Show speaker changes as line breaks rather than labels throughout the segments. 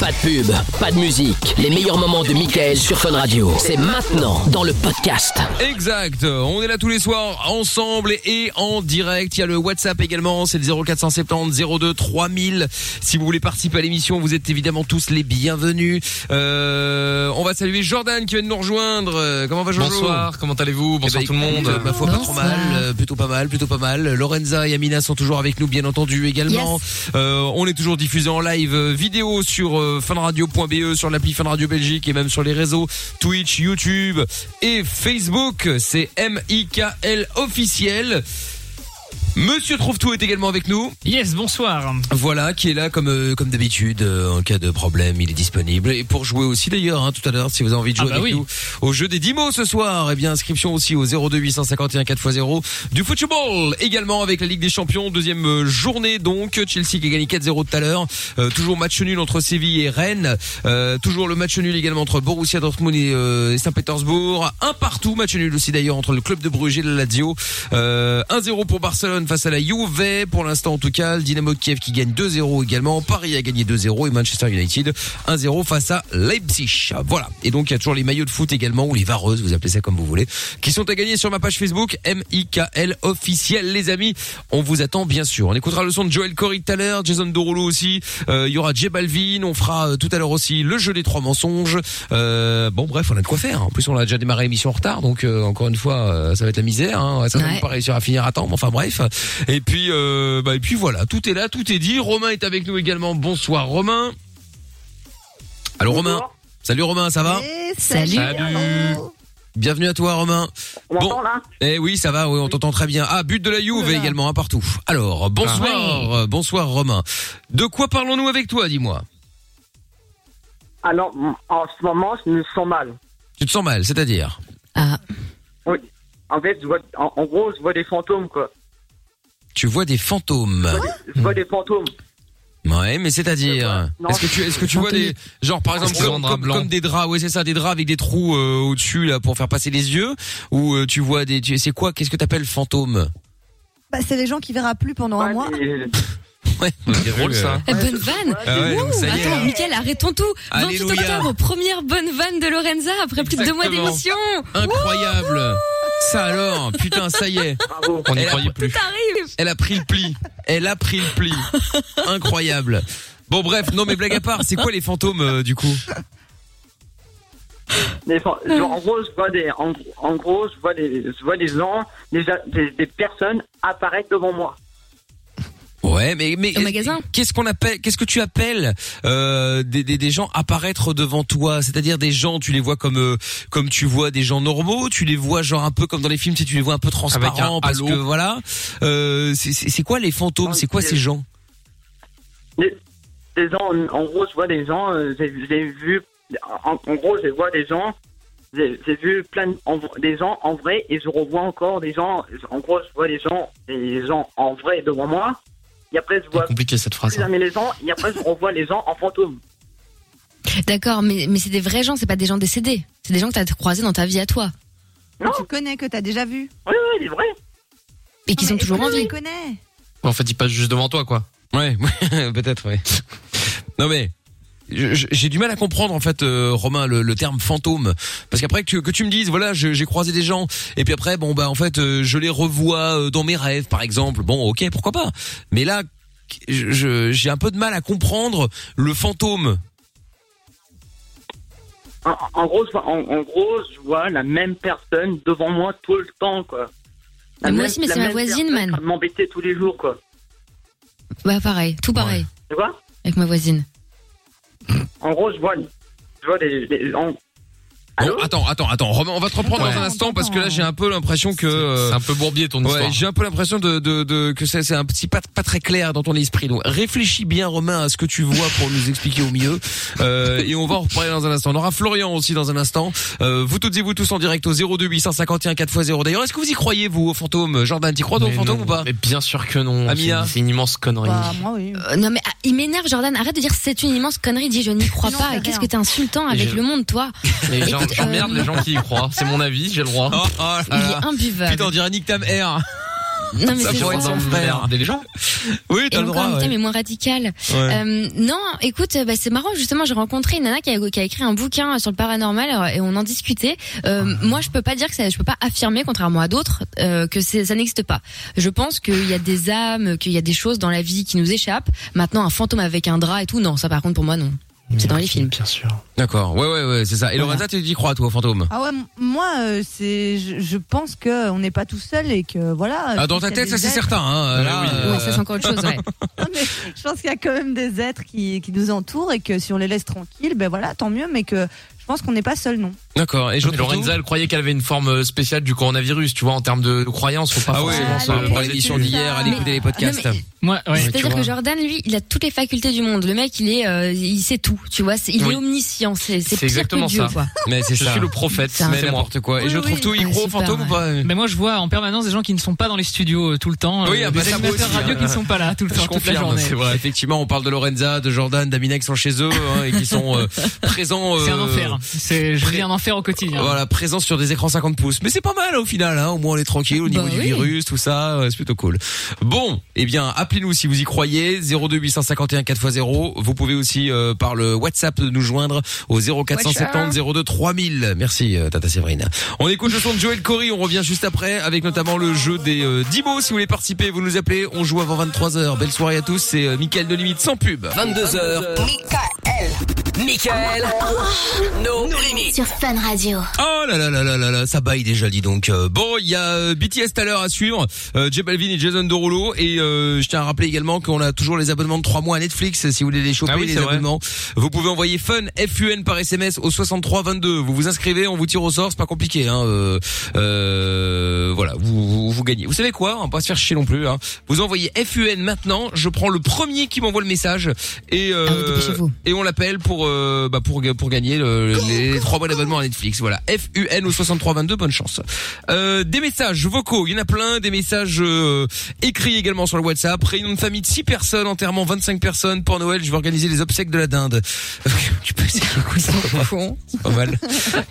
Pas de pub, pas de musique. Les meilleurs moments de Michael sur Fun Radio. C'est maintenant dans le podcast.
Exact, on est là tous les soirs ensemble et en direct. Il y a le WhatsApp également, c'est le 0470 02 3000. Si vous voulez participer à l'émission, vous êtes évidemment tous les bienvenus. Euh, on va saluer Jordan qui vient de nous rejoindre. Euh, Comment va Jojo
Bonsoir, comment allez-vous Bonsoir
Eh ben,
tout le monde.
écoute, euh, ma foi, pas trop mal, euh, plutôt pas mal, plutôt pas mal. Lorenza et Amina sont toujours avec nous, bien entendu, également. Euh, on est toujours diffusé en live euh, vidéo sur euh, funradio.be, sur l'appli Fun Radio Belgique et même sur les réseaux Twitch, YouTube et Facebook. C'est M-I-K-L officiel. Monsieur Trouve-Tout est également avec nous.
Yes, bonsoir.
Voilà, qui est là comme euh, comme d'habitude euh, en cas de problème, il est disponible et pour jouer aussi d'ailleurs hein, tout à l'heure si vous avez envie de jouer
Ah bah
avec
oui.
nous au jeu des 10 mots ce soir, et bien inscription aussi au 02 851 4x0 du football également avec la Ligue des Champions deuxième euh, journée donc Chelsea qui a gagné 4-0 tout à l'heure, Euh, toujours match nul entre Séville et Rennes, Euh, toujours le match nul également entre Borussia Dortmund et, euh, et Saint-Pétersbourg, un partout match nul aussi d'ailleurs entre le club de Bruges et la Lazio, Euh, 1-0 pour Barcelone face à la Juve pour l'instant en tout cas, le Dynamo de Kiev qui gagne 2-0 également, Paris a gagné 2-0 et Manchester United 1-0 face à Leipzig. Voilà. Et donc il y a toujours les maillots de foot également ou les vareuses, vous appelez ça comme vous voulez, qui sont à gagner sur ma page Facebook MIKL officiel les amis. On vous attend bien sûr. On écoutera le son de Joel Corey tout à l'heure, Jason Derulo aussi, Euh, il y aura J Balvin, on fera euh, tout à l'heure aussi le jeu des trois mensonges. Euh, bon bref, on a de quoi faire. En plus on a déjà démarré l'émission en retard donc euh, encore une fois euh, ça va être la misère hein. ça va
Ouais.
pas réussir à finir à temps, mais enfin bref. Et puis euh, bah et puis voilà, tout est là, tout est dit. Romain est avec nous également. Bonsoir Romain. Allô Romain. Salut Romain, ça va
Salut.
Bienvenue à toi Romain.
On
Bon.
m'entend, là
Eh oui, ça va, oui, on t'entend très bien. Ah, but de la Juve également, un partout. Alors, bonsoir, euh, bonsoir Romain. De quoi parlons-nous avec toi, dis-moi
Alors, m- en ce moment, je me sens mal.
Tu te sens mal, c'est-à-dire
Oui. En fait, je vois, en, en gros, je vois des fantômes, quoi.
Tu vois des fantômes.
Je vois des fantômes.
Ouais, mais c'est-à-dire
Non.
Est-ce que tu est-ce que tu vois des genre par exemple
Des
comme,
draps
comme-
blancs.
comme des draps, ouais, c'est ça, des draps avec des trous euh, au-dessus là pour faire passer les yeux ou euh, tu vois des tu- c'est quoi qu'est-ce que t'appelles fantôme
Bah, c'est les gens qui verra plus pendant un mois.
Ouais, c'est drôle ça.
Eh, Bonne vanne.
Ah ouais,
Ouh,
donc ça y est,
attends,
là.
Mickaël, arrêtons tout. 28
Alléluia.
octobre, première bonne vanne de Lorenza après plus de deux mois
Euh, Exactement.
d'émission.
Incroyable. Ça alors, putain, ça y est.
On n'y
Elle a-
croyait plus.
Tout arrive.
Elle a pris le pli. Elle a pris le pli. Incroyable. Bon bref, non mais blague à part, c'est quoi les fantômes euh, du coup
Des fan- genre, en gros, je vois des, en, en gros, je vois des, je vois des gens, des, des, des personnes apparaître devant moi.
Ouais, mais mais Qu'est-ce qu'on appelle Qu'est-ce que tu appelles euh, des, des des gens apparaître devant toi C'est-à-dire des gens, tu les vois comme euh, comme tu vois des gens normaux, tu les vois genre un peu comme dans les films, si tu les vois un peu transparents
un
parce
halo.
que voilà. Euh, c'est- c'est c'est quoi les fantômes C'est quoi ces gens
Des, des gens, en, en gros, je vois des gens, euh, j'ai j'ai vu, en, en gros, je vois des gens, j'ai j'ai vu plein de, en- des gens en vrai et je revois encore des gens, en gros, je vois des gens, des gens en vrai devant moi. Et après, je vois
Compliqué cette
plus
phrase. hein.
jamais les gens et après, je revois les gens en fantôme.
D'accord, mais, mais c'est des vrais gens, c'est pas des gens décédés. C'est des gens que t'as croisés dans ta vie à toi.
Tu connais, que t'as déjà vu.
Oui, oui, c'est vrai.
Et qui sont toujours en vie.
connais.
En fait, il passe juste devant toi, quoi.
Ouais, peut-être, ouais. Non mais je- je- j'ai du mal à comprendre en fait euh, Romain le, le terme fantôme parce qu'après que, que tu me dises voilà je- j'ai croisé des gens et puis après bon bah en fait euh, je les revois euh, dans mes rêves par exemple bon ok pourquoi pas mais là je- je- j'ai un peu de mal à comprendre le fantôme
En, en gros, je vois, en, en gros, je vois la même personne devant moi tout le temps, quoi.
Mais Ah, moi
La même-
aussi, mais
la
c'est ma
même
voisine,
personne
man.
à M'embêter tous les jours, quoi.
Bah pareil, tout pareil.
Tu vois
Avec ma voisine.
En gros, je vois, je vois des, des- en-
Bon, attends, attends, attends, Romain, on va te reprendre
Ouais. hein.
dans un instant parce que là j'ai un peu l'impression que euh,
C'est un peu bourbier ton
Ouais,
histoire.
j'ai un peu l'impression de, de, de- que c'est c'est un petit pas, pas très clair dans ton esprit. Donc réfléchis bien Romain à ce que tu vois pour nous expliquer au mieux. Euh, et on va en reparler dans un instant. On aura Florian aussi dans un instant. Euh, vous toutes et vous tous en direct au 02 851 4x0. D'ailleurs, est-ce que vous y croyez vous aux fantômes Jordan, t'y crois toi, aux
Mais
fantômes
non,
ou pas
Mais bien sûr que non. C'est
Amina
une- C'est une immense connerie.
Bah,
moi, Bah, oui.
Euh, non mais ah, il m'énerve Jordan, arrête de dire c'est une immense connerie, dis je n'y crois
Non,
pas.
c'est
Et Qu'est-ce
rien.
que t'es insultant
Et
avec
je-
le monde toi
Les gens,
Écoute,
j'emmerde
euh,
les gens qui y croient. C'est mon avis, j'ai le droit.
Oh, oh là
Il
là.
est imbuvable.
Putain, on dirait Nick Tam R.
Non, mais
ça
c'est
pourrait être
vrai.
son frère.
Des gens
Oui,
Et
t'as le
encore
droit.
une
ouais.
mais moins radical.
Ouais.
Euh, non, écoute, euh, bah, c'est marrant justement. J'ai rencontré une nana qui a, qui a écrit un bouquin sur le paranormal euh, et on en discutait. Euh, Moi, je peux pas dire que ça, je peux pas affirmer, contrairement à d'autres, euh, que c'est- ça n'existe pas. Je pense qu'il y a des âmes, qu'il y a des choses dans la vie qui nous échappent. Maintenant, un fantôme avec un drap et tout, non, ça par contre pour moi non. C'est dans les films.
Bien sûr.
D'accord. Ouais, ouais, ouais, c'est ça. Et Lorenza, tu y crois, toi, au fantôme
Ah ouais, m- moi, euh, c'est, je, je pense que on n'est pas tout seul et que voilà.
Ah,
je
dans
pense
ta
qu'il y a
tête, ça
des
c'est
êtres-
certain. Hein, là, euh,
Ouais, ça c'est encore autre chose. Ouais.
Non, mais je pense qu'il y a quand même des êtres qui, qui nous entourent et que si on les laisse tranquilles, ben voilà, tant mieux. Mais que je pense qu'on n'est pas seul, non.
D'accord. Et je
Et Lorenza, elle croyait qu'elle avait une forme euh, spéciale du coronavirus, tu vois, en termes de croyances, faut pas
Ah ouais,
forcément
Ah,
se
non, mais
pour
poser
l'émission
dessus.
d'hier, allez écouter les podcasts.
Non, mais-
Moi, ouais.
tu
C'est-à-dire
vois.
que Jordan, lui, il a toutes les facultés du monde. Le mec, il est, euh, il sait tout. Tu vois, c'est- il
Oui.
est omniscient. C'est
C'est
c'est pire que
exactement
Dieu.
ça.
Quoi.
Mais c'est
Je
ça.
suis le prophète,
C'est un-
Mais
c'est moi.
n'importe quoi. Et
Oui,
je
oui.
trouve tout, il
Ah,
gros
super,
fantôme ou pas
Mais moi, je vois en permanence des gens qui ne sont pas dans les studios euh, tout le temps. euh,
Oui, ah bah,
des
ça, moi
animateurs
aussi,
radio
hein.
qui ne sont pas là tout le
Je
temps, toute la
confirme,
journée.
c'est vrai. Effectivement, on parle de Lorenza, de Jordan, d'Amina qui sont chez eux hein, et qui sont euh, présents.
C'est un
euh,
enfer. C'est, je
pré-
vis un enfer au quotidien.
Voilà, présents sur des écrans 50 pouces. Mais c'est pas mal hein, au final, hein. au moins on est tranquille au niveau
Bah
du
oui.
virus, tout ça, euh, c'est plutôt cool. Bon, eh bien, appelez-nous si vous y croyez, 02851 4x0. Vous pouvez aussi euh, par le WhatsApp nous joindre au 0470 02 3000. Merci euh, Tata Séverine. On écoute le son de Joël Cory, on revient juste après avec notamment le jeu des euh, 10 mots. Si vous voulez participer, vous nous appelez, on joue avant 23h. Belle soirée à tous, c'est euh, Mickaël de Limite sans pub.
22h. Michael. Michael. No, limites.
Sur Fun Radio.
Oh là là là là là là, ça baille déjà, dis donc. Euh, Bon, il y a euh, BTS tout à l'heure à suivre, euh, J Balvin et Jason Derulo, et euh, je tiens à rappeler également qu'on a toujours les abonnements de 3 mois à Netflix, si vous voulez les choper,
Ah oui,
les
c'est vrai.
abonnements. Vous pouvez envoyer FUN, FUN par SMS au 6322, vous vous inscrivez, on vous tire au sort, c'est pas compliqué. Hein. Euh, euh, voilà, vous, vous, vous gagnez. Vous savez quoi On va pas se faire chier non plus. Hein. Vous envoyez FUN maintenant, je prends le premier qui m'envoie le message, et... euh,
Ah oui, dépêchez-vous.
et on l'appelle pour euh, bah pour pour gagner le- les trois mois d'abonnement à Netflix. Voilà, FUN au 6322, bonne chance. Euh, des messages vocaux, il y en a plein, des messages euh, écrits également sur le WhatsApp. Réunion de famille de 6 personnes, enterrement 25 personnes. Pour Noël, je vais organiser les obsèques de la dinde. tu peux essayer, écoute,
Ils sont cons.
c'est pas mal.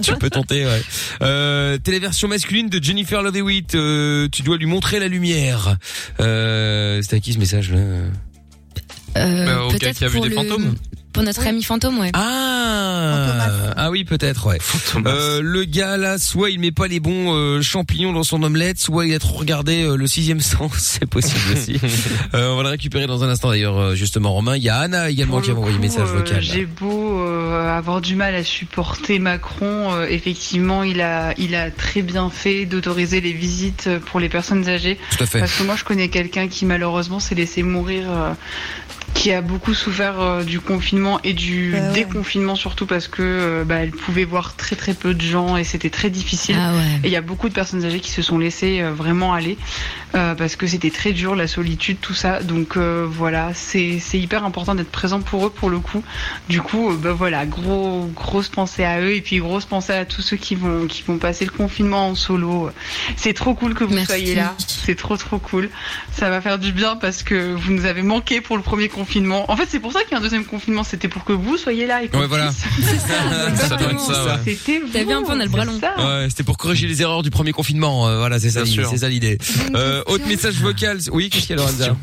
tu peux tenter. Ouais. Euh, téléversion masculine de Jennifer Love Hewitt. Euh, tu dois lui montrer la lumière. Euh, C'était à qui ce message là
Euh,
Bah, au gars
peut-être
qui a vu
pour
des
le-
fantômes.
Pour notre ami fantôme, ouais.
Ah, ah oui peut-être ouais. Euh, le gars là, soit il met pas les bons euh, champignons dans son omelette, soit il a trop regardé euh, le sixième sens, c'est possible aussi. Euh, on va le récupérer dans un instant d'ailleurs, euh, justement Romain. Il y a Anna également
Pour
qui a
le
envoyé un
coup,
message
euh,
vocal.
J'ai beau euh, avoir du mal à supporter Macron, euh, effectivement, il a, il a très bien fait d'autoriser les visites pour les personnes âgées.
Tout à fait.
Parce que moi, je connais quelqu'un qui malheureusement s'est laissé mourir, euh, qui a beaucoup souffert euh, du confinement et du
Bah ouais.
déconfinement surtout parce que euh, bah, elle pouvait voir très très peu de gens et c'était très difficile.
Ah ouais.
Et il y a beaucoup de personnes âgées qui se sont laissées euh, vraiment aller euh, parce que c'était très dur, la solitude, tout ça. Donc euh, voilà, c'est c'est hyper important d'être présent pour eux pour le coup. Du coup, euh, bah voilà, gros, grosse pensée à eux et puis grosse pensée à tous ceux qui vont, qui vont passer le confinement en solo. C'est trop cool que vous
Merci.
soyez là. C'est trop trop cool. Ça va faire du bien parce que vous nous avez manqué pour le premier confinement. En fait, c'est pour ça qu'il y a un deuxième confinement. C'était pour que vous soyez là et qu'on
Ouais, voilà.
puisse-
ça doit être ça. Ouais.
C'était vous.
T'as vu un peu, on a le bras long.
c'est ça.
Ouais, c'était pour corriger les erreurs du premier confinement. euh, voilà, c'est ça,
Bien
l'idée,
sûr.
c'est ça l'idée. Euh, autre message vocal. Oui, qu'est-ce qu'il y a, Lorenza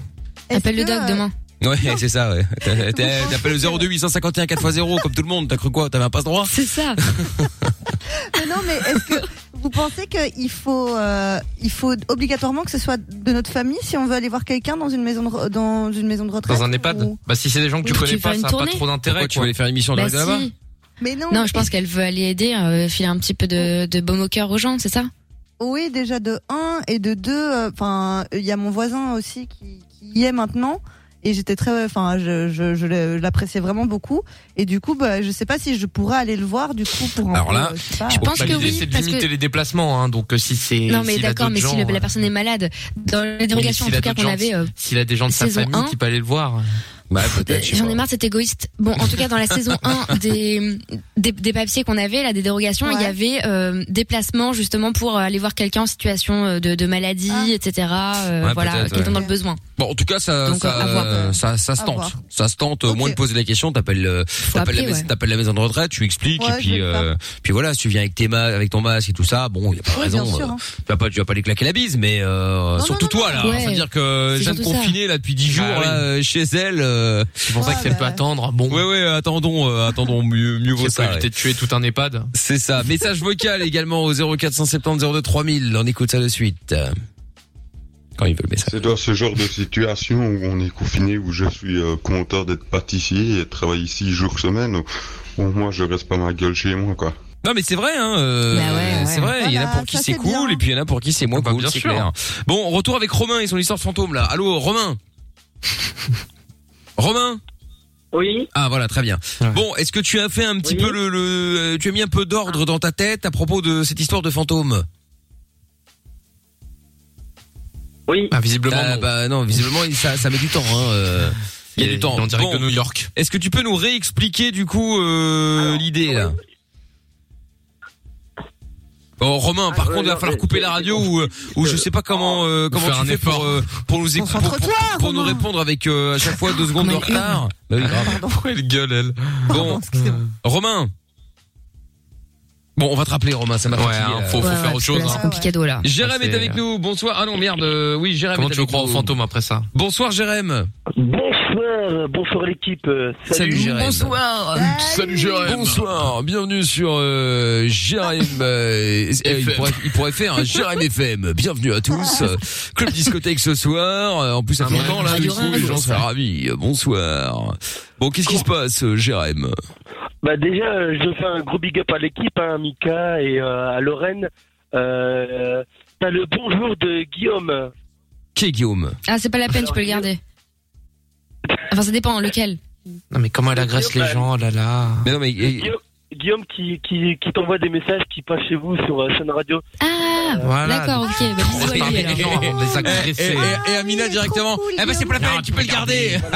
Est-ce
Appelle le
que,
doc
euh,
demain.
Ouais, c'est ça. Ouais. T'as- t'as- T'appelles le 02 851 4x0 comme tout le monde. T'as cru quoi T'avais un passe droit
C'est ça.
Mais non, mais est-ce que vous pensez qu'il faut, euh, il faut obligatoirement que ce soit de notre famille si on veut aller voir quelqu'un dans une maison de, re- dans une maison de retraite
Dans un EHPad
ou-
Bah si c'est des gens que tu
Oui,
connais
tu
pas,
fais une
ça a pas
tournée
trop d'intérêt
Pourquoi tu veux
quoi.
aller faire une émission de
Bah
radio là-bas
si.
Mais non.
Non, je pense qu'elle veut aller aider, euh, filer un petit peu de, de baume au cœur aux gens, c'est ça
Oui, déjà de 1 et de 2. Enfin, il y a mon voisin aussi qui, qui y est maintenant. Et j'étais très, enfin, je, je, je l'ai- je l'appréciais vraiment beaucoup. Et du coup, bah, je sais pas si je pourrais aller le voir, du coup, pour un
Alors
peu,
là,
je sais pas.
je pense
Bah,
que
l'idée,
oui,
c'est de
parce que-
limiter les déplacements, hein, donc euh, si c'est...
Non, mais
s'il a
d'accord,
d'autres
mais si
gens,
le- la
euh,
personne est malade, dans les dérogations
s'il
en
a
tout cas
d'autres
qu'on
gens,
avait, euh,
S'il a des gens de sa
saison
famille
un.
qui peuvent aller le voir.
Bah, peut-être. je sais
J'en
pas.
ai marre de cet égoïste. Bon, en tout cas, dans la saison 1 des, des, des papiers qu'on avait, là, des dérogations, il y
Ouais.
avait euh, déplacement justement pour aller voir quelqu'un en situation euh, de, de maladie,
Ah.
etc. euh,
Ouais,
voilà,
peut-être,
quelqu'un
ouais.
dans le besoin.
Bon, en tout cas, ça,
Donc,
ça,
à voir.
ça, ça se
À
tente.
voir.
Ça se tente. Au
Ok.
moins de poser la question, t'appelles, euh, t'appelles la,
appeler,
mais-
ouais.
t'appelles la maison de retraite, tu expliques,
Ouais,
et
je
puis,
vais
euh, puis voilà, si tu viens avec tes ma- avec ton masque et tout ça, bon, y a pas de
Oui,
raison.
bien sûr,
euh,
hein.
Tu vas pas, tu vas pas les claquer la bise, mais euh,
non,
surtout
non,
toi là.
non. Ouais.
C'est-à-dire que
C'est
je viens de
surtout ça.
confiner là depuis 10 jours
Ah, oui.
là, euh, chez elle. euh,
C'est pour ça que
Ah,
ça
bah.
peut attendre. Bon,
Ouais, ouais, attendons, euh, attendons mieux, mieux vaut
c'est
ça.
pas
ouais.
éviter de tuer tout un EHPAD.
C'est ça. Message vocal également au 0470 02 3000. On écoute ça de suite. Euh, Quand il veut le message.
C'est dans ce genre de situation où on est confiné, où je suis euh, content d'être pâtissier et de travailler six jours semaine, où, où moi je reste pas ma gueule chez moi quoi.
Non mais c'est vrai hein, euh,
Bah ouais, ouais.
c'est vrai, il y en a
Voilà,
pour qui
ça,
c'est
c'est
cool
bien.
et puis il y en a pour qui c'est moins
Bah,
cool,
bien
c'est
sûr.
clair. Bon, retour avec Romain et son histoire de fantôme là. Allô Romain. Romain
Oui,
Ah voilà, très bien.
Ouais.
Bon, est-ce que tu as fait un petit
Oui. Ah.
peu le, le- euh, tu as mis un peu d'ordre dans ta tête à propos de cette histoire de fantôme
oui.
Ah, visiblement,
Ah,
non.
bah non, visiblement il- ça ça met du temps hein. euh, Il y a
est-
du temps.
est En direct
Bon,
de New York.
Est-ce que tu peux nous réexpliquer du coup euh,
Alors,
l'idée là Bon Oh, Romain, par
Ah,
contre, il va
ouais,
falloir
ouais,
couper
c'est-
la radio ou, euh, ou je sais pas comment euh, comment
faire
tu
un
fais pour
effort.
euh, pour nous écouter, pour,
Concentre-toi,
pour- pour nous
Romain.
répondre avec euh, à chaque fois deux secondes de
Comment il hurle.
retard. Bah oui, grave.
Ah,
Pardon.
Elle gueule, elle.
Bon, Euh,
excusez-moi.
Romain. Bon, on va te rappeler Romain, ça m'a
Ouais,
fatigué,
hein,
là.
faut, faut
Ouais, Ah ouais,
faire autre chose.
parce que là,
hein.
C'est compliqué d'eau là.
Jérém
Ah,
est
c'est-
avec nous. Bonsoir. Ah non, merde. euh, oui, Jérém
Comment
est
tu veux
avec
croire aux
nous.
fantômes après ça
Bonsoir Jérém.
Bonsoir, bonsoir l'équipe. euh,
Salut
Salut.
Jérém.
Bonsoir.
Ah,
Salut, Jérém.
Bonsoir, bienvenue sur euh, Jérém. euh, euh, il,
FM.
pourrait, il pourrait faire un Jérém FM. Bienvenue à tous. Euh, Club discothèque ce soir. Euh, En plus, à
Ah,
plein
ouais,
temps, là, du
Radio
coup,
Rêve,
les gens
ça.
seraient ravis. Euh, Bonsoir. Bon, qu'est-ce qui se passe, euh, Jérém
Bah déjà, euh, je fais un gros big up à l'équipe, hein, à Mika et euh, à Lorraine. Euh, T'as le bonjour de Guillaume.
Qui est Guillaume
Ah, c'est pas la peine, tu peux le garder. Enfin, ça dépend lequel.
Non, mais comment elle agresse les gens, oh là là.
Mais non, mais eh,
Guillaume, Guillaume qui, qui, qui t'envoie des messages qui passent chez vous sur euh, Sun Radio.
Ah,
Voilà.
d'accord, ok. Bah,
Ah,
On
bisous à lui, alors.
maintenant, on les
eh, eh,
agresser.
eh, eh, Amina
il est
directement.
trop cool,
eh ben, c'est pas la peine.
Non,
Tu peux le garder.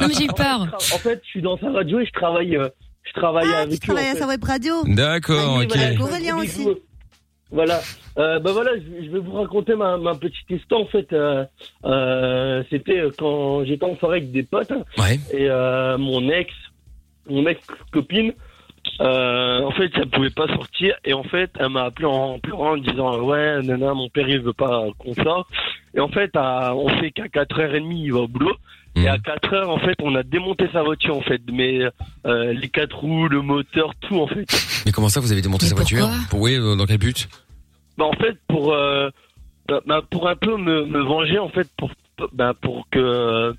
Non, mais j'ai eu
En
peur.
fait, en fait, je suis dans Sun Radio et je travaille, euh, je travaille
Ah,
avec
tu
eux.
travailles
en
à
fait.
sa web radio. Ah,
D'accord.
Oui,
Ok.
voilà, je vous
Aurélien
fais des
aussi.
bisous. Voilà. Euh, bah voilà, je, je vais vous raconter ma, ma petite histoire en fait. Euh, euh, C'était euh, quand j'étais en forêt avec des potes
Ouais.
et euh, mon ex, mon ex copine, euh, en fait, elle pouvait pas sortir et en fait, elle m'a appelé en pleurant en disant euh, ouais, nana, mon père il veut pas qu'on sorte. Et en fait, à- on sait qu'à 4h30 il va au boulot.
Mhm.
Et à 4 heures, en fait, on a démonté sa voiture, en fait, mais euh, les quatre roues, le moteur, tout, en fait.
Mais comment ça, vous avez démonté
Mais
sa voiture
pourquoi
Pour- Oui. euh, Dans quel but
Bah, en fait, pour, euh, bah, bah, pour un peu me, me venger, en fait, pour, bah, pour que.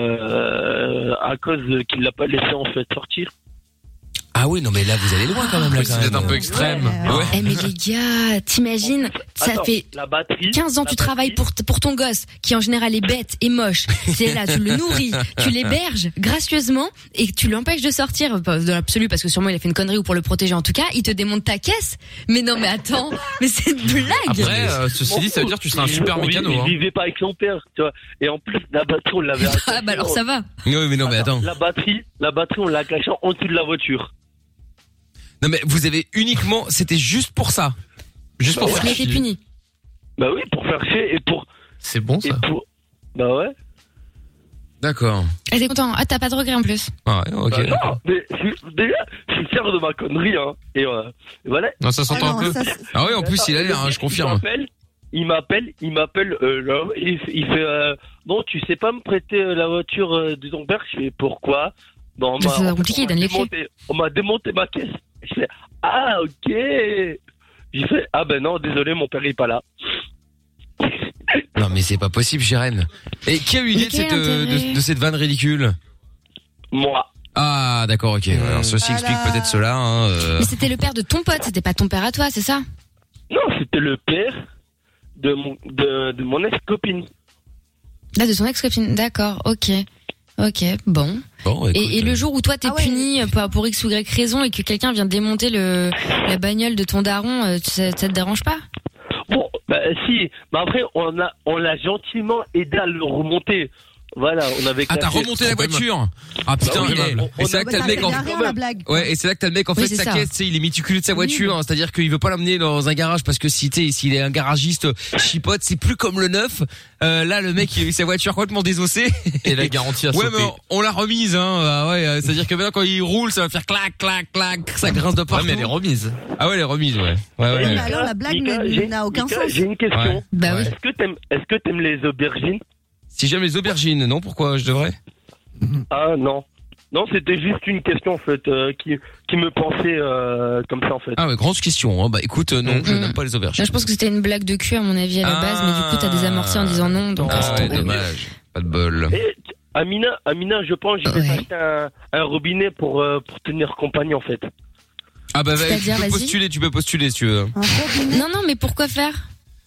euh, à cause de- qu'il l'a pas laissé, en fait, sortir.
Ah oui, non, mais là, vous allez loin quand même. là,
Oui,
quand
C'est peut-être
même.
un peu extrême.
Ouais.
Ouais.
Eh, mais les gars, t'imagines, ça
Attends,
fait
La batterie.
15 ans
la
tu travailles
batterie.
pour, t- pour ton gosse, qui en général est bête et moche. C'est là, tu le nourris, tu l'héberges gracieusement et tu l'empêches de sortir. Pas De l'absolu, parce que sûrement il a fait une connerie ou pour le protéger en tout cas, il te démonte ta caisse. Mais non, mais attends, mais c'est une blague.
Après, euh, ceci dit, ça veut dire que tu seras un super
Il- il-
mécano.
Il
hein.
vivait pas avec son père, tu vois. Et en plus, la batterie, on l'avait.
ah bah
Oh.
alors ça va.
Oui, mais non, mais attends.
La batterie, la batterie, on l'a cachée en dessous de la voiture.
Non, mais vous avez uniquement. C'était juste pour ça.
Juste pour
Mais
faire
t'es
chier.
puni.
Bah oui, pour faire chier et pour.
C'est bon
Et
ça.
pour... Bah ouais.
D'accord.
Elle est contente. Ah, t'as pas de regret en plus.
Ah, ok.
Bah non, mais je suis- déjà, je suis fier de ma connerie, hein. Et euh, voilà.
Non, ça s'entend
Ah
un
non,
peu.
ça, c'est-
Ah oui, en plus, il a l'air, hein, je confirme.
Il m'appelle, il m'appelle, il m'appelle, euh, là, il, f- il fait, euh, non, tu sais pas me prêter euh, la voiture euh, de ton père Je fais, pourquoi Bon, on
Ça,
m'a-
c'est compliqué,
on m'a
donne les
démonté- On m'a démonté ma caisse. Je fais, ah, ok J'ai fait, ah ben non, désolé, mon père il est pas là.
Non, mais c'est pas possible, Jérém. Et qui a eu l'idée de
quel
cette, euh,
intérêt
de, de cette vanne ridicule
Moi.
Ah, d'accord, ok. Alors, ceci
Voilà.
explique peut-être cela. Hein, euh.
Mais c'était le père de ton pote, c'était pas ton père à toi, c'est ça
Non, c'était le père de mon, de, de mon ex-copine.
Là, Ah, de son ex-copine. D'accord, ok. Ok, bon.
Bah,
Bon, écoute,
Et, et le jour où toi t'es
Ah ouais.
puni euh, pour, pour X ou Y raison et que quelqu'un vient démonter le, la bagnole de ton daron, euh, ça, ça te dérange pas
Bah, Bon, bah si, mais après, on a, on l'a gentiment aidé à le remonter. Voilà, on avait.
Ah, t'as
claqué-
remonté la voiture Ah putain,
Bah oui,
il est-
on-
et
on
c'est là que
a-
t'as le mec en
Ça sert à rien, la blague.
Ouais, et c'est là que t'as le mec en
Oui,
fait
c'est
sa
ça.
caisse, tu sais, il est méticuleux de sa voiture, hein, c'est-à-dire qu'il veut pas l'emmener dans un garage parce que si t'es s'il est un garagiste euh, chipote, c'est plus comme le neuf. Euh, là le mec il a eu sa voiture complètement désossée
Et la garantie à
Ouais,
sauter.
mais on l'a remise hein. bah ouais, euh, c'est-à-dire que maintenant quand il roule, ça va faire clac clac clac, ça grince de partout.
mais elle est remise.
Ah ouais, elle est remise, ouais. Ouais ouais.
Oui, Ah, mais alors la blague
Mika,
ne-
j'ai-
n'a aucun
Mika,
sens.
J'ai une question.
Ouais.
Bah oui.
Ouais.
Ah Est-ce que t'aimes, est-ce que t'aimes les aubergines
Si j'aime les aubergines, non pourquoi je devrais
Ah non. Non, c'était juste une question en fait euh, qui qui me pensait euh, comme ça en fait.
Ah ouais, grosse question. hein. Bah écoute, euh, non, je
Mm.
n'aime pas les
Non,
aubergines.
je pense que c'était une blague de cul à mon avis à la base, mais du coup t'as désamorcé en disant non, donc
Ah
euh, c'est
ouais,
trop-
dommage. Pas de bol.
Et Amina, Amina, je pense, j'ai
Ouais.
acheté un, un robinet pour euh, pour tenir compagnie en fait.
Ah bah, bah, tu
C'est-à-dire,
peux
vas-y.
postuler, tu peux postuler si tu veux.
Un robinet.
Non, non, mais pourquoi faire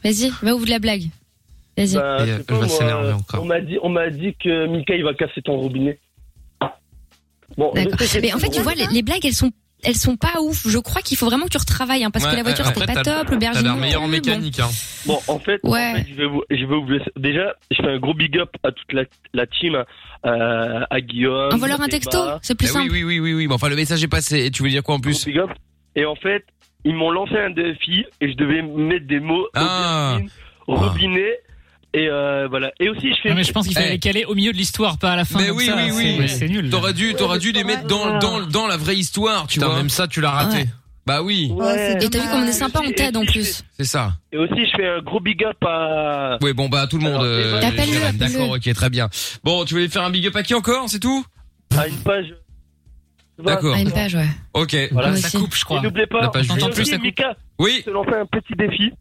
Vas-y, va au bout de la blague. Vas-y.
Bah, je
Et,
sais
euh,
pas,
je vais
moi,
s'énerver
euh,
encore.
On m'a dit, on m'a dit que Mika il va casser ton robinet. Bon, je
D'accord.
sais que
Mais en
c'est
fait, tu
ton
vois, les, les blagues, elles sont, elles sont pas ouf. Je crois qu'il faut vraiment que tu retravailles, hein, parce
Ouais,
que la voiture,
ouais,
c'était
après,
pas
t'as-
top, le
T'as
berger.
l'air
non
meilleur en
plus, bon.
mécanique, hein.
Bon, en fait, en
Ouais.
fait, je vais vous, je vais vous blesser. Déjà, je fais un gros big up à toute la, la team, euh, à Guillaume.
Envoie-leur
à
un
Emma.
texto, c'est plus
Eh oui,
simple.
oui, oui, oui, oui. Mais enfin, le message est passé. Et tu veux dire quoi en
Gros
plus
big up. Et en fait, ils m'ont lancé un défi et je devais mettre des mots
Ah.
aubergine, robinet et euh, voilà. Et aussi, je fais.
Non, mais je pense qu'il fallait
Eh.
les caler au milieu de l'histoire, pas à la fin.
Mais
comme
oui,
ça,
oui, oui.
c'est- C'est nul.
T'aurais dû, t'aurais dû les mettre dans, dans, dans la vraie histoire, tu
Putain,
vois.
même ça, tu l'as raté.
Bah oui,
Ouais, c'est
Et t'as vu comme on est sympa, on t'aide en plus.
c'est ça.
Et aussi, je fais un gros big up à.
Oui, bon, bah, tout le monde.
Alors,
euh,
Appelle-le,
Gérald,
appelle-le.
D'accord, ok, très bien. Bon, tu voulais faire un big up à qui encore, c'est tout
à une page.
D'accord.
À une page, ouais.
Ok.
Voilà.
Moi
Ça
aussi.
coupe, je crois.
Et n'oubliez
La
pas,
page
et
vue.
aussi,
T'entends plus, ça coupe.
Mika,
Oui,
je te lancer un petit défi.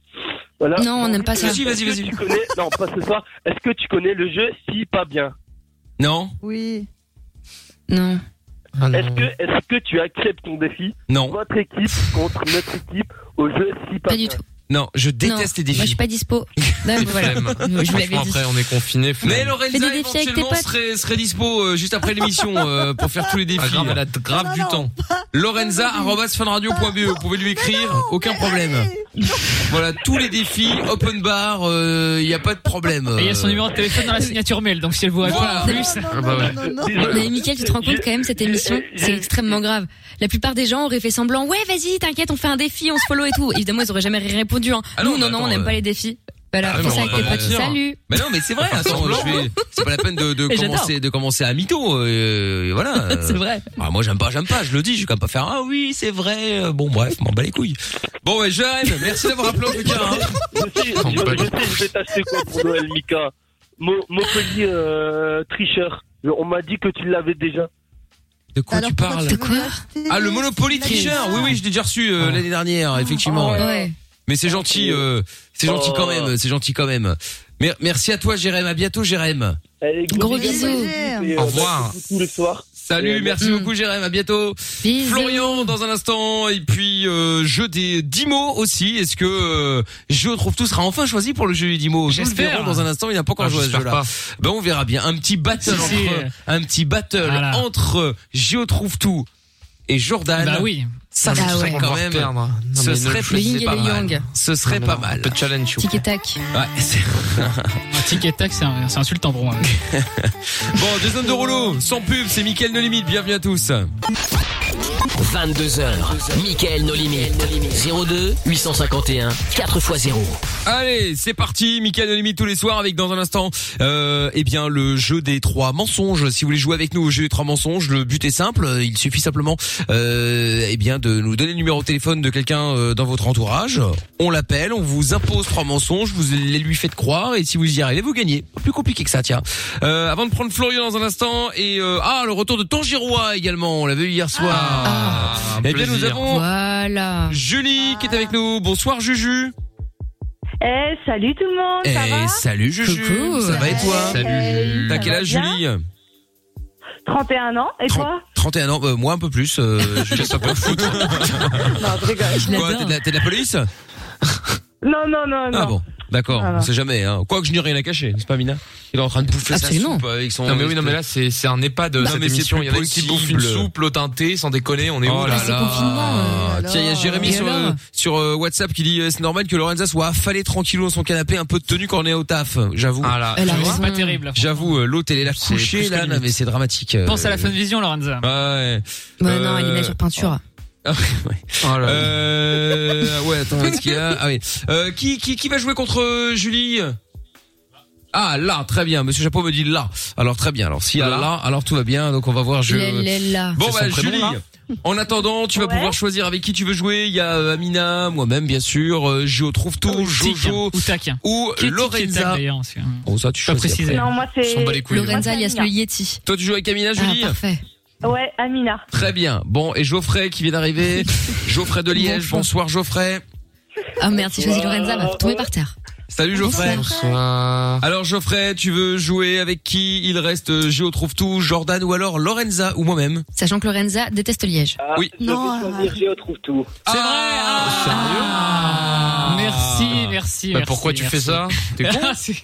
Voilà.
Non, on n'aime pas ça.
Si, si, vas-y,
Est-ce que
vas-y.
tu connais- Non, pas ce soir. Est-ce que tu connais le jeu si pas bien
Non
Oui.
Non.
Est-ce que, est que tu acceptes ton défi
Non,
Votre équipe contre notre équipe au jeu si pas,
Pas
bien
du tout.
non, je
Non.
déteste les
Moi, je suis
défis.
pas dispo. Non, mais voilà.
Flemme.
Je vous l'avais
Franchement,
dit.
après, on est confiné.
Mais
Fais
Lorenza
des défis avec tes
éventuellement
potes.
serait, serait dispo euh, juste après l'émission euh, pour faire tous les
Ah,
défis.
grave, elle a
grave
Non,
du
non,
temps. Lorenza arobase funradio.be, vous pouvez lui écrire, aucun problème. Voilà, tous les défis, open bar, il n'y a pas de problème.
Et il y a son
Euh,
numéro de téléphone dans la signature mail, donc si elle vous répond
Voilà.
en plus.
Non, non,
Ah bah
non,
ouais.
non, non.
Désolé.
Mais Mickaël, tu te rends compte quand même, cette émission, c'est extrêmement grave. La plupart des gens auraient fait semblant, ouais, vas-y, t'inquiète, on fait un défi, on se follow et tout. Évidemment, ils auraient jamais répondu. Hein.
Ah non,
Nous, non,
mais
non,
attends,
on n'aime
euh,
pas les défis. Voilà,
ah oui,
fais
mais
ça avec
on va
tes
pas
potes.
mentir.
Salut.
Mais non, mais c'est vrai. attends, je vais- C'est pas la peine de, de
Et j'adore.
commencer, de commencer à mytho. euh, voilà.
C'est vrai.
Ah, moi, j'aime pas, j'aime pas. Je le dis, je vais quand même pas faire. Ah oui, c'est vrai. euh, Bon, bref, m'en bats les couilles. Bon, ouais, j'arrive. Eh ben, Merci d'avoir appelé en tout cas. hein.
Je sais, je,
On peut
je sais, je vais t'acheter quoi pour Noël, Mika Mo- Montpellier euh, tricheur. On m'a dit que tu l'avais déjà.
De quoi
Alors,
tu
pourquoi
parles
tu
De quoi Oh.
veux l'acheter
Ah, le Monopoly
C'est
tricheur. Oui, oui, je l'ai déjà reçu euh,
Ah.
l'année dernière, effectivement.
Ah
Ouais.
Mais c'est gentil. euh, c'est gentil quand
Oh.
même. C'est gentil quand même. Mer- merci à toi, Jérém. À bientôt, Jérém.
Allez,
Gros
bisous.
bisous.
Et, euh,
Au revoir.
merci Tous les soirs.
Salut,
Mm.
merci beaucoup, Jérém. À bientôt.
Bisous.
Florian dans un instant et puis euh, jeu des 10 mots aussi. Est-ce que euh, je trouve tout sera enfin choisi pour le jeu des 10 mots Nous le
J'espère.
verrons dans un instant, il n'a pas encore
Ah,
joué à ce
j'espère
jeu-là.
pas.
Ben on verra bien un petit battle
Si, si.
entre un petit battle
Voilà.
entre Géo trouve tout et Jordan.
Bah oui.
Ça ce
Bah
serait
ouais.
quand
Ah On va
même
perdre. Non,
ce
mais
serait
ne-
Le yin
c'est
et
pas
le
mal.
yang.
Ce serait
Non,
pas
non,
mal.
Un peu de challenge,
Tic et tac.
Ouais, c'est-
Un tic et tac, c'est un- c'est insultant pour moi.
bon, Jason Derulo, sans pub, c'est Mickaël No Limite. Bienvenue à tous.
22h, Michael No Limit. 02 851 4x0.
Allez, c'est parti, Mickaël Anonymite tous les soirs avec dans un instant euh, eh bien le jeu des trois mensonges. Si vous voulez jouer avec nous au jeu des trois mensonges, le but est simple, euh, il suffit simplement euh, eh bien de nous donner le numéro de téléphone de quelqu'un euh, dans votre entourage. On l'appelle, on vous impose trois mensonges, vous les lui faites croire et si vous y arrivez, vous gagnez. Pas plus compliqué que ça, tiens. Euh, avant de prendre Florian dans un instant et euh, ah le retour de Tangirois également, on l'avait eu hier soir.
Ah,
eh bien nous
plaisir.
avons
Voilà.
Julie qui est avec nous. Bonsoir Juju.
Eh, salut tout le monde, ça
Eh,
va
salut Juju.
Coucou.
Ça va et toi
Salut.
Salut.
T'as
Ça
quel
va
âge
bien
Julie
31 ans, et toi
31 ans, euh, moi un peu plus. Euh, Julie, ça peut foutre.
Non, je rigole.
Quoi, t'es de, la- t'es de la police
Non, non, non, non.
Ah bon. D'accord,
Voilà.
on sait jamais. Hein. Quoi que je n'ai rien à cacher, n'est-ce pas Mina Il est en train de bouffer
Absolument.
sa soupe euh, avec son...
Non, mais oui, non, mais là, c'est c'est un EHPAD de
Non,
cette
mais c'est
émission.
plus
Il y en a qui bouffent une
possible.
soupe, l'autre un thé, sans déconner, on est
Oh
où
là
là
Mais c'est là. confinement, Tiens, il y a Jérémy
Et
sur,
alors
euh, sur euh, WhatsApp qui dit euh, c'est normal que Lorenza soit affalée tranquillement dans son canapé, un peu de tenue quand on est au taf. J'avoue.
Ah là, Elle tu a vois. raison.
Pas terrible.
J'avoue, euh, l'autre elle est là
C'est
couchée
plus que
là, non,
limite.
mais c'est dramatique. euh,
Pense à la fin de vision, Lorenza.
Ouais.
Ouais, non, il est là
Euh,
sur peinture.
Oh là. Euh, ouais, attends, qu'est-ce qu'il y a Ah oui. Euh, qui, qui, qui va jouer contre euh, Julie Ah là, très bien. Monsieur Chapeau me dit là. Alors très bien. Alors s'il y a là, alors tout va bien. Donc on va voir. Je...
Il est là.
Bon
C'est
bah
son prénom,
Julie.
là
En attendant, tu vas pouvoir choisir avec qui tu veux jouer. Il y a euh, Amina, moi-même bien sûr, euh, Jo trouve tout, Jojo
ou Tac.
ou
Qui est-il qui est Tac,
Lorenza.
d'ailleurs, parce que-
Bon ça tu
Pas
choisis
précisé.
après.
Non, moi, c'est-
On s'en bat les couilles.
Lorenza, il y a le Yeti.
Toi tu joues avec Amina, Julie
parfait.
Ouais, Amina.
Très bien. Bon et Geoffrey qui vient d'arriver. Geoffrey de Liège. Bonsoir Geoffrey.
Ah merde, si je choisis Lorenza,
Euh,
elle va tomber par terre.
Salut Geoffrey. Bonsoir. Alors Geoffrey, tu veux jouer avec qui Il reste euh, Géo trouve tout, Jordan ou alors Lorenza ou moi-même.
Sachant que Lorenza déteste Liège.
Ah,
Oui.
Non, euh,
trouve tout.
C'est vrai.
Ah. Merci, merci.
Bah,
merci,
pourquoi tu
merci.
fais ça T'es con
C'est-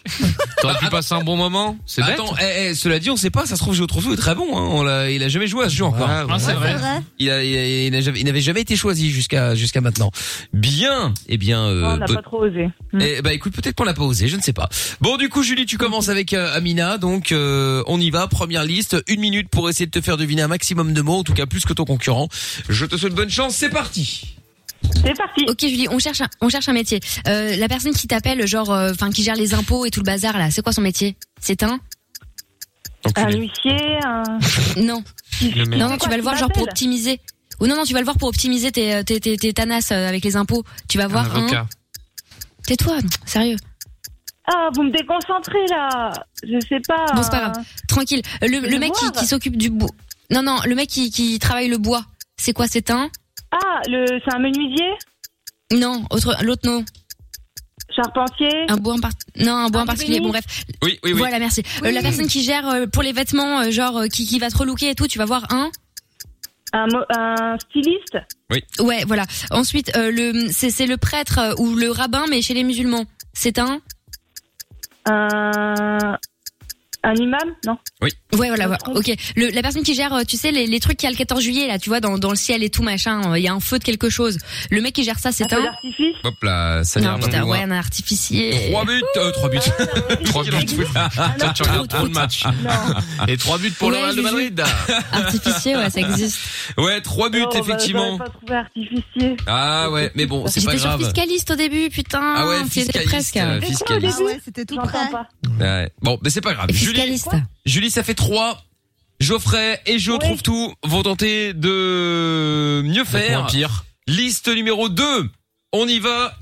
T'aurais pu passer un bon moment C'est bête.
Attends, eh, eh, cela dit, on sait pas, ça se trouve Géo trouve tout est très bon. hein. On l'a- il a jamais joué à ce jeu encore.
Ah, c'est vrai.
Il a- il a- il n'a jamais- il n'avait jamais été choisi jusqu'à jusqu'à maintenant. Bien, eh bien. euh,
Oh, on n'a
peut-
pas trop osé.
Hmm.
Eh bah écoute, peut-être qu'on l'a pas osé, je ne sais pas. Bon, du coup, Julie, tu commences avec euh, Amina, donc euh, on y va. Première liste, une minute pour essayer de te faire deviner un maximum de mots, en tout cas plus que ton concurrent. Je te souhaite bonne chance. C'est parti.
C'est parti.
Ok Julie, on cherche un, on cherche un métier. Euh, la personne qui t'appelle, genre, euh, enfin qui gère les impôts et tout le bazar là, c'est quoi son métier C'est un
Un huissier, un.
Non.
merde.
Non, non, tu
Pourquoi
vas
tu
le voir genre pour
m'appelles
optimiser. Ou non, non, tu vas le voir pour optimiser tes, tes, tes, tes tanas euh, avec les impôts. Tu vas voir hein un. Tais-toi, sérieux.
Ah, vous me déconcentrez là. Je sais pas.
Bon, c'est pas grave. Tranquille. Euh, Le,
Je
le mec
vais
qui,
voir.
qui s'occupe du bois. Non, non, le mec qui, qui travaille le bois. C'est quoi C'est un
Ah, le, c'est un menuisier
Non, autre, l'autre non.
Charpentier
Un bois en part... Non, un bois en particulier.
ébéniste
Bon, bref.
Oui, oui, oui.
Voilà, merci. Euh, la personne qui gère euh, pour les vêtements, euh, genre euh, qui, qui va te relooker et tout, tu vas voir un.
Un, mo- un styliste
Oui.
Ouais, voilà. Ensuite, euh, le c'est c'est le prêtre euh, ou le rabbin, mais chez les musulmans. C'est un.
Un. Euh, Un imam Non.
Oui.
Ouais, voilà, voilà. ok. Le- la personne qui gère, euh, tu sais, les, les trucs qu'il y a le 14 juillet, là, tu vois, dans, dans le ciel et tout, machin, euh, il y a un feu de quelque chose. Le mec qui gère ça,
Ah,
c'est un...
Hop là, ça
non,
vient
putain, ouais, un Ah, artificier.
3 buts, 3 buts. 3 buts.
Toi, tu regardes trop de matchs.
Et 3 buts
pour le Ouais, Real de Juju. Madrid.
Artificier, ouais, ça existe.
Ouais, 3 buts,
Oh, bah,
effectivement.
j'aurais pas trouvé artificier.
Ah ouais, mais bon, c'est pas
J'étais sur
grave.
fiscaliste au début, putain.
Ah ouais,
C'était
fiscaliste,
presque.
euh, fiscaliste.
ouais, c'était tout prêt.
Ouais. Bon, mais c'est pas grave. Julie,
Fiscaliste.
Julie, ça fait 3. Geoffrey et Jo trouve tout vont tenter de mieux faire.
moins pire.
Liste numéro 2. On y va.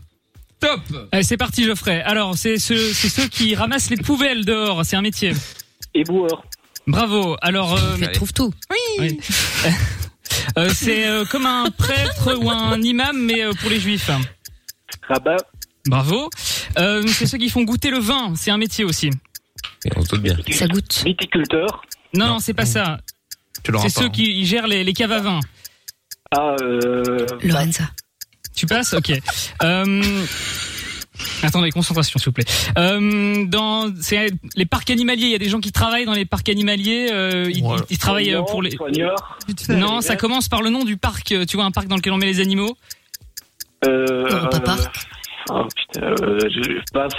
Top.
Allez, c'est parti, Geoffrey. Alors, c'est ceux, c'est ceux qui ramassent les poubelles dehors. C'est un métier.
Éboueur.
Bravo. Alors, euh,
Mais trouve tout.
Oui. Euh, c'est euh, comme un prêtre ou un imam, mais euh, pour les juifs.
Rabat.
Bravo. Euh, c'est ceux qui font goûter le vin. C'est un métier aussi.
on se bien.
Ça goûte.
Viticulteur.
Non, non, c'est pas ça.
Tu l'auras
C'est
pas,
ceux
hein.
qui ils gèrent les, les caves à vin. Bah,
Ah, euh.
Lorenza.
Tu passes Ok. Euh, Attendez, concentration, s'il vous plaît. Euh, dans c'est les parcs animaliers, il y a des gens qui travaillent dans les parcs animaliers. euh, ils,
Ouais.
ils travaillent euh, pour les.
Soigneur.
Non, ça commence par le nom du parc. euh, Tu vois, un parc dans lequel on met les animaux.
Euh.
Non, pas parc.
Oh putain, euh, je passe.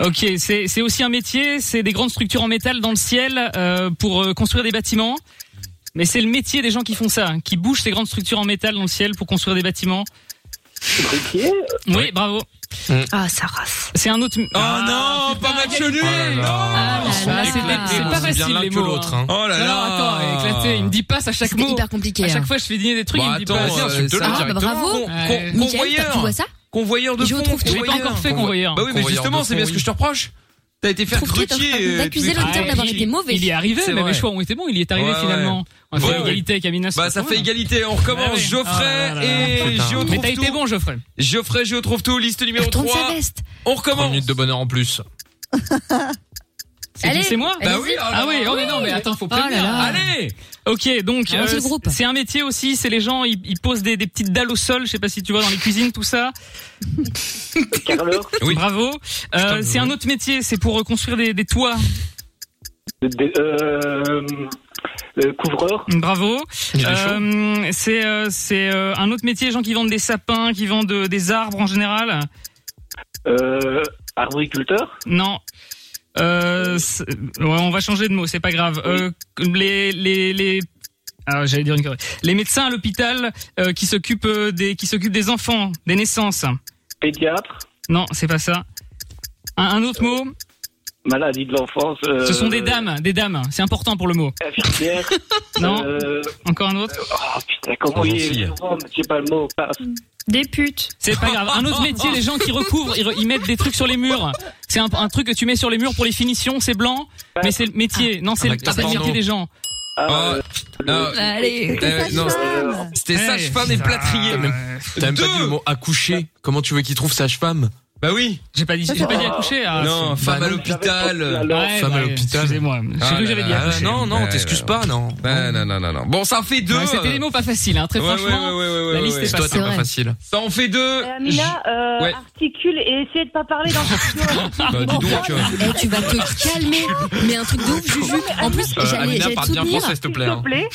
Ok, c'est c'est aussi un métier. C'est des grandes structures en métal dans le ciel euh, pour euh, construire des bâtiments. Mais c'est le métier des gens qui font ça, qui bougent ces grandes structures en métal dans le ciel pour construire des bâtiments.
Briquier.
Oui, bravo.
Ah, ça race.
C'est un autre. Ah,
Oh Mm. non, pas match nul.
Oh Là, c'est pas, c'est pas
C'est bien
facile
l'un
les
que
mots.
l'autre,
hein.
hein.
Oh là
Non,
là.
attends, éclaté, il me dit passe à chaque
C'était
mot.
hyper compliqué,
À
hein.
chaque fois, je fais dîner des trucs,
Bon,
il me dit
Bah. attends,
passe.
euh,
insulte-le
ça-
Ah, bah bravo.
Con-
Ouais.
con-
Mickaël, t'as- tu vois
Convoyeur.
ça
Convoyeur de
Je
fond.
trouve que j'ai pas
convoyeur.
encore fait convoyeur.
Bah oui, mais
Convoyeur de
justement, c'est
fond,
bien ce que
oui.
je te reproche. T'as été faire
Trouve-tu, t'es en train
croquer.
d'accuser
euh,
l'autre
Ah,
d'avoir
il-
été mauvais.
Il est arrivé,
C'est
mais
vrai.
mes choix ont été bons. Il y est arrivé
Ouais, ouais.
finalement. On a fait
Ouais, ouais.
égalité avec Amina.
Bah
c'est
ça
pas
fait
mal.
égalité, on
Ah
recommence
ouais.
Geoffrey
Ah là là là
et
là.
Géo
Mais
trouve
t'as été
tout.
bon, Geoffrey.
Geoffrey, Géo trouve tout, liste numéro
Retourne sa
3.
veste.
On
3
recommence.
minutes de bonheur en plus.
C'est qui,
Allez,
c'est moi
Bah allez-y. oui, oh
ah
là
oui,
là.
oh mais non, mais
Oui.
attends, faut
Oh là
Ah
prévenir.
là.
Allez
Ok, donc
Un
Ah,
euh,
petit
c'est-
groupe.
c'est un métier aussi, c'est les gens, ils, ils posent des, des petites dalles au sol, je sais pas si tu vois dans les cuisines, tout ça.
Oui.
Bravo. Euh, c'est un autre métier, c'est pour reconstruire des, des toits.
Des- euh, euh, couvreur.
Bravo. Euh, c'est euh, c'est euh, un autre métier, gens qui vendent des sapins, qui vendent euh, des arbres en général.
Euh, arboriculteur.
Non. Euh, c'est- ouais, on va changer de mot, c'est pas grave. Euh, les les les ah, j'allais dire une connerie. Les médecins à l'hôpital euh, qui s'occupent euh, des qui s'occupent des enfants, des naissances.
Pédiatre.
Non, c'est pas ça. Un, un autre mot.
Maladie de l'enfance. euh,
Ce sont des dames, des dames. C'est important pour le mot.
Infirmière.
Non.
Euh,
Encore un autre.
oh putain, comment il est
Oh,
souvent, mais c'est pas le mot. paf.
Ah
Des putes.
C'est pas grave. Un autre métier, les gens qui recouvrent, ils, re- ils mettent des trucs sur les murs. C'est un, un truc que tu mets sur les murs pour les finitions, c'est blanc, mais c'est le métier.
Ah.
Non, c'est le
acteur
c'est le métier
porno.
des gens.
Ah, euh,
Allez.
euh, non, c'était sage-femme
Ah.
et plâtrier.
T'as même pas dit le mot accoucher. Comment tu veux qu'il trouve sage-femme
Bah oui.
J'ai pas dit, j'ai pas dit accoucher. ah,
Non,
c'est-
femme
bah
à
non.
l'hôpital.
Ouais,
Femme à
ouais,
l'hôpital.
Excusez-moi. J'ai
Ah
cru que
là
j'avais dit
là,
accoucher.
Non, non,
Ouais,
t'excuses
ouais,
pas, non.
Bah, non, non, non, non. Bon, ça en fait deux.
Ouais, C'était des mots pas faciles, hein, très
Ouais, ouais,
franchement.
ouais, ouais, ouais,
la
ouais,
liste
ouais.
est
Toi,
pas
t'es
simple.
pas facile.
Ça en fait deux.
Euh, Mila, euh,
Ouais.
articule et essayez de pas parler dans ce
Bah, dis donc. euh,
Eh, tu vas te calmer. Mais un truc de ouf, Juju. En plus,
Euh,
j'allais
Amina,
j'allais te
parle bien
soutenir.
français, s'il te plaît.
S'il te
hein.
plaît,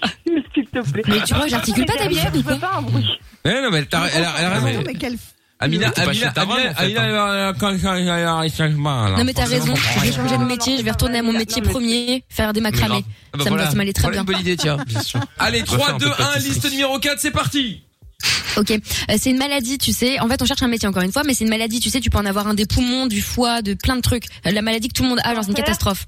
articule, s'il te plaît. Ah,
Mais tu vois, j'articule pas ta bière
Je
ou quoi
veux pas un bruit.
eh, non, mais elle, t'a- elle a, elle a
Non,
raison.
Ah, mais quelle f-
Amina,
Faut pas
Amina,
chier ta
Amina,
vanne, en fait,
Amina,
hein.
elle a- quand- quand- elle a- elle a- voilà.
Non mais t'as raison, je vais changer de
Non,
métier,
non,
je vais
non,
retourner à mon
non,
métier
non, mais-
premier, faire des
Mais grave.
macramés. Ça
Ah, bah,
me
voilà.
va- ça m'allait très
Voilà
bien.
une bonne idée, tiens.
Bien sûr.
Allez,
Refaire
3,
un
2,
peu de
1,
pâtisserie.
liste numéro 4, c'est parti.
Ok, Euh, c'est une maladie, tu sais. En fait, on cherche un métier encore une fois, mais c'est une maladie, tu sais. Tu peux en avoir un des poumons, du foie, de plein de trucs. Euh, La maladie que tout le monde a, genre c'est une
Cancer.
catastrophe.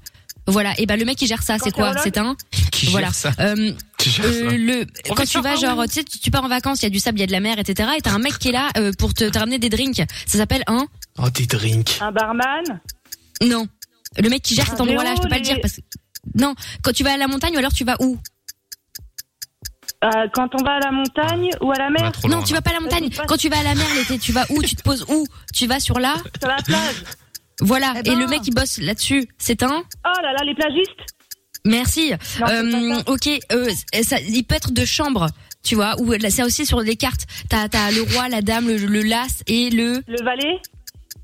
Voilà. Et bah le mec qui gère ça, c'est quoi
Cancérologue.
C'est un.
Qui
Voilà.
gère ça
Euh,
Qui gère
euh,
ça
le quand tu
Professeur
vas genre, tu sais, tu tu pars en vacances, il y a du sable, il y a de la mer, etc. Et t'as un mec qui est là euh, pour te, te ramener des drinks. Ça s'appelle un.
Oh, tes drinks.
Un barman.
Non. Le mec qui gère cet
Un
endroit-là, je peux pas le
vélo,
dire
les-
parce que. Non. Quand tu vas à la montagne, ou alors tu vas où
Euh, quand on va à la montagne ou à la
On va
mer,
trop
Non,
loin,
tu
là.
vas pas à la montagne.
tu passes-
Quand tu vas à la mer l'été, tu vas où Tu te poses où Tu vas sur là
sur la plage.
Voilà.
Eh ben.
Et le mec qui bosse là-dessus, c'est un.
Oh là là, les plagistes.
Merci.
Non, c'est
Euh,
pas ça.
ok, euh, ça, il peut être de chambre, tu vois, ou là, c'est aussi sur les cartes. T'as as le roi, la dame, le, le las et le
Le valet.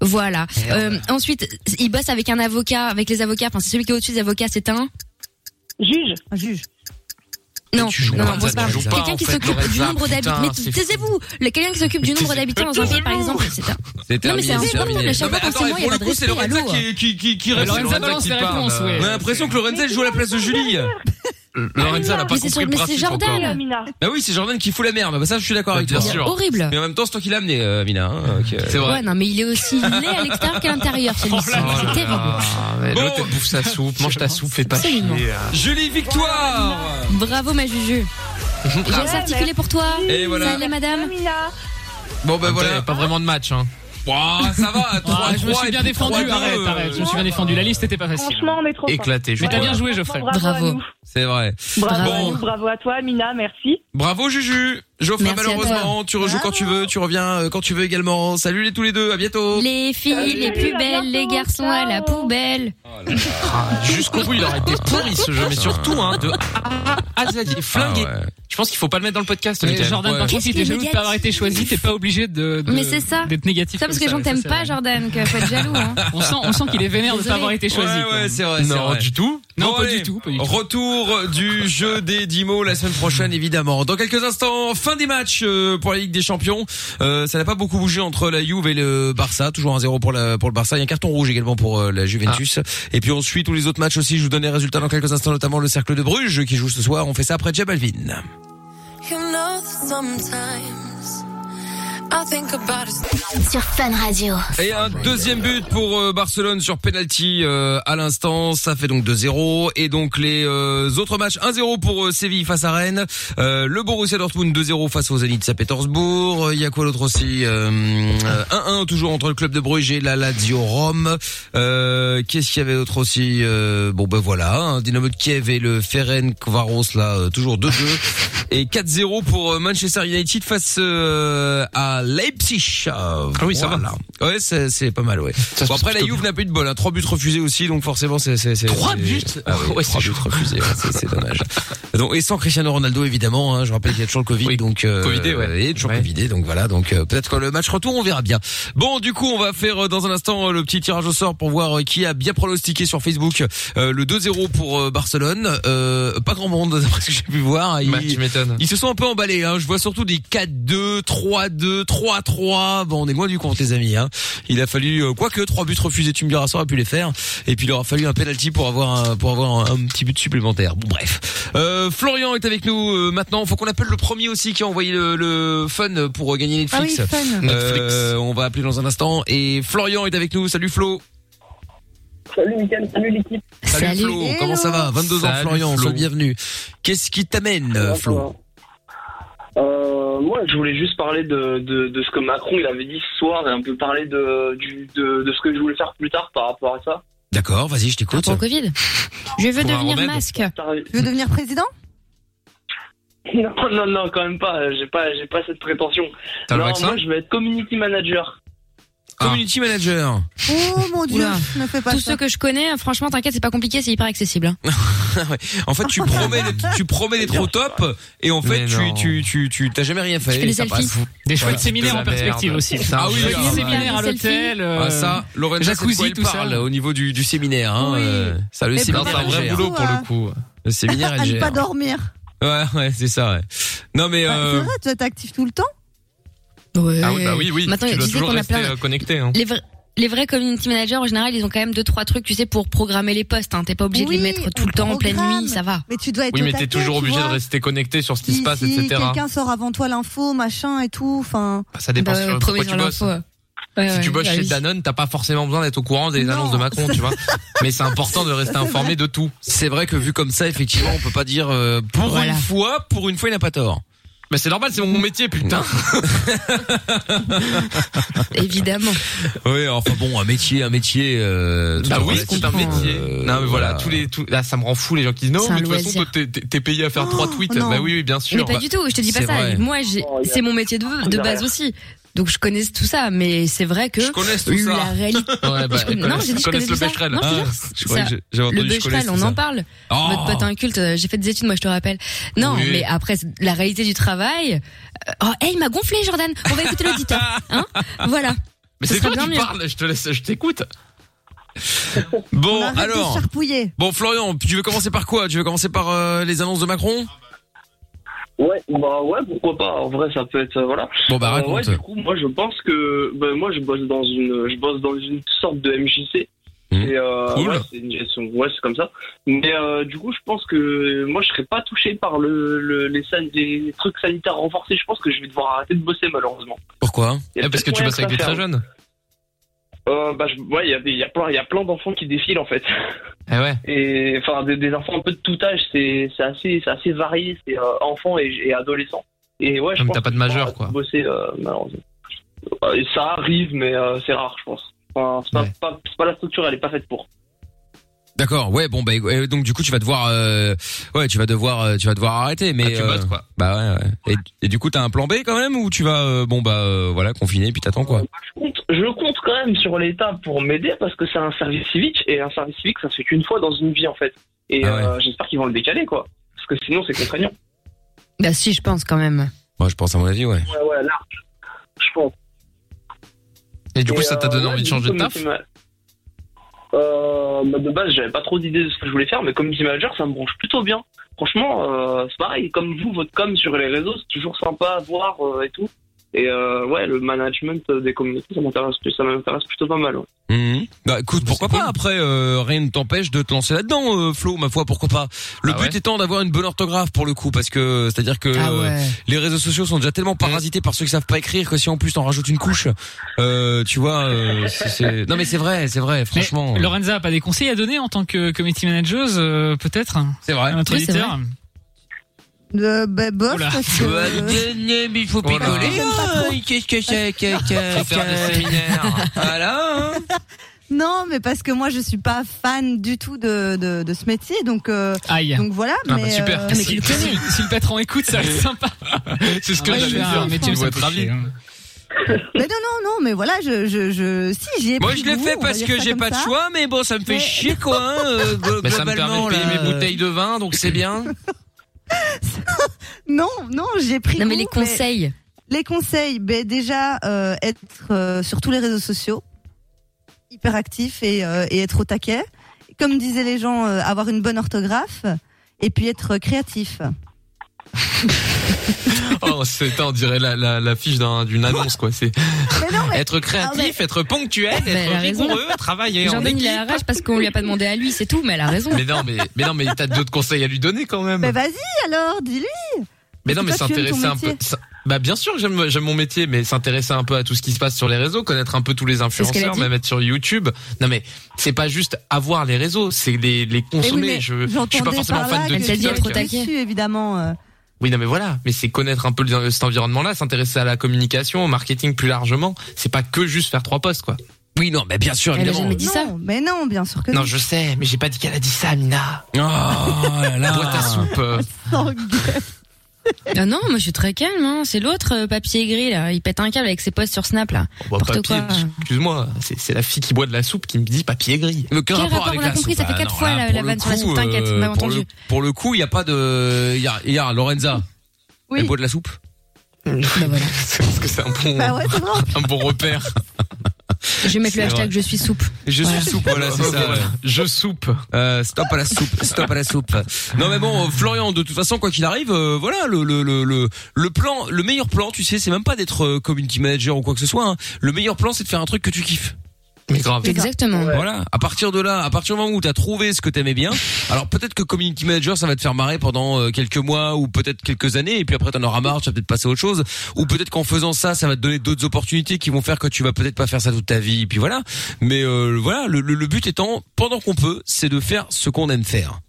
voilà. Euh, ensuite, il bosse avec un avocat, avec les avocats. Enfin, c'est celui qui est au-dessus des avocats, c'est un.
Juge.
un juge.
Non,
Tu joues
non,
pas,
Ah,
non, bosse
tu
pas.
joues pas,
Quelqu'un
en
qui
fait,
s'occupe du
Lorenza,
nombre d'habitants.
putain,
Mais
c'est
taisez-vous, le- quelqu'un qui s'occupe du nombre d'habitants dans un pays, par exemple, c'est un.
C'est
Non, mais c'est
terminé,
un sport,
terminé.
mais chaque
Non,
fois,
mais attends,
forcément, il
et
y
pour
a
le
pas
coup,
de
c'est Lorenza
respect,
qui, qui, qui, qui répond.
Lorenza balance
qui
les
parle.
réponses, ouais.
On a l'impression que Lorenza elle joue à la place de Julie.
Euh, Lorenza, elle a pas
Mais c'est sur-
compris le
mais c'est
principe
Jordan.
encore.
Et Amina.
Bah oui, c'est Jordan qui fout la merde. Bah ça, je suis d'accord
Bah,
avec
bien
toi.
sûr.
Horrible.
Mais en même temps, c'est toi qui l'as amené, euh, Mina. hein, ok.
C'est vrai.
Ouais, non, mais il est aussi laid à l'extérieur qu'à l'intérieur,
Oh
celui-ci. C'est terrible.
Ah, mais
Bon.
L'autre, elle bouffe sa soupe, mange ta soupe, fais pas chier.
Absolument.
hein.
Julie, victoire
Bravo, ma Juju. J'ai
Ah.
assez articulé pour toi.
Et voilà.
Salut, madame.
Amina.
Bon,
Attends, y
bah
a
voilà.
Pas vraiment de match, hein.
Ouah, ça va, 3
Ah, je me suis bien défendu, arrête, arrête. Je me suis bien défendu. La liste était pas facile.
Franchement, on est trop forts.
Éclaté, je
Mais t'as
Voilà.
bien joué, Geoffrey.
Franchement, Bravo. à
Bravo.
nous.
C'est vrai.
Bravo,
Bon.
à nous, bravo à toi, Amina. Ah, Merci.
Bravo Juju. Geoffrey,
Merci à
malheureusement, tu rejoues quand tu veux, tu reviens euh, quand tu veux également. Salut les tous les deux, à bientôt.
Les filles,
Salut,
les
à
plus belles,
bientôt,
les garçons à la
ciao.
poubelle.
Ah,
Jusqu'au bout, il aurait été pourri ce jeu, mais surtout, hein, de A à Z, il est flingué.
Ah ouais.
Je pense qu'il faut pas le mettre dans le podcast,
Mais
Mickaël.
Jordan, par
Ouais.
contre, si
Qu'est-ce
t'es
qui est
jaloux de pas avoir été choisi, t'es pas obligé de, de-
Mais c'est ça.
d'être négatif.
Ça, parce que les gens
ouais,
t'aiment
c'est
pas,
vrai.
Jordan, que faut être jaloux. Hein.
On sent, on sent qu'il est vénère de pas
Désolé.
avoir été choisi.
Ouais,
quoi.
ouais, c'est vrai, c'est
Non,
vrai.
du tout.
Non,
Bon,
pas
allez.
du tout, pas du tout.
Retour du jeu des 10 mots la semaine prochaine évidemment. Dans quelques instants, fin des matchs euh, pour la Ligue des Champions. Euh, ça n'a pas beaucoup bougé entre la Juve et le Barça, toujours 1-0 pour la pour le Barça, il y a un carton rouge également pour euh, la Juventus.
Ah.
Et puis on suit tous les autres matchs aussi, je vous donne les résultats dans quelques instants notamment le Cercle de Bruges qui joue ce soir, on fait ça après Jabalvin.
Sur Fun Radio.
Et un deuxième but pour euh, Barcelone sur penalty euh, à l'instant, ça fait donc 2-0 et donc les euh, autres matchs 1-0 pour euh, Séville face à Rennes, euh, le Borussia Dortmund 2-0 face aux Zénith de Saint-Pétersbourg, Euh, il y a quoi d'autre aussi Euh, euh, 1-1 toujours entre le club de Bruges et la Lazio Rome. Euh, qu'est-ce qu'il y avait d'autre aussi Euh, bon ben voilà, hein, Dynamo de Kiev et le Ferenc Varos là euh, toujours 2-2 Et 4-0 pour euh, Manchester United face euh, à Leipzig. Ah
oui, ça va.
va. Ouais, c'est c'est pas mal, ouais.
Ça se
Bon,
passe
après, la
plutôt
Juve n'a pas eu de bol. Hein. Trois buts refusés aussi, donc forcément, c'est... c'est- c'est-
Trois
c'est-
buts
Ah oui,
Ouais,
Trois buts refusés, ouais, c'est- c'est dommage. Donc, et sans Cristiano Ronaldo, évidemment. hein. je rappelle qu'il y a toujours le Covid, donc... euh,
Covidé, ouais.
Il est toujours Covidé, donc voilà. Donc euh, peut-être que le match retour, on verra bien. Bon, du coup, on va faire euh, dans un instant euh, le petit tirage au sort pour voir euh, qui a bien pronostiqué sur Facebook euh, le 2-0 pour euh, Barcelone. Euh, pas grand monde, d'après ce que j'ai pu voir. Ils,
Bah, tu m'étonnes.
Ils se sont un peu emballés. Hein. Je vois surtout des 4-2, 3-2, 3-3. Bon, on est loin du compte, les amis. Hein. Il a fallu, euh, quoique, trois buts refusés, tu me diras, ça aurait pu les faire. Et puis, il aura fallu un penalty pour avoir un, pour avoir un, un petit but supplémentaire. Bon, bref. Euh, Florian est avec nous euh, maintenant. Faut qu'on appelle le premier aussi qui a envoyé le, le fun pour euh, gagner Netflix.
Ah oui, fun. Netflix.
Euh, on va appeler dans un instant. Et Florian est avec nous. Salut Flo.
Salut Mickaël, salut l'équipe.
Salut, Flo. Comment ça va 22 ans
Salut,
Florian.
Flo.
Sois le bienvenu. Qu'est-ce qui t'amène, euh, Flo
Euh, moi, je voulais juste parler de, de, de ce que Macron il avait dit ce soir et un peu parler de, du, de, de ce que je voulais faire plus tard par rapport à ça.
D'accord, vas-y, je t'écoute.
Pour le Covid. Je veux
Pour un
devenir
remède.
masque.
Tu veux devenir président
Non, non, non, quand même pas. J'ai pas, j'ai pas cette prétention.
T'as le
non,
vaccin Ah.
moi, je vais être community manager.
Community manager.
Oh mon dieu,
Oula.
ne fais pas
Tous
ça.
ceux que je connais, hein, franchement, t'inquiète, c'est pas compliqué, c'est hyper accessible. hein.
Ah Ouais. En fait, tu promets, d'être- tu promets d'être au top, et en fait,
Mais
tu,
non.
tu, tu, tu, t'as jamais rien fait.
Tu fais les
et ça
selfies.
passe.
Des chouettes
Voilà.
séminaires en
de la
perspective
merde.
aussi.
Ah oui,
Des
ah,
séminaires à
ouais.
l'hôtel. euh,
Ah, ça, Lorenza,
jacuzzi,
c'est de quoi elle
tout ça.
parle au niveau du, du séminaire. Hein,
Oui.
euh, ça, le
Mais
séminaire,
bon,
c'est un vrai
j'avoue,
boulot.
pour
hein.
le
coup.
Le séminaire,
Ah, à
elle
ne pas
gère.
dormir.
Ouais, ouais, c'est ça. Ouais. Non mais
Bah,
euh,
C'est vrai, toi t'es actif tout le temps.
Ouais.
Ah oui, bah oui, oui.
Euh, Maintenant,
tu
tu
dois
sais
toujours
qu'on a
rester
plein.
euh, connecté. Hein.
Les, vrais- les vrais community managers, en général, ils ont quand même deux trois trucs, tu sais, pour programmer les postes. Hein. T'es pas obligé
Oui,
de les mettre tout
on
le temps en pleine
programme.
nuit, ça va.
Mais tu dois être
Oui,
au
mais t'es
taquet,
toujours
tu
obligé de
vois.
rester connecté sur ce qui
Si-
se passe,
si
etc.
quelqu'un sort avant toi l'info, machin et tout, enfin.
Ça dépend
Bah ouais,
sur
premier
pourquoi
sur
tu bosses.
l'info. Ouais,
Si tu
ouais,
bosses
bah
chez
oui.
Danone, t'as pas forcément besoin d'être au courant des
Non.
annonces de Macron, tu vois. Mais c'est important de rester
C'est vrai.
informé de tout.
c'est vrai que vu comme ça, effectivement, on peut pas dire euh, pour
Voilà.
une fois, pour une fois, il n'a pas tort.
Mais c'est normal, c'est mon métier, putain.
Évidemment.
Oui, enfin bon, un métier, un métier. Euh,
Bah
tout
oui,
relatif,
c'est un métier.
euh,
non, mais voilà, tous les, tous, là, ça me rend fou les gens qui disent non,
C'est un
mais de toute façon, toi,
loisir.
t'es- t'es t'es payé à faire
Oh,
trois tweets.
non.
Bah oui, oui, bien sûr.
Mais pas
Bah,
du tout, je te dis pas
c'est
ça.
vrai.
Moi, j'ai- c'est mon métier de, de base aussi. Donc je connais tout ça, mais c'est vrai que
Je connais tout ça.
la réalité.
Ouais, bah,
Je connais- Non, j'ai dit je connais
connaissent
tout
le
ça.
Becherel.
Non, je te
Ah,
jure,
je croyais
ça-
que j'avais
Le
entendu, je connais
Bechtel, on
tout ça.
en parle.
Oh.
Votre pote inculte, euh, j'ai fait des études, moi, je te rappelle. Non,
Oui.
mais après, c'est la réalité du travail. euh, Oh, hey, il m'a gonflé, Jordan. On va écouter l'auditeur. Hein voilà.
Mais
Ce
c'est
sera
toi
bien
qui
mieux.
parles, je te laisse, je t'écoute.
Bon,
on arrête de
alors.
se charpouiller.
Bon Florian, tu veux commencer par quoi Tu veux commencer par euh, les annonces de Macron
Ouais, bah ouais, pourquoi pas. En vrai, ça peut être euh, voilà.
Bon bah
Euh, ouais,
raconte.
du coup, moi je pense que bah, moi je bosse dans une je bosse dans une sorte de MJC.
Mhm.
Et, euh,
Cool.
ouais, c'est une gestion- ouais, c'est comme ça. Mais euh, du coup, je pense que moi je serai pas touché par le, le- les, san- les trucs sanitaires renforcés. Je pense que je vais devoir arrêter de bosser malheureusement.
Pourquoi
Il y a
Eh, parce que
peut-être
tu
moyen
bosses avec
de
des
ça
très
faire.
jeunes.
Euh, bah, je- ouais, il y a des- il y a plein il y a plein d'enfants qui défilent en fait.
Eh ouais.
Et enfin des, des enfants un peu de tout âge, c'est c'est assez c'est assez varié, c'est euh, enfants et, et adolescents. Et ouais, je
Non, mais
pense
t'as pas
que
de
je
majeur,
vais
quoi.
Bosser euh, malheureusement. Euh, et ça arrive, mais euh, c'est rare, je pense. Enfin, c'est pas,
Ouais.
pas- c'est pas la structure, elle est pas faite pour.
D'accord. Ouais. Bon bah euh, donc du coup tu vas devoir euh, ouais tu vas devoir euh, tu vas devoir arrêter mais
Ah, tu
euh,
bosses, quoi.
bah ouais. ouais. Et, et du coup t'as un plan B quand même ou tu vas euh, bon bah euh, voilà confiner puis t'attends quoi
Je compte, je compte quand même sur l'État pour m'aider parce que c'est un service civique et un service civique, ça se fait qu'une fois dans une vie en fait. Et
Ah ouais.
euh, j'espère qu'ils vont le décaler, quoi. Parce que sinon, c'est contraignant.
Bah si, je pense quand même.
Moi je pense à mon avis ouais.
Ouais, ouais, là, je pense.
Et du coup,
Et,
ça t'a donné
euh, ouais,
envie de
du
changer
coup,
de
comme
taf
team- euh, bah, De base, j'avais pas trop d'idées de ce que je voulais faire, mais comme team manager, ça me branche plutôt bien. Franchement, euh, c'est pareil, comme vous, votre com sur les réseaux, c'est toujours sympa à voir euh, et tout. Et euh, ouais, le management euh, des communautés, ça m'intéresse plus- ça m'intéresse plutôt pas mal. ouais.
Mhm. Bah écoute
Bah,
pourquoi
c'est
pas
cool.
après euh, rien ne t'empêche de te lancer là-dedans euh, Flo ma foi pourquoi pas. Le
Ah
but
ouais
étant d'avoir une bonne orthographe pour le coup parce que c'est à dire que euh,
ah ouais.
les réseaux sociaux sont déjà tellement parasités par ceux qui savent pas écrire que si en plus t'en rajoutes une couche, euh, tu vois, euh, c'est- c'est- non mais c'est vrai, c'est vrai,
mais
franchement,
Lorenza a pas des conseils à donner en tant que community manager, euh, peut-être
c'est vrai.
À notre
Oui, c'est
auditeur
Euh, bah, bof,
Oula.
parce que. euh,
il faut
Voilà.
picoler, hein,
Qu'est-ce que c'est hein. Ah,
Faut faire des séminaires.
Voilà.
Hein, Non, mais parce que moi je suis pas fan du tout de, de, de ce métier, donc euh,
Aïe.
donc voilà.
Ah bah
mais,
super. Ah, mais tu le connais.
Si,
le patron écoute, ça va être sympa.
C'est ce
Ah ouais, je vais à un métier où ça fait chier,
Mais non, non, non, mais voilà, je, je, je si j'y ai
Moi,
pris
je l'ai
goût,
fait
on va
parce
dire
que
ça
j'ai
comme
pas de
ça.
choix, mais bon, ça me fait
Mais-
chier, quoi, hein, euh, glo-
Bah, ça me permet de
globalement,
payer
là,
mes
euh,
bouteilles de vin, donc c'est bien.
Non, non, j'ai pris.
Non, mais
goût,
les conseils.
Les conseils, ben déjà euh, être euh, sur tous les réseaux sociaux, hyper actif et, euh, et être au taquet. Comme disaient les gens, euh, avoir une bonne orthographe et puis être euh, créatif.
Oh, c'est on dirait la, la, la fiche d'un- d'une annonce quoi. C'est être créatif, être ponctuel,
Mais elle
être
a raison.
Eh, rigoureux, travailler en
Jordan,
équipe.
il a la rage parce qu'on lui a pas demandé à lui, c'est tout, mais elle a raison.
Mais non, mais, mais non, mais t'as d'autres conseils à lui donner quand même.
Mais Ben, vas-y alors, dis-lui.
Mais non, mais
Parce que toi, tu aimes ton
s'intéresser un peu.
métier.
s'in- Bah bien sûr, que j'aime j'aime mon métier, mais s'intéresser un peu à tout ce qui se passe sur les réseaux, connaître un peu tous les
ce qu'elle a
influenceurs,
dit.
même être sur YouTube. Non mais c'est pas juste avoir les réseaux, c'est les les consommer. je, je suis pas
j'entendais
forcément
par
fan
là
de
que tu
TikTok.
étais Dessus, évidemment. euh,
Oui, non mais voilà, mais c'est connaître un peu le- cet environnement-là, s'intéresser à la communication, au marketing plus largement. C'est pas que juste faire trois posts quoi.
Oui, non, mais bien sûr, évidemment.
non, mais non, bien sûr que non.
Non, je sais, mais j'ai pas dit qu'elle a dit ça, Mina.
Oh là là.
Boîte à soupe. euh.
Ah non, moi je suis très calme, hein. c'est l'autre euh, papier gris là, il pète un câble avec ses posts sur Snap là.
Bon,
N'importe
papier,
quoi.
excuse-moi, c'est c'est la fille qui boit de la soupe qui me dit papier gris.
Le quel
Quel
rapport
rapport
avec
On a
la
compris,
soupe
ça fait
Ah
quatre
non,
fois
là,
la-
pour
la
le
vanne sur la
coup,
soupe, t'inquiète,
euh,
on a
pour le-
entendu.
Pour le coup, il n'y a pas de. Il y a, il y a Lorenza.
Oui.
Elle boit de la soupe
Bah
C'est parce que c'est un bon,
Bah ouais, c'est vrai.
un bon repère.
Je vais mettre le
C'est vrai.
hashtag je suis soupe.
Je suis soupe, voilà, c'est ça. ouais.
Je soupe.
Euh, stop à la soupe, stop à la soupe. Non mais bon, euh, Florian, de toute façon, quoi qu'il arrive, euh, voilà, le, le, le, le, le plan, le meilleur plan, tu sais, c'est même pas d'être euh, community manager ou quoi que ce soit. hein. Le meilleur plan, c'est de faire un truc que tu kiffes.
Mais
Ah
grave.
Exactement.
Voilà. À partir de là, à partir du moment où t'as trouvé ce que t'aimais bien, alors peut-être que community manager, ça va te faire marrer pendant euh, quelques mois ou peut-être quelques années, et puis après t'en auras marre, tu vas peut-être passer à autre chose, ou peut-être qu'en faisant ça, ça va te donner d'autres opportunités qui vont faire que tu vas peut-être pas faire ça toute ta vie, et puis voilà. Mais euh, voilà, le, le- le but étant, pendant qu'on peut, c'est de faire ce qu'on aime faire.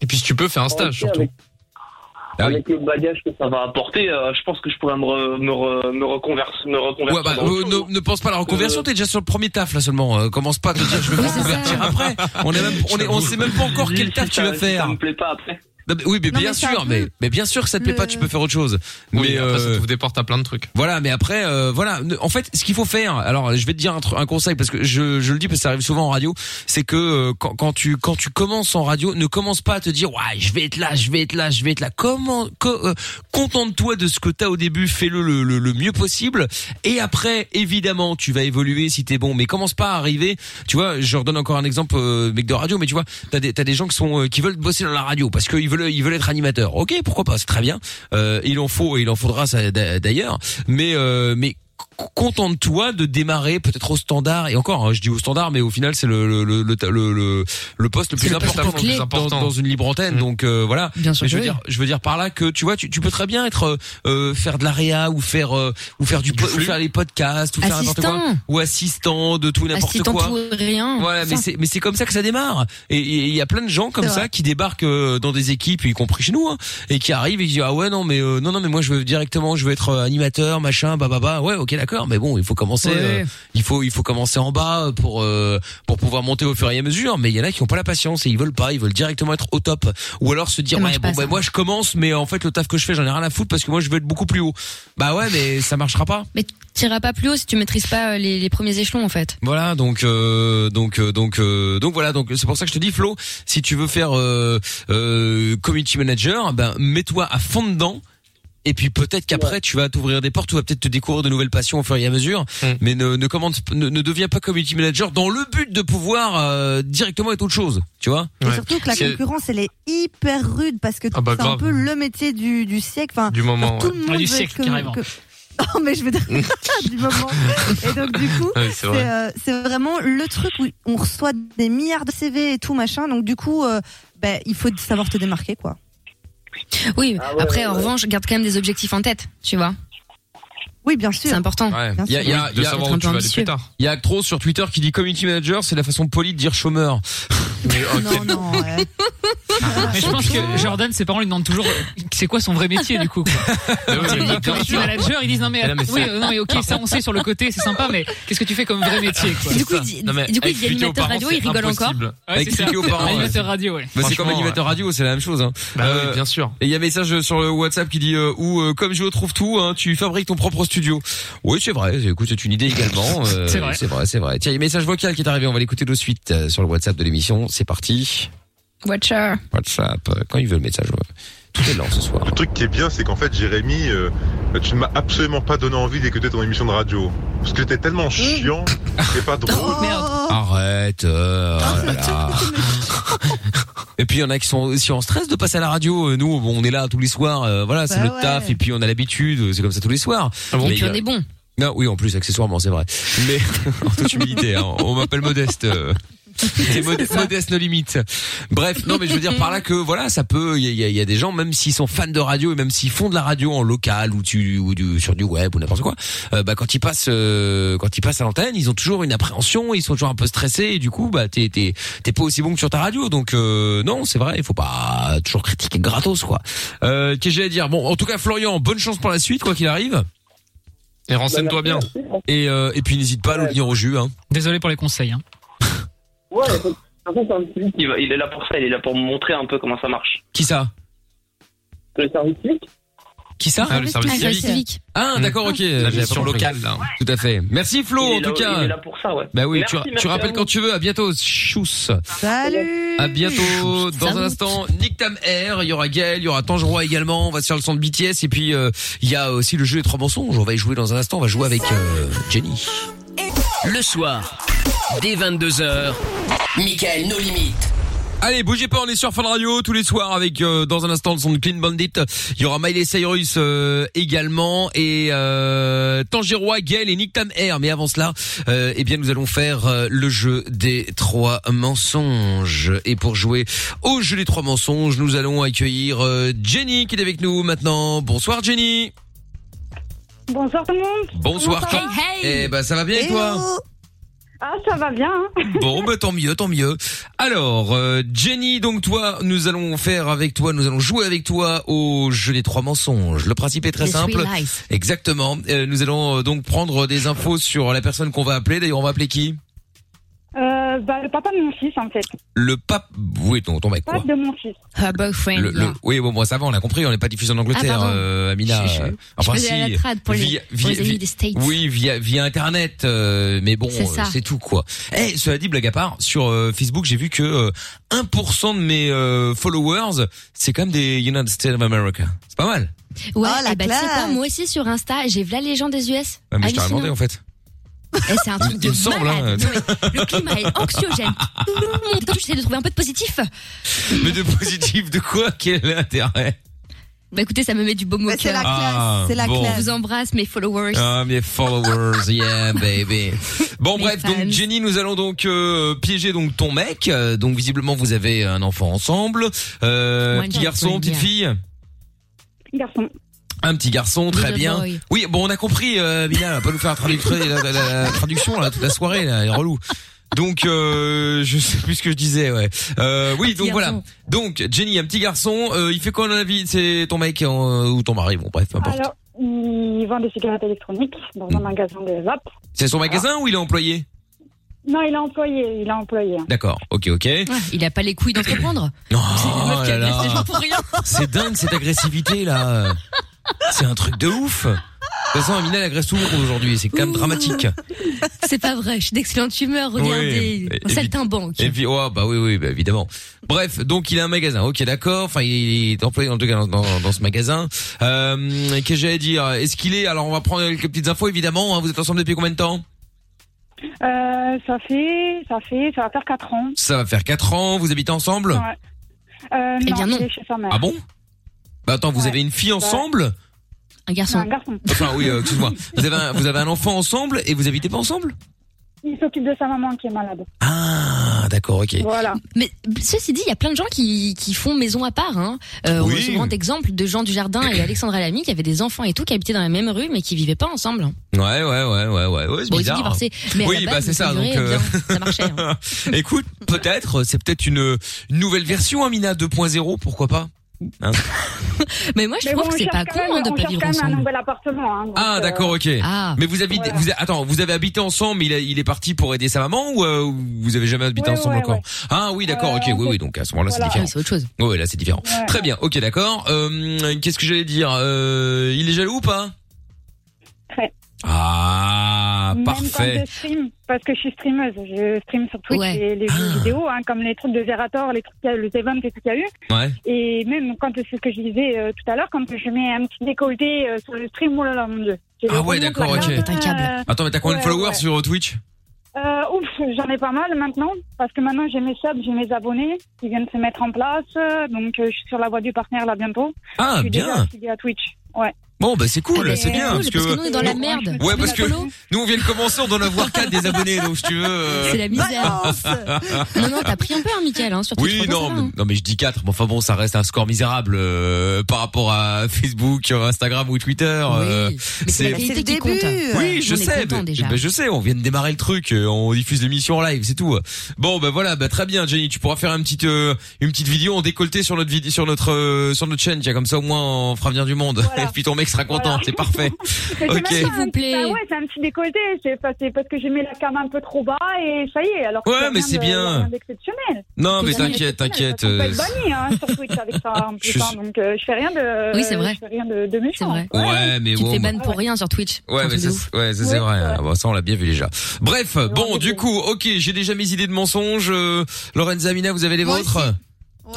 Et puis tu peux faire un stage surtout. Ah
Avec le bagage que ça va apporter, euh, je pense que je pourrais me, re- me, re- me reconverse- me reconvertir.
Ouais, bah,
dans autre
euh,
chose.
ne, ne pense pas à la reconversion,
Euh,
t'es déjà sur le premier taf là seulement. Euh, commence pas à te dire je vais me reconvertir après. On est même, on est, on sait même pas encore quel
si
taf tu
ça-
vas
si
faire.
Ça me plaît pas après.
Non, mais oui, mais
Non,
bien
mais c'est un
sûr,
peu
mais, mais bien sûr que ça te plaît pas,
le-
tu peux faire autre chose. mais
Oui, après, ça
euh,
t'ouvre des portes à plein de trucs.
Voilà, mais après, euh, voilà. Ne- En fait, ce qu'il faut faire, alors je vais te dire un, tru- un conseil parce que je, je le dis parce que ça arrive souvent en radio, c'est que euh, quand, quand tu quand tu commences en radio, ne commence pas à te dire ouais, je vais être là, je vais être là, je vais être là. Comment co- euh, contente-toi de ce que t'as au début, fais-le le, le, le mieux possible. Et après, évidemment, tu vas évoluer si t'es bon, mais commence pas à arriver. Tu vois, je redonne encore un exemple, euh, mec de radio, mais tu vois, t'as des t'as des gens qui sont euh, qui veulent bosser dans la radio parce qu'ils veulent ils veulent être animateurs. Ok, pourquoi pas, c'est très bien. Euh, il en faut et il en faudra ça d'a- d'ailleurs, mais euh, mais c- contente-toi de démarrer peut-être au standard et encore hein, je dis au standard mais au final c'est le le le le le, le- le poste le
C'est
plus
le poste
important,
clé.
dans- Dans, une libre antenne donc euh, voilà
Bien sûr
Mais je
que
veux
oui.
dire je veux dire par là que tu vois tu, tu peux très bien être euh, euh, faire de la réa ou faire euh, ou faire du, po- ou
flux.
faire les podcasts ou faire n'importe
Assistant.
quoi ou assistant de tout et n'importe
Assistant
quoi
tout et rien.
voilà, mais
Ça.
c'est mais c'est comme ça que ça démarre. Et et il y a plein de gens comme
C'est
ça
vrai.
qui débarquent euh, dans des équipes, y compris chez nous, hein, et qui arrivent et qui disent ah ouais non mais euh, non non mais moi je veux directement je veux être euh, animateur machin bah bah bah ouais ok d'accord mais bon il faut commencer
Ouais.
euh, il faut il faut commencer en bas euh, pour euh, pour pouvoir monter au fur et à mesure mais il y en a qui ont pas la patience et ils veulent pas ils veulent directement être au top ou alors se dire
Ça
ouais
marche
bon
pas,
bah,
ça.
moi je commence mais en fait le taf que je fais j'en ai rien à foutre parce que moi je veux être beaucoup plus haut bah ouais mais ça marchera pas
Mais tu t'iras pas plus haut si tu maîtrises pas euh, les, les premiers échelons en fait.
Voilà, donc euh, donc euh, donc euh, donc voilà, donc c'est pour ça que je te dis Flo, si tu veux faire euh, euh, community manager, ben mets-toi à fond dedans. Et puis peut-être qu'après tu vas t'ouvrir des portes, tu vas peut-être te découvrir de nouvelles passions au fur et à mesure.
Mm.
Mais ne ne, commande, ne ne deviens pas community manager dans le but de pouvoir euh, directement être autre chose, tu vois
Et surtout que la
C'est-
concurrence, elle est hyper rude parce que
Ah bah
c'est un
grave.
peu le métier du, du siècle. Enfin,
Du moment,
tout
ouais.
le monde
Ouais, Ah, du
veut être
siècle,
comme-
carrément.
que- Non, mais je veux dire du moment. Et donc du coup,
Ah oui, c'est
c'est
vrai.
euh, c'est vraiment le truc où on reçoit des milliards de CV et tout machin. Donc du coup, euh, ben, il faut savoir te démarquer quoi.
Oui,
Ah
ouais,
après
ouais,
en
ouais.
revanche, garde quand même des objectifs en tête, tu vois.
Oui, bien sûr.
C'est important.
Ouais.
Bien
Il y
sûr.
a, il y a, il
de
y a-
savoir
être
où
un
tu
peu
vas aller
ambitieux.
plus tard.
il y a Actro sur Twitter qui dit community manager, c'est la façon polie de dire chômeur.
Non, non. ouais.
Ah,
Mais je pense que Jordan, ses parents lui demandent toujours euh, c'est quoi son vrai métier du coup. quoi.
mais
Il
bien
est community
sûr.
manager, ils disent non mais,
Mais non, mais
oui,
c'est-
euh, non mais ok ça on sait sur le côté c'est sympa mais qu'est-ce que tu fais comme vrai métier quoi.
Du coup, il dit- Non, mais du coup, il dit expliquer aux animateur parents, radio, il c'est rigole encore. impossible.
Ouais, c'est ça.
Expliquer aux parents, ouais.
Animateur radio ouais. Bah
Bah, c'est comme
Franchement,
animateur radio, c'est la même chose. Hein. bien
sûr.
Et il y a un message sur le WhatsApp qui dit euh, ou euh, comme Joe trouve tout, hein, tu fabriques ton propre studio. Oui, c'est vrai. Écoute, c'est une idée également. euh,
C'est vrai.
C'est vrai, c'est vrai. Tiens, il y a un message vocal qui est arrivé. On va l'écouter de suite euh, sur le WhatsApp de l'émission. C'est parti.
Watcher.
WhatsApp. euh, Quand il veut le message. ouais. Tout est lent ce soir.
Le truc qui est bien, c'est qu'en fait, Jérémy, euh, tu ne m'as absolument pas donné envie d'écouter ton émission de radio. Parce que t'es tellement chiant, c'est pas drôle.
Arrête. euh,
Ah,
oh là là. Et puis il y en a qui sont aussi en stress de passer à la radio. Euh, Nous, bon, on est là tous les soirs. euh, voilà, c'est
Bah
notre
ouais.
taf. Et puis on a l'habitude. euh, C'est comme ça tous les soirs.
Et
Mais
puis
il y
on
a-
est bon.
Non, oui, en plus, accessoirement, c'est vrai. Mais en toute humilité, hein, on m'appelle modeste. euh. C'est mod- modeste nos limites. Bref, non, mais je veux dire par là que voilà, ça peut. Il y a- il y, a- il y a des gens, même s'ils sont fans de radio et même s'ils font de la radio en local ou, tu, ou du, sur du web ou n'importe quoi, euh, bah quand ils passent, euh, quand ils passent à l'antenne, ils ont toujours une appréhension, ils sont toujours un peu stressés et du coup, bah t'es t'es t'es pas aussi bon que sur ta radio. Donc euh, non, c'est vrai, il faut pas toujours critiquer gratos quoi. Euh, Qu'est-ce que j'allais dire Bon, en tout cas, Florian, bonne chance pour la suite, quoi qu'il arrive.
Et renseigne-toi bien.
Et, euh, et puis n'hésite pas à nous le dire au jus. Hein.
Désolé pour les conseils hein.
Ouais, de toute façon, c'est un public, il, va- il est là pour ça, il est là pour me montrer un peu comment ça marche.
Qui ça
Le service public
Qui ça
Ah, le service Ah, le civique. civique.
Ah, d'accord, ok.
La
J'avais
gestion
pas compris.
locale, là.
Tout à fait. Merci Flo,
Il est
en tout
là-
cas.
il est là pour ça, ouais.
Bah oui,
Merci,
tu, tu
merci à
rappelles
vous.
quand tu veux. À bientôt, chousse.
Salut.
À bientôt. Dans un instant, Nick Tam Air, il y aura Gaël, il y aura Tangeroy également. On va se faire le son de BTS et puis euh, il y a aussi le jeu des trois mensonges. On va y jouer dans un instant. On va jouer avec euh, Jenny.
Le soir, dès 22h, Michael nos limites.
Allez, bougez pas, on est sur Fun Radio tous les soirs avec euh, dans un instant le son de Clean Bandit. Il y aura Miley Cyrus euh, également et euh, Tangirois, Gaël et Nick Tam Air. Mais avant cela, euh, eh bien nous allons faire euh, le jeu des trois mensonges. Et pour jouer au jeu des trois mensonges, nous allons accueillir euh, Jenny qui est avec nous maintenant. Bonsoir Jenny.
Bonsoir tout le monde.
Bonsoir.
Comment ça va
Eh ben ça va bien et toi
Ah, ça va bien. hein.
Bon, bah, tant mieux, tant mieux. Alors, euh, Jenny, donc toi, nous allons faire avec toi, nous allons jouer avec toi au jeu des trois mensonges. Le principe est très
The
simple.
Three Lies.
Exactement. Euh, nous allons euh, donc prendre des infos sur la personne qu'on va appeler. D'ailleurs, on va appeler qui
Euh, bah, le papa de mon fils, en fait.
Le pape. Oui, donc ton mec.
Papa de mon fils.
Her boyfriend.
Le, le- Ah. oui, bon, moi ça va, on a compris, on n'est pas diffusé en Angleterre,
Ah, pardon.
euh, Amina.
Je- je-
euh,
je faisais la trad pour les- pour les amis des States.
Oui, via, via Internet, euh, mais bon,
C'est ça.
euh, c'est tout quoi. Eh, cela dit, blague à part, sur euh, Facebook, j'ai vu que euh, 1% de mes euh, followers, c'est quand même des United States of America. C'est pas mal.
Ouais,
Ah,
et bah, tu sais quoi, moi aussi sur Insta, j'ai v'là les gens des US.
Ouais, Ah, mais je t'ai rien
Hallucinant.
demandé en fait.
Eh, c'est un truc
Il me semble. Hein.
Le climat est Bah, anxiogène. Mon Dieu, J'essaie de trouver un peu de positif.
mais de positif, de quoi Quel est l'intérêt
Bah écoutez, ça me met du baume au cœur.
la classe, Ah, c'est la bon. classe.
Je vous embrasse, mes followers.
Ah, mes followers, yeah, baby. Bon, bref, donc Jenny, nous allons donc euh, piéger donc ton mec. Euh, donc visiblement, vous avez un enfant ensemble. Euh,
Moi,
petit
j'ai
garçon,
envie de
petite
dire.
fille.
Garçon.
Un petit garçon, très
Little
bien.
boy.
Oui, bon, on a compris. Euh, Mina, elle va pas nous faire la, traduction- la- la- la traduction là toute la soirée, là, elle est relou. Donc, euh, je sais plus ce que je disais. Ouais. Euh, oui, donc
garçon.
voilà. Donc Jenny, un petit garçon. euh, il fait quoi dans la vie C'est ton mec euh, ou ton mari Bon, bref, peu importe.
Alors, il vend des cigarettes électroniques dans
Mm.
un magasin de vape.
C'est son magasin ou il est employé
Non, il est employé. Il est employé. hein.
D'accord. Ok, ok.
Ah, Il a pas les couilles d'entreprendre.
Non,
meuf qui
Oh là
agresse
là.
les gens pour rien.
C'est dingue cette agressivité là. C'est un truc de ouf. De toute façon, Amina elle agresse tout le monde aujourd'hui. C'est quand même dramatique.
C'est pas vrai, je suis d'excellente humeur, regardez.
Oui,
On
et-
saltimbanque.
Et puis, oh, bah oui, oui, bah, évidemment. Bref, donc il a un magasin. Ok, d'accord. Enfin, il est employé en tout cas dans, dans- dans ce magasin. Euh, Qu'est-ce que j'allais dire Est-ce qu'il est Alors, on va prendre quelques petites infos évidemment. hein. Vous êtes ensemble depuis combien de temps
Euh, ça fait, ça fait, ça va faire 4 ans.
Ça va faire 4 ans. Vous habitez ensemble
Ouais. Euh,
Eh
non,
bien, non.
il est chez sa mère.
Oh Ah bon Bah attends, vous avez une fille ensemble
Un garçon.
Un garçon.
Enfin, oui, euh, excuse-moi. Vous avez un- vous avez un enfant ensemble et vous habitez pas ensemble
Il s'occupe de sa maman qui est malade.
Ah, d'accord, ok.
Mais ceci dit, il y a plein de gens qui, qui font maison à part. Hein. Euh, On
Oui.
a souvent d'exemples de Jean Dujardin et Alexandra Lamy qui avaient des enfants et tout, qui habitaient dans la même rue, mais qui vivaient pas ensemble.
Ouais, ouais, ouais, ouais, ouais, ouais, c'est
Bon, ils sont
bizarre.
divorcés, mais à
oui,
la base,
bah c'est
ça
ça.
durait
Donc, euh,
ça marchait. hein.
écoute, peut-être, c'est peut-être une, une nouvelle version hein, Amina 2.0, pourquoi pas Hein
Mais moi, je
Mais
trouve
bon,
que
on
c'est
cherche
pas
quand
con
même-
hein, de
on
pas
cherche
vivre
quand même un
ensemble.
nouvel appartement. hein, donc,
Ah,
euh,
d'accord, ok.
Ah.
Mais vous avez, vous, attends, vous avez habité ensemble, mais il, a- il est parti pour aider sa maman ou euh, vous avez jamais habité
Ouais,
ensemble
ouais,
encore
ouais.
Ah oui, d'accord, ok, oui, oui. Donc à ce moment-là,
Voilà.
c'est différent.
Oui, c'est
Ah, autre chose.
Oui, là, c'est différent. Très bien, ok, d'accord. Euh, Qu'est-ce que j'allais dire Euh, Il est jaloux ou pas
Très.
Ah,
Même quand
parfait.
je stream, parce que je suis streameuse, je stream sur Twitch les, les jeux
Ah.
vidéo, hein, comme les trucs de Zerator, les trucs, qu'il y a- le Zevon et tout qu'il y a eu.
Ouais.
Et même quand c'est ce que je disais euh, tout à l'heure, quand je mets un petit décolleté euh, sur le stream, oh là là, mon dieu. J'ai le
Ah ouais,
remonte
d'accord,
la
ok.
garde, euh,
Attends, mais t'as combien de
ouais,
followers
ouais.
sur Twitch
Euh, ouf, j'en ai pas mal maintenant, parce que maintenant j'ai mes subs, j'ai mes abonnés qui viennent se mettre en place, euh, donc euh, je suis sur la voie du partenaire là bientôt.
Ah,
je suis
bien.
déjà affiliée à Twitch. Ouais.
Bon, bah c'est cool,
Ah, mais
c'est bien.
cool, parce que nous, on est dans la merde.
Ouais,
C'est
parce que
la colo.
nous, on vient de commencer, on doit en avoir 4 des abonnés, donc si tu veux. euh,
C'est la misère. non, non, t'as pris un peu, hein, Michael, hein, sur Twitch,
Oui,
franchement,
non,
ça
mais, non, mais je dis 4. Bon, enfin bon, ça reste un score misérable euh, par rapport à Facebook, euh, Instagram ou Twitter. euh,
mais c'est la qualité qui compte.
Oui, je
On est
sais.
content,
mais-
déjà.
mais je sais, on vient de démarrer le truc, euh, on diffuse l'émission en live, c'est tout. Bon, bah voilà, bah très bien, Jenny, tu pourras faire une petite euh, une petite vidéo en décolleté sur notre vidéo sur notre euh, sur notre chaîne, tiens comme ça au moins on fera venir du monde et puis ton mec sera content, c'est parfait.
Mais c'est
OK.
même pas un petit- bah ouais, c'est un petit décolleté. C'est pas- c'est parce que j'ai mis la cam un peu trop bas et ça y est. Alors que
Ouais,
y a
mais
rien
c'est
de-
bien.
y a rien d'exceptionnel.
Non, mais
C'est rien
t'inquiète,
d'exceptionnel,
t'inquiète,
parce qu'on peut
euh,
être banni, hein, sur Twitch avec ça en plus.
Je
hein,
suis-
donc euh, je fais rien de.
Oui, c'est vrai.
Je fais rien de, de méchant.
Ouais, mais
Tu te
bon. bah.
fais ban pour rien sur Twitch.
Ouais,
Un
mais
truc
ça,
de
c'est- ouais, ça, c'est vrai. Ah, bon, ça, on l'a bien vu déjà. Bref, bon, du coup, ok, j'ai déjà mes idées de mensonges. Euh, Lorenza, Mina, vous avez les vôtres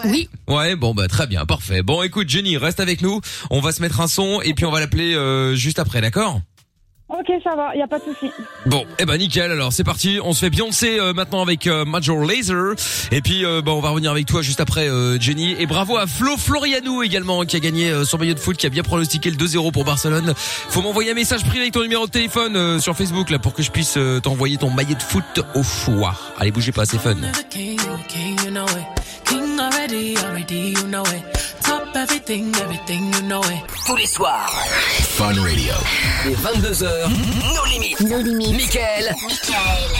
Oui.
Ouais, bon, bah très bien, parfait. Bon, écoute, Jenny, reste avec nous. On va se mettre un son et puis on va l'appeler euh, juste après, d'accord
Ok, ça va, y a pas de souci. Euh,
Bon, eh ben nickel. Alors c'est parti. On se fait Beyoncé euh, maintenant avec euh, Major Laser. Et puis, euh, bah, on va revenir avec toi juste après, euh, Jenny. Et bravo à Flo Florianou également qui a gagné euh, son maillot de foot, qui a bien pronostiqué le 2-0 pour Barcelone. Faut m'envoyer un message privé avec ton numéro de téléphone euh, sur Facebook là pour que je puisse euh, t'envoyer ton maillot de foot au choix. Allez, bougez pas, c'est fun.
the king, king, you know it. King already, already, you know it. Top everything, everything, you know it.
Tous les soirs. Fun Radio. Dès 22h, nos limites. Nos limites. Michael.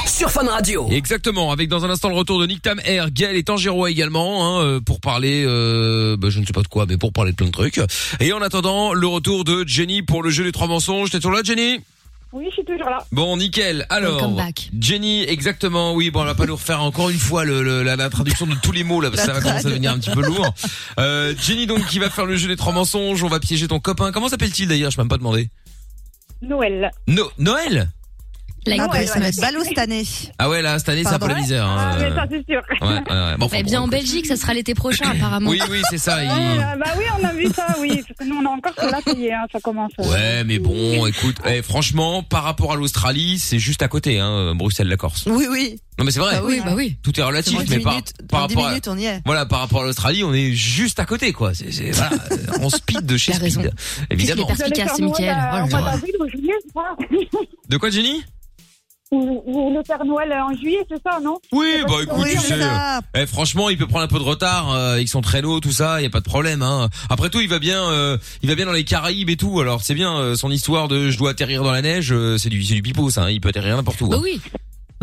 Sur Fun Radio.
Exactement, avec dans un instant le retour de Nick Tam Air, Gaël et Tangerois également, hein, euh, pour parler, euh, bah, je ne sais pas de quoi, mais pour parler de plein de trucs. Et en attendant, le retour de Jenny pour le jeu des trois mensonges. T'es toujours là, Jenny
Oui, je suis toujours là.
Bon, nickel. Alors,
Welcome back.
Jenny, exactement, oui, bon, on va pas nous refaire encore une fois le, le- la, la traduction de tous les mots, là, parce que ça va commencer à devenir un petit peu lourd. Euh, Jenny, donc, qui va faire le jeu des trois mensonges, on va piéger ton copain. Comment s'appelle-t-il d'ailleurs Je peux même pas demandé.
Noël.
No Noël
La
Ah, ouais,
Ah, bah, ça va
ouais.
être ballot cette année.
Ah ouais, là, cette année, c'est un peu la misère. hein.
Ah, Mais ça, c'est sûr.
Ouais, ouais, ouais. Bon, enfin,
Eh bien, en Belgique, ça sera l'été prochain, apparemment.
Oui, oui, c'est ça. il-
Ah, bah oui, on a vu ça, oui. Parce que nous, on a encore cela payé, hein, ça commence. euh.
Ouais, mais bon, écoute, eh, franchement, par rapport à l'Australie, c'est juste à côté, hein, Bruxelles, la Corse.
Oui, oui.
Non, mais c'est vrai.
Bah oui, bah oui.
Tout est relatif,
Dans dix
mais par,
minutes-
par
dans dix
rapport
minutes,
à,
on y est.
voilà, par rapport à l'Australie, on est juste à côté, quoi. C'est, c'est- voilà, on speed de chez speed, évidemment.
Vous allez faire Noël, euh,
Oh
en mois d'avril ou juillet, je crois.
De quoi, Jenny
Ou ou le Père Noël euh, en juillet, c'est ça, non
Oui, bah écoute, tu sais, eh, franchement, il peut prendre un peu de retard euh, avec son traîneau, tout ça, y a pas de problème. Hein. Après tout, il va bien, euh, il va bien dans les Caraïbes et tout. Alors c'est bien euh, son histoire de je dois atterrir dans la neige, euh, c'est du, c'est du pipeau, ça. hein. Il peut atterrir n'importe où.
Bah
hein.
oui.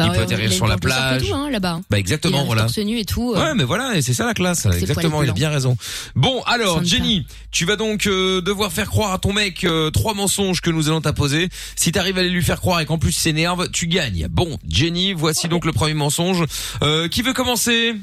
il peut
ouais,
atterrir
il a
sur la
une porte de surf et
plage.
tout, hein, là-bas.
Bah exactement,
Il
voilà.
reste torse nu et tout. euh.
Ouais, mais voilà, et c'est ça la classe.
ses
Exactement,
poils
il a
blancs.
bien raison. Bon, alors Jenny, tu vas donc euh, devoir faire croire à ton mec euh, trois mensonges que nous allons t'imposer. Si t'arrives à les lui faire croire et qu'en plus il s'énerve, tu gagnes. Bon, Jenny, voici donc le premier mensonge. Euh, qui veut commencer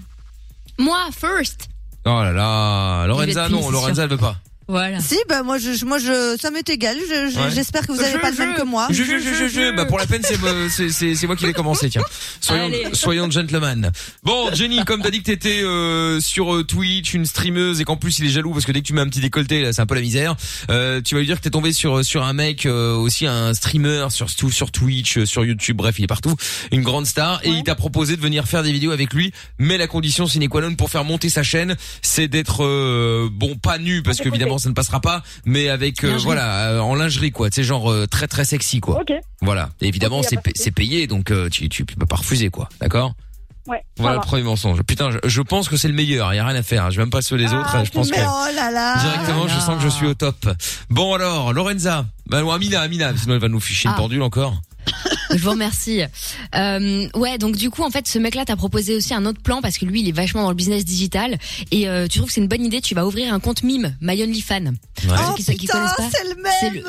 Moi, first.
Oh là là, Lorenza
Il va être
non,
puni, c'est
Lorenza
sûr.
elle veut pas.
Voilà.
Si, bah moi, je, je- moi je, ça m'est égal. Je- je-
Ouais.
J'espère que vous n'avez
Je-
pas le même
je-
que moi.
Je, je, je, je, je. Bah pour la peine c'est me- c'est c'est c'est moi qui vais commencer tiens. Soyons
Allez.
soyons gentlemen. Bon Jenny, comme t'as dit que t'étais euh, sur euh, Twitch une streameuse et qu'en plus il est jaloux parce que dès que tu mets un petit décolleté là c'est un peu la misère. Euh, tu vas lui dire que t'es tombé sur sur un mec euh, aussi un streamer sur tout sur Twitch, euh, sur YouTube, bref il est partout, une grande star et il t'a proposé de venir faire des vidéos avec lui, mais la condition sine qua non pour faire monter sa chaîne c'est d'être euh, bon pas nu parce que évidemment ça ne passera pas, mais avec euh,
Lingerie.
voilà euh, en lingerie quoi, tu sais genre euh, très très sexy quoi.
Ok.
Voilà. Et évidemment
Ok, y a
c'est
pas
pa- c'est payé donc euh, tu tu peux pas refuser quoi, d'accord
Ouais.
Voilà le premier mensonge. Putain, je, je pense que c'est le meilleur. Il y a rien à faire. hein. Je vais même pas ceux des
Ah,
autres. Je pense que
Mais oh là là
directement,
Ah,
je sens que je suis au top. Bon alors, Lorenza, bah ou Amina, Amina, sinon elle va nous ficher une
Ah.
pendule encore.
Je vous remercie. Euh, ouais, donc du coup, en fait, ce mec-là t'a proposé aussi un autre plan parce que lui, il est vachement dans le business digital et euh, tu trouves que c'est une bonne idée. Tu vas ouvrir un compte mime, My Only Fan. Pour ceux
Oh
Ah, qui- qui
putain,
connaissent pas.
c'est le même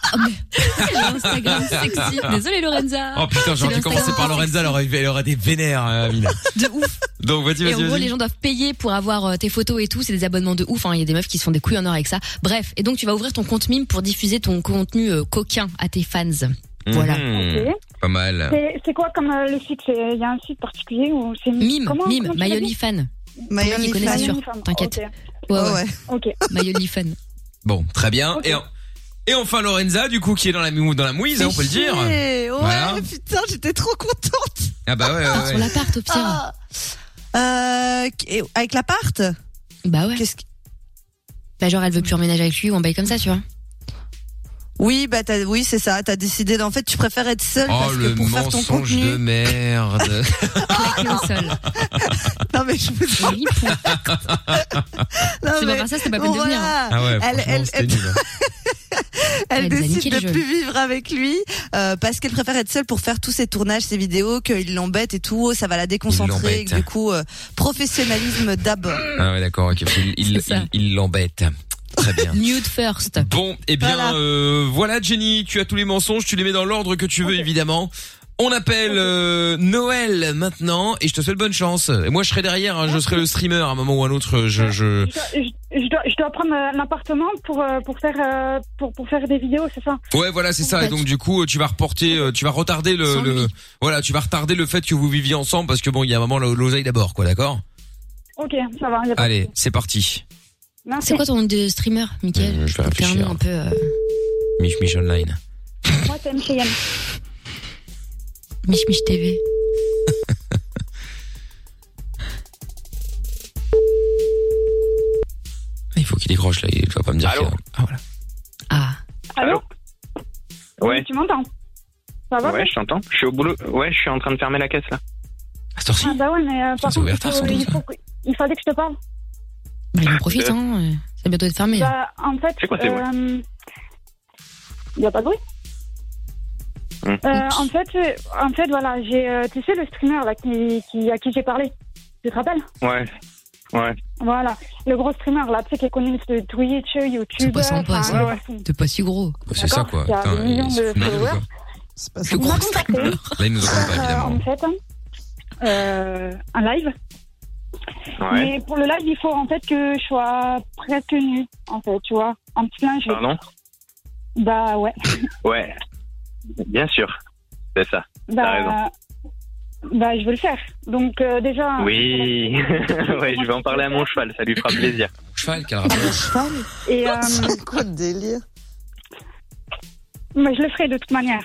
C'est l'Instagram sexy. Désolée, Lorenza.
Oh putain,
C'est
j'aurais dû commencer par Lorenza, elle aurait, elle aurait été vénère, euh, Amina.
De ouf.
Donc vas-y,
Et en
vas-y,
gros,
vas-y.
les gens doivent payer pour avoir euh, tes photos et tout. C'est des abonnements de ouf. hein. Il y a des meufs qui se font des couilles en or avec ça. Bref. Et donc, tu vas ouvrir ton compte mime pour diffuser ton contenu euh, coquin à tes fans. Voilà.
Mhm. Pas mal.
C'est- C'est quoi comme euh, le site C'est- Il y a un site particulier ou c'est
Mime,
comment,
mime,
comment tu
My
l'as
Only
dit
Fan.
My
Ils
Only
connaissent
Fan.
sûr,
My Only Fan,
t'inquiète.
ok.
Ouais, ouais.
Ok.
My Only Fan.
Bon, très bien. Et, en- et enfin Lorenza, du coup, qui est dans la, mou- dans la mouise, hein, on peut le dire.
Ouais,
Voilà.
putain, j'étais trop contente.
Ah bah ouais, ouais, ouais.
l'appart, au
pire. Euh, avec l'appart
Bah ouais.
Qu'est-ce que-
Bah genre elle veut plus emménager avec lui ou un bail comme ça, tu vois.
Oui, bah t'as- oui, c'est ça. T'as décidé. d'en- En fait, tu préfères être seule
Oh
parce que
le
pour faire ton
mensonge
contenu.
de merde.
Non mais je vous Non,
C'est pas
mais-
par ça, c'est pas la peine de
voilà.
venir.
Ah ouais,
elle,
franchement,
elle-
c'était nul. hein.
elle
Elle nous a niqué
décide
le
de
jeu.
plus vivre avec lui euh, parce qu'elle préfère être seule pour faire tous ses tournages, ses vidéos, qu'il l'embête et tout. Ça va la déconcentrer. et que
l'embête.
du coup, euh, professionnalisme d'abord.
Ah ouais, d'accord, ok. Il- Il
C'est ça.
il- il l'embête. Très bien.
Nude first.
Bon, eh bien, voilà. voilà Jenny, tu as tous les mensonges, tu les mets dans l'ordre que tu veux évidemment. On appelle euh, Noël maintenant et je te souhaite bonne chance. Et moi je serai derrière, hein, je serai le streamer à un moment ou à un autre. Je, je...
Je, je dois, je dois prendre euh, l'appartement pour, euh, pour, faire, euh, pour, pour faire des vidéos, c'est ça
Ouais, voilà, c'est ça. Et donc du coup, tu vas reporter, euh, tu vas retarder le, le- voilà, tu vas retarder le fait que vous viviez ensemble parce que bon, il y a un moment l'oseille d'abord, quoi, d'accord
Ok, ça va. y a pas de
Allez, c'est parti.
Merci.
C'est quoi ton nom de streamer, Mickaël
Euh, je vais
T'as un nom
réfléchir.
un peu. euh,
Mich Mich online.
souci. Moi, c'est MCM.
Mich Mich TV.
Ah, Il faut qu'il décroche là, il va pas me dire. qu'il- Ah voilà.
Allô
Ouais,
Tu m'entends Ça va
ouais, je t'entends. Je suis au boulot. Ouais, je suis en train de fermer la caisse là.
Ah bah ouais, mais euh, par
c'est
contre,
ouvert
il, faut-
tard, sans
il
doute.
faut que- il fallait que je te parle.
Bah, il en profite, hein. euh, Ça va bientôt être fermé.
Bah, en fait,
C'est quoi tes voix
euh, il y a pas de bruit.
Hmm.
Euh, en fait, euh, en fait, voilà, j'ai, euh, tu sais, le streamer là qui, qui à qui j'ai parlé. Tu te rappelles
euh.
Ouais, ouais.
Voilà, le gros streamer là, tu sais, qui est connu de Twitch, YouTube.
C'est pas sympa,
enfin,
ça.
ouais, ouais.
T'es pas si gros.
Bah, c'est ça quoi.
Il y a
Putain,
des millions
il se
de
fout de ma gueule,
followers.
quoi.
Le
Il m'a contacté.
Là, il nous entend pas
Euh,
évidemment.
en fait, hein, euh, un live.
Ouais.
Mais pour le live, il faut en fait que je sois presque nue, en fait, tu vois, en petit linge.
Pardon
Bah ouais.
Ouais. Bien sûr. C'est ça. T'as raison.
Bah, bah je vais le faire. Donc euh, déjà.
Oui. ouais, je vais en parler à mon cheval. Ça lui fera plaisir.
Cheval,
Et euh,
quoi de délire
mais je le ferai de toute manière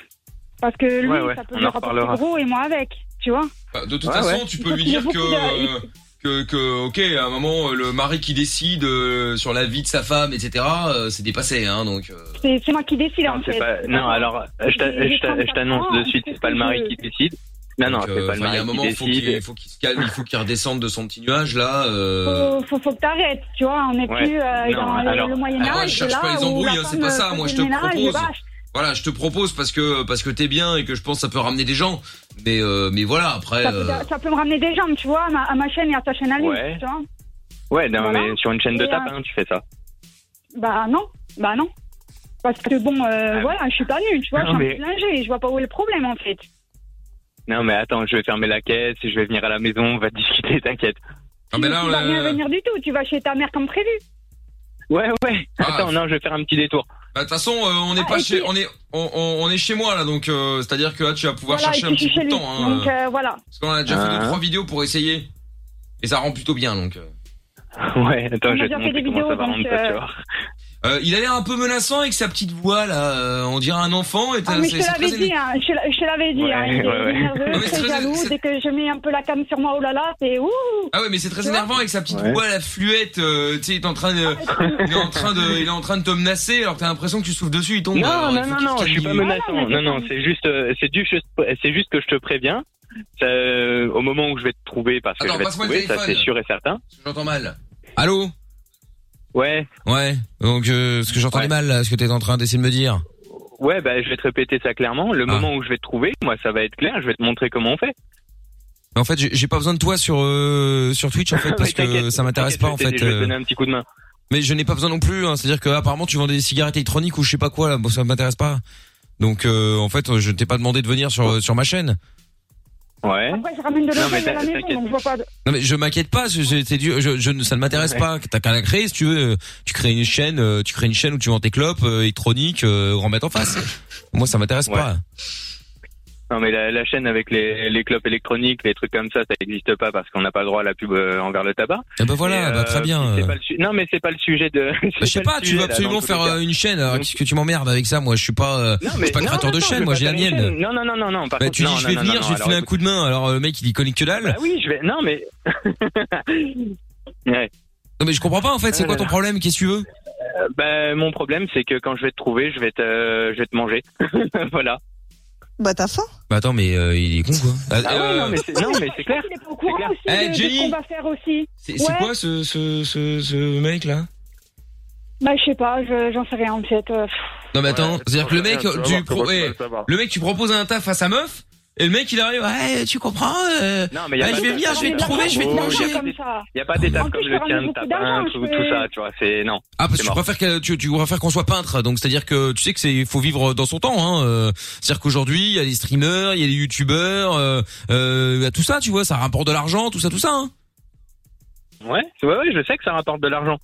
parce que lui,
Ouais, ouais,
ça peut
on
lui
en
rapporter
reparlera.
gros et moi avec, tu vois.
Bah, de toute
Ouais,
façon,
ouais.
tu
Il
peux
faut
lui
qu'il y ait
dire que,
beaucoup de-
euh, que, que, ok, à un moment, euh, le mari qui décide euh, sur la vie de sa femme, etc., euh, c'est dépassé, hein, donc. euh.
C'est c'est moi qui décide en
C'est
fait.
pas... Non, alors, euh, je t'a- je t'a- je t'annonce
Ah,
de suite, c'est pas le mari qui décide. Non, non,
Donc,
c'est
euh,
pas le
enfin, Il y a un
mari
moment,
qui
faut qu'il
décide.
faut qu'il se calme, il faut qu'il redescende de son petit nuage, là. euh.
Faut, faut, faut que t'arrêtes, tu vois, on n'est
Ouais.
plus euh,
Non,
dans le-
alors-
le Moyen
alors,
Âge.
Ah je cherche
là
pas les
où
embrouilles,
la
hein, c'est
femme euh,
pas ça,
faisait
moi, je
le
te
ménage et
propose.
bâche.
Voilà, je te propose parce que parce que t'es bien et que je pense que ça peut ramener des gens. Mais euh, mais voilà, après.
ça, peut,
euh,
ça peut me ramener des jambes, tu vois, à ma, à ma chaîne et à ta chaîne à lui,
Ouais.
tu vois.
Ouais, non,
Voilà.
mais sur une chaîne de
Et,
tape,
euh,
hein, tu fais ça.
Bah non, bah non. Parce que bon, euh, voilà, je suis pas nulle, tu vois,
Ah Non,
je suis
mais-
un petit linger, je vois pas où est le problème en fait.
Non, mais attends, je vais fermer la caisse, je vais venir à la maison, on va discuter, t'inquiète.
Ah,
tu vas rien venir du tout, tu vas chez ta mère comme prévu.
Ouais, ouais.
Ah.
Attends, non, je vais faire un petit détour.
bah, de toute façon, euh, on n'est
Ah,
pas
et
chez,
puis-
on est, on, on- on est chez moi là, donc euh, c'est-à-dire que là, tu vas pouvoir
voilà,
chercher
et
un
puis je
petit
suis chez
bout de
lui.
temps. hein.
Donc euh, voilà.
Parce qu'on a déjà fait
Ah.
deux trois vidéos pour essayer et ça rend plutôt bien donc. euh.
Ouais, attends,
On
je
a
vais te
déjà fait
montrer
des
comment ça
vidéos,
va rendre
donc.
ça, tu
euh,
vois.
Euh, il a l'air un peu menaçant avec sa petite voix là, euh, on dirait un enfant et
Ah,
t'as-
mais
c'est
je
c'est
te
très
l'avais dit,
énervant.
hein, je te l'a- je te l'avais dit,
Ouais,
hein, il est
ouais, ouais.
nerveux,
Non, mais c'est
très
très-
jaloux,
c'est-
dès que je mets un peu la cam sur moi, oh là là, c'est ouh
Ah ouais mais c'est très énervant avec sa petite
Ouais.
voix la fluette, euh, tu sais il est en train de il est en train de il est en train de te menacer alors que t'as l'impression que tu souffles dessus, il tombe.
Non,
alors il
non,
faut
non,
Ah,
qu'il
non,
se
je suis pas
calme.
menaçant. Non, non, c'est juste, euh, c'est du- juste, c'est juste euh, que je te préviens.
ça, euh, au moment où je vais te trouver, parce que
Attends,
je vais te
passe-moi le
trouver, ça c'est
téléphone.
sûr et certain.
J'entends mal. Allô
Ouais.
Ouais. Donc, euh, ce que j'entendais mal, là, ce que t'es en train d'essayer de me dire.
Ouais, bah, je vais te répéter ça clairement.
Ah.
Le moment où je vais te trouver, moi, ça va être clair. Je vais te montrer comment on fait.
Mais en fait, j'ai j'ai pas besoin de toi sur euh, sur Twitch en fait
Mais
parce que
t'inquiète,
ça m'intéresse
t'inquiète,
pas
je
en
vais t'aider,
fait.
Je vais te
euh.
donner un petit coup de main.
Mais je n'ai pas besoin non plus. Hein. C'est-à-dire que apparemment tu vends des cigarettes électroniques ou je sais pas quoi là. Bon, ça m'intéresse pas. Donc euh, en fait, je ne t'ai pas demandé de venir sur euh, sur ma chaîne.
Ouais.
Après, je ramène de
Non, mais
l'oseille à la
t'as-
maison, donc je vois pas. de-
Non mais je m'inquiète pas, c'est- c'est c'est du- je, je ne- ça ne m'intéresse
Ouais.
pas. T'as qu'à la créer si tu veux. Tu crées une chaîne, euh, tu crées une chaîne où tu vends tes clopes euh, électroniques, euh, grand mettre en face. Moi ça m'intéresse pas.
Non, mais la, la chaîne avec les, les clopes électroniques, les trucs comme ça, ça n'existe pas parce qu'on n'a pas le droit à la pub euh, envers le tabac.
Eh ben voilà, bah, très bien.
euh, c'est pas le su- Non, mais c'est pas le sujet de.
Bah, je sais pas, tu veux absolument faire euh, une chaîne.
Mm.
Alors qu'est-ce que tu m'emmerdes avec ça Moi je suis pas, euh, je suis pas créateur de chaîne, moi j'ai la mienne.
Non, non, non, non, non. Par
Bah,
contre,
tu dis
non,
je
non,
vais
non,
venir,
non,
je vais te
alors,
filer un coup de main. Alors euh, le mec il y connaît que dalle.
Bah oui, je vais. Non mais. Ouais.
Non mais je comprends pas en fait. C'est
Ah
quoi
là
ton
là.
problème Qu'est-ce que tu veux
Euh, bah, mon problème, c'est que quand je vais te trouver, je vais te, je vais te manger. voilà.
Bah t'as faim
Bah attends mais euh, il est con quoi. Ah,
Ah ouais,
euh,
non, mais c'est- non, mais c'est clair.
Il est pas au courant aussi
Eh,
de- de
Jenny
ce qu'on va faire aussi.
C'est c'est
Ouais.
quoi ce, ce, ce, ce mec là
Bah, je sais pas, je- j'en sais rien en fait. euh, pff.
Non mais attends, c'est-à-dire que le mec,
tu vas
tu
voir
pro-
comment tu
ouais,
vas le savoir.
le mec, tu proposes un taf à sa meuf, et le mec il arrive, ouais, tu comprends euh,
Non, mais y a
ouais,
pas
je
de-
vais venir, je vais te
Oh,
trouver, je vais te
y a
manger.
pas d'é- Y a pas d'étape comme le
ramène
tien,
beaucoup
t'as
d'argent,
peint, tout,
je
tout
fais-
ça, tu vois, c'est, non.
Ah parce
c'est
que tu
mort.
préfères que tu, tu préfères qu'on soit peintre, donc c'est-à-dire que tu sais que c'est faut vivre dans son temps. Hein. euh, C'est-à-dire qu'aujourd'hui il y a les streamers, il y a les youtubeurs, euh, euh, il y a tout ça, tu vois, ça rapporte de l'argent, tout ça, tout ça. Hein.
Ouais, c'est- ouais, ouais, je sais que ça rapporte de l'argent.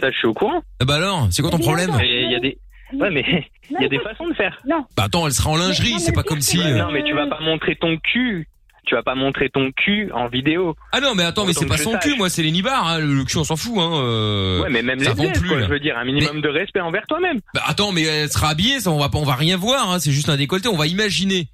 Ça, je suis au courant.
Eh Bah alors, c'est quoi ton problème
Il y a des, ouais, mais il y a des façons de faire.
Non.
Bah attends, elle sera en lingerie, c'est pas comme si. euh,
Non, mais tu vas pas montrer ton cul. Tu vas pas montrer ton cul en vidéo.
Ah non, mais attends, mais
Autant
c'est
que
pas
je
son
sache.
cul, moi, c'est les nibards. Hein. Le, le cul, on s'en fout. Hein. euh,
Ouais, mais même
ça
les
vend
pièces,
plus.
quoi,
là.
je veux dire, un minimum de respect envers toi-même.
Bah attends, mais elle sera habillée, ça, on va pas, on va rien voir. Hein. C'est juste un décolleté. On va imaginer.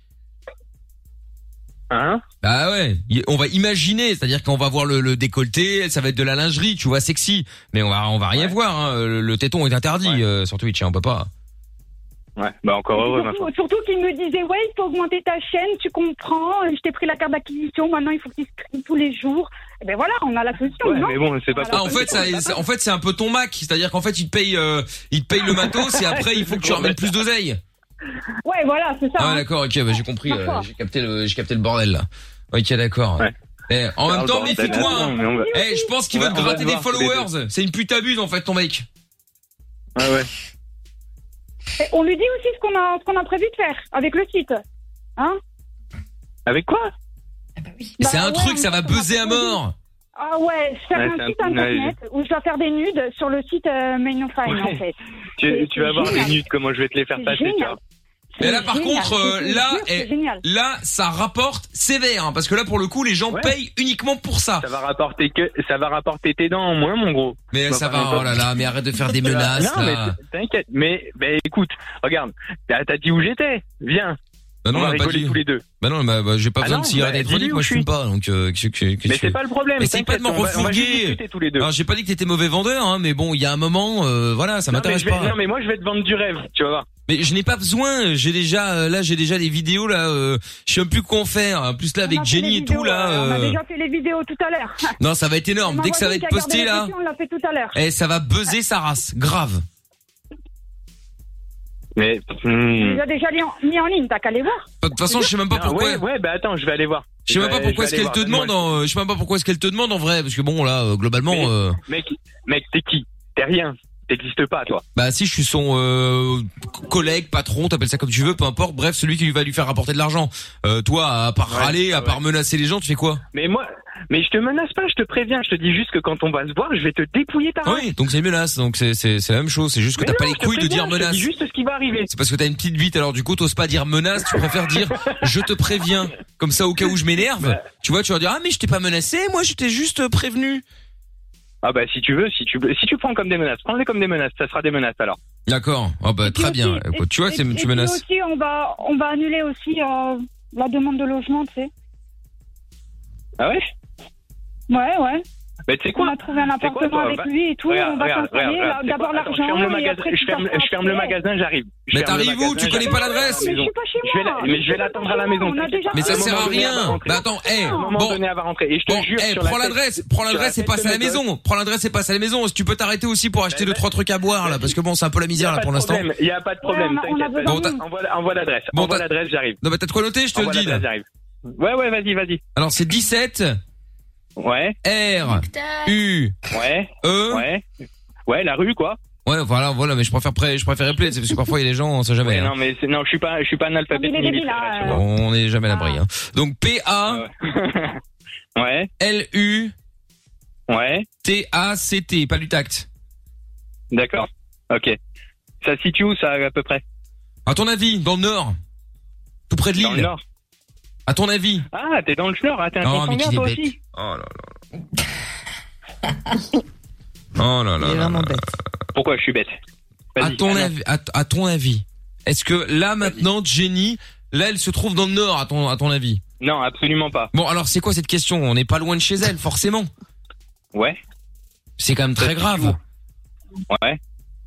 Hein
Bah ouais, y- on va imaginer, c'est-à-dire qu'on va voir le, le décolleté, ça va être de la lingerie, tu vois, sexy. Mais on va, on va rien voir. Hein. Le, le téton est interdit euh, sur Twitch, hein, on peut pas.
Ouais, bah encore heureux maintenant.
Surtout, surtout qu'il me disait, ouais, il faut augmenter ta chaîne, tu comprends, euh, je t'ai pris la carte d'acquisition, maintenant il faut que tu streames tous les jours. Et ben voilà, on a la solution, non
Ah, en fait, ça, ça- en fait, c'est un peu ton Mac, c'est-à-dire qu'en fait, il te paye, euh, il te paye le matos et après, il faut que tu ramènes plus d'oseille.
Ouais, voilà, c'est ça.
Ah
hein.
d'accord, ok, bah, j'ai compris, euh, j'ai capté le, j'ai capté le bordel là. Ok, d'accord. Eh, en
Ah,
même
le
temps,
bordel,
méfie-toi.
attends,
hein.
mais on va-
Eh, je pense qu'il
Ouais,
va te
on va
gratter
le
des
voir, tous les deux.
followers. C'est une pute abuse en fait, ton mec.
Ouais, ouais.
Et on lui dit aussi ce qu'on a, ce qu'on a prévu de faire avec le site. Hein
Avec quoi
bah
C'est un truc, ça va buzzer à mort.
Ah ouais, faire
Ouais, c'est
un
un
site
peu- ouais,
internet où je dois faire des nudes sur le site euh, Made in Fine, en fait.
Tu,
C'est-
tu vas
c'est
voir les
génial.
nudes, comment je vais te les faire
C'est
passer, tu
génial.
vois.
Mais là, par
génial,
contre, euh,
je te
là,
jure, c'est
eh,
génial.
là, ça rapporte sévère, hein, parce que là, pour le coup, les gens payent uniquement pour ça.
Ça va rapporter que, ça va rapporter tes dents en moins, mon gros.
Mais
Bah,
ça
par
va,
exemple.
oh là là, mais arrête de faire des menaces,
Non, mais
là.
t'inquiète. Mais, ben, écoute, regarde, t'as t'as dit où j'étais. Viens.
Bah non,
on va
elle a pas
rigoler
dit.
tous les deux.
Bah non, bah, bah, j'ai pas
Ah
besoin
non,
de cigarettes
bah,
électroniques,
dis-lui
moi
où
je
je
fume
suis.
pas, donc euh, qu'est-ce que qu'est-ce que
Mais
tu
c'est
veux
pas le problème,
Essaye pas de m'en
t'inquiète, on va- on va juste
refourguer.
discuter tous les deux.
Alors, j'ai pas dit que t'étais mauvais vendeur, hein, mais bon, il y a un moment, euh, voilà, ça
Non, mais
m'intéresse
je vais-
pas.
Non, mais moi, je vais te vendre du rêve, tu vas voir.
Mais je n'ai pas besoin. J'ai déjà euh, là, j'ai déjà les vidéos là. euh, je sais même plus qu'on faire. hein. Plus là
On
avec
a fait
Jenny
les
et
vidéos,
tout là.
euh, On a
euh,
déjà fait les vidéos tout à l'heure.
Non, ça va être énorme.
Ma
Dès que ça va
voisine
être
qui a gardé
posté
la
là,
question, On l'a fait tout à l'heure.
eh, ça va buzzer sa race, grave.
Mais, hmm.
Tu l'as déjà li- mis en ligne, t'as qu'à les voir.
De toute façon, je sais même pas
Non,
pourquoi.
Ouais, ouais, bah attends, je vais aller voir.
Ah, Je sais même
vais-
pas pourquoi
je
est-ce
vais
qu'elle
aller
te
voir, donne-moi
demande. hein. en- Je sais même pas pourquoi est-ce qu'elle te demande en vrai, parce que bon là, euh, globalement. euh,
une- Mec, mec, t'es qui T'es rien. T'existes pas, toi.
Bah si je suis son euh, co- collègue, patron, t'appelles ça comme tu veux, peu importe. Bref, celui qui lui va lui faire rapporter de l'argent. Euh, toi, à part râler, à part menacer les gens, tu fais quoi
Mais moi, mais je te menace pas, je te préviens, je te dis juste que quand on va se voir, je vais te dépouiller ta
Ah
race.
Oui, donc c'est menace. Donc c'est c'est c'est la même chose. C'est juste que
Mais
t'as
non,
pas les
je te
couilles de
préviens,
dire
je te dis
menace.
juste ce qui va arriver.
C'est parce que t'as une petite bite. Alors du coup, t'oses pas dire menace. Tu préfères dire je te préviens. Comme ça, au cas où je m'énerve, tu vois, tu vas dire ah mais je t'ai pas menacé. Moi, je t'ai juste prévenu.
Ah bah si tu veux, si tu si tu prends comme des menaces, prends-les comme des menaces, ça sera des menaces alors.
D'accord. Ah bah très bien.
aussi-
Écoute, tu vois,
et-
c'est
et
tu
puis
menaces.
aussi, on va, on va annuler aussi euh, la demande de logement, tu sais.
Ah ouais
Ouais, ouais.
Mais tu sais
On
quoi
a trouvé un
C'est quoi,
appartement
toi
avec
Va-
lui et tout.
Regarde,
on va
regarde,
s'installer.
regarde,
là,
regarde,
D'abord
c'est quoi, attends,
l'argent.
Je ferme le
et
magasin,
après,
je
tu
ferme,
passes
je ferme le
après.
magasin, j'arrive. Je
Mais
ferme le
t'arrives où Tu
magasin,
connais pas
j'arrive.
l'adresse
Mais je suis pas chez moi. Mais je vais l'attendre à la maison.
On a
t'inquiète
déjà
pas.
Mais ça
À un
sert
moment
à
donné, elle va
rien.
rentrer.
Bah attends, eh,
À un moment
bon.
donné, elle va rentrer. Et je te
Bon,
jure,
eh,
sur
prends
la tête-
l'adresse, prends
sur
l'adresse et
tête
passe
de
à la
mes gosses, Ben
maison. Prends l'adresse et passe à la maison. Si tu peux t'arrêter aussi pour acheter deux trois trucs à boire là, parce que bon, c'est un peu la misère là pour l'instant.
Il n'y Bah, a pas de problème, t'inquiète.
Bon, t'as-
vas-y. Envoie envoie l'adresse.
Bon,
Envoie
t'as-
l'adresse, j'arrive.
Non, mais t'as de quoi noter, je te le
Envoie
dis.
l'adresse, j'arrive. Ouais, ouais, vas-y, vas-y.
Alors c'est 17.
Ouais.
R. U.
Ouais.
E.
Ouais. Ouais, la rue, quoi.
Ouais, voilà, voilà, mais je préfère pré- je préfère appeler, c'est parce que parfois il y a des gens, on sait jamais.
Ouais,
hein.
Non, mais c'est- non, je suis pas, je suis pas analphabète ni
débile, là,
littéraire, tu vois.
On n'est jamais à l'abri. Hein. Donc P A
Ouais.
L U
Ouais.
T A C T, pas du tact.
D'accord. Ok. Ça se situe où, ça, à peu près
À ton avis, dans le nord, tout près de
Dans le
l'île.
nord.
À ton avis
Ah, t'es dans le nord, ah, t'es un
Non, mais
consanguin,
qu'il est
toi
bête.
aussi.
Oh là là. Oh là là. là là là.
Pourquoi je suis bête
À
Vas-y,
ton
alors.
avis, à, à ton avis, est-ce que là maintenant Jenny, là elle se trouve dans le nord à ton à ton avis
Non, absolument pas.
Bon alors c'est quoi cette question On n'est pas loin de chez elle, forcément.
Ouais.
C'est quand même très grave.
Ouais.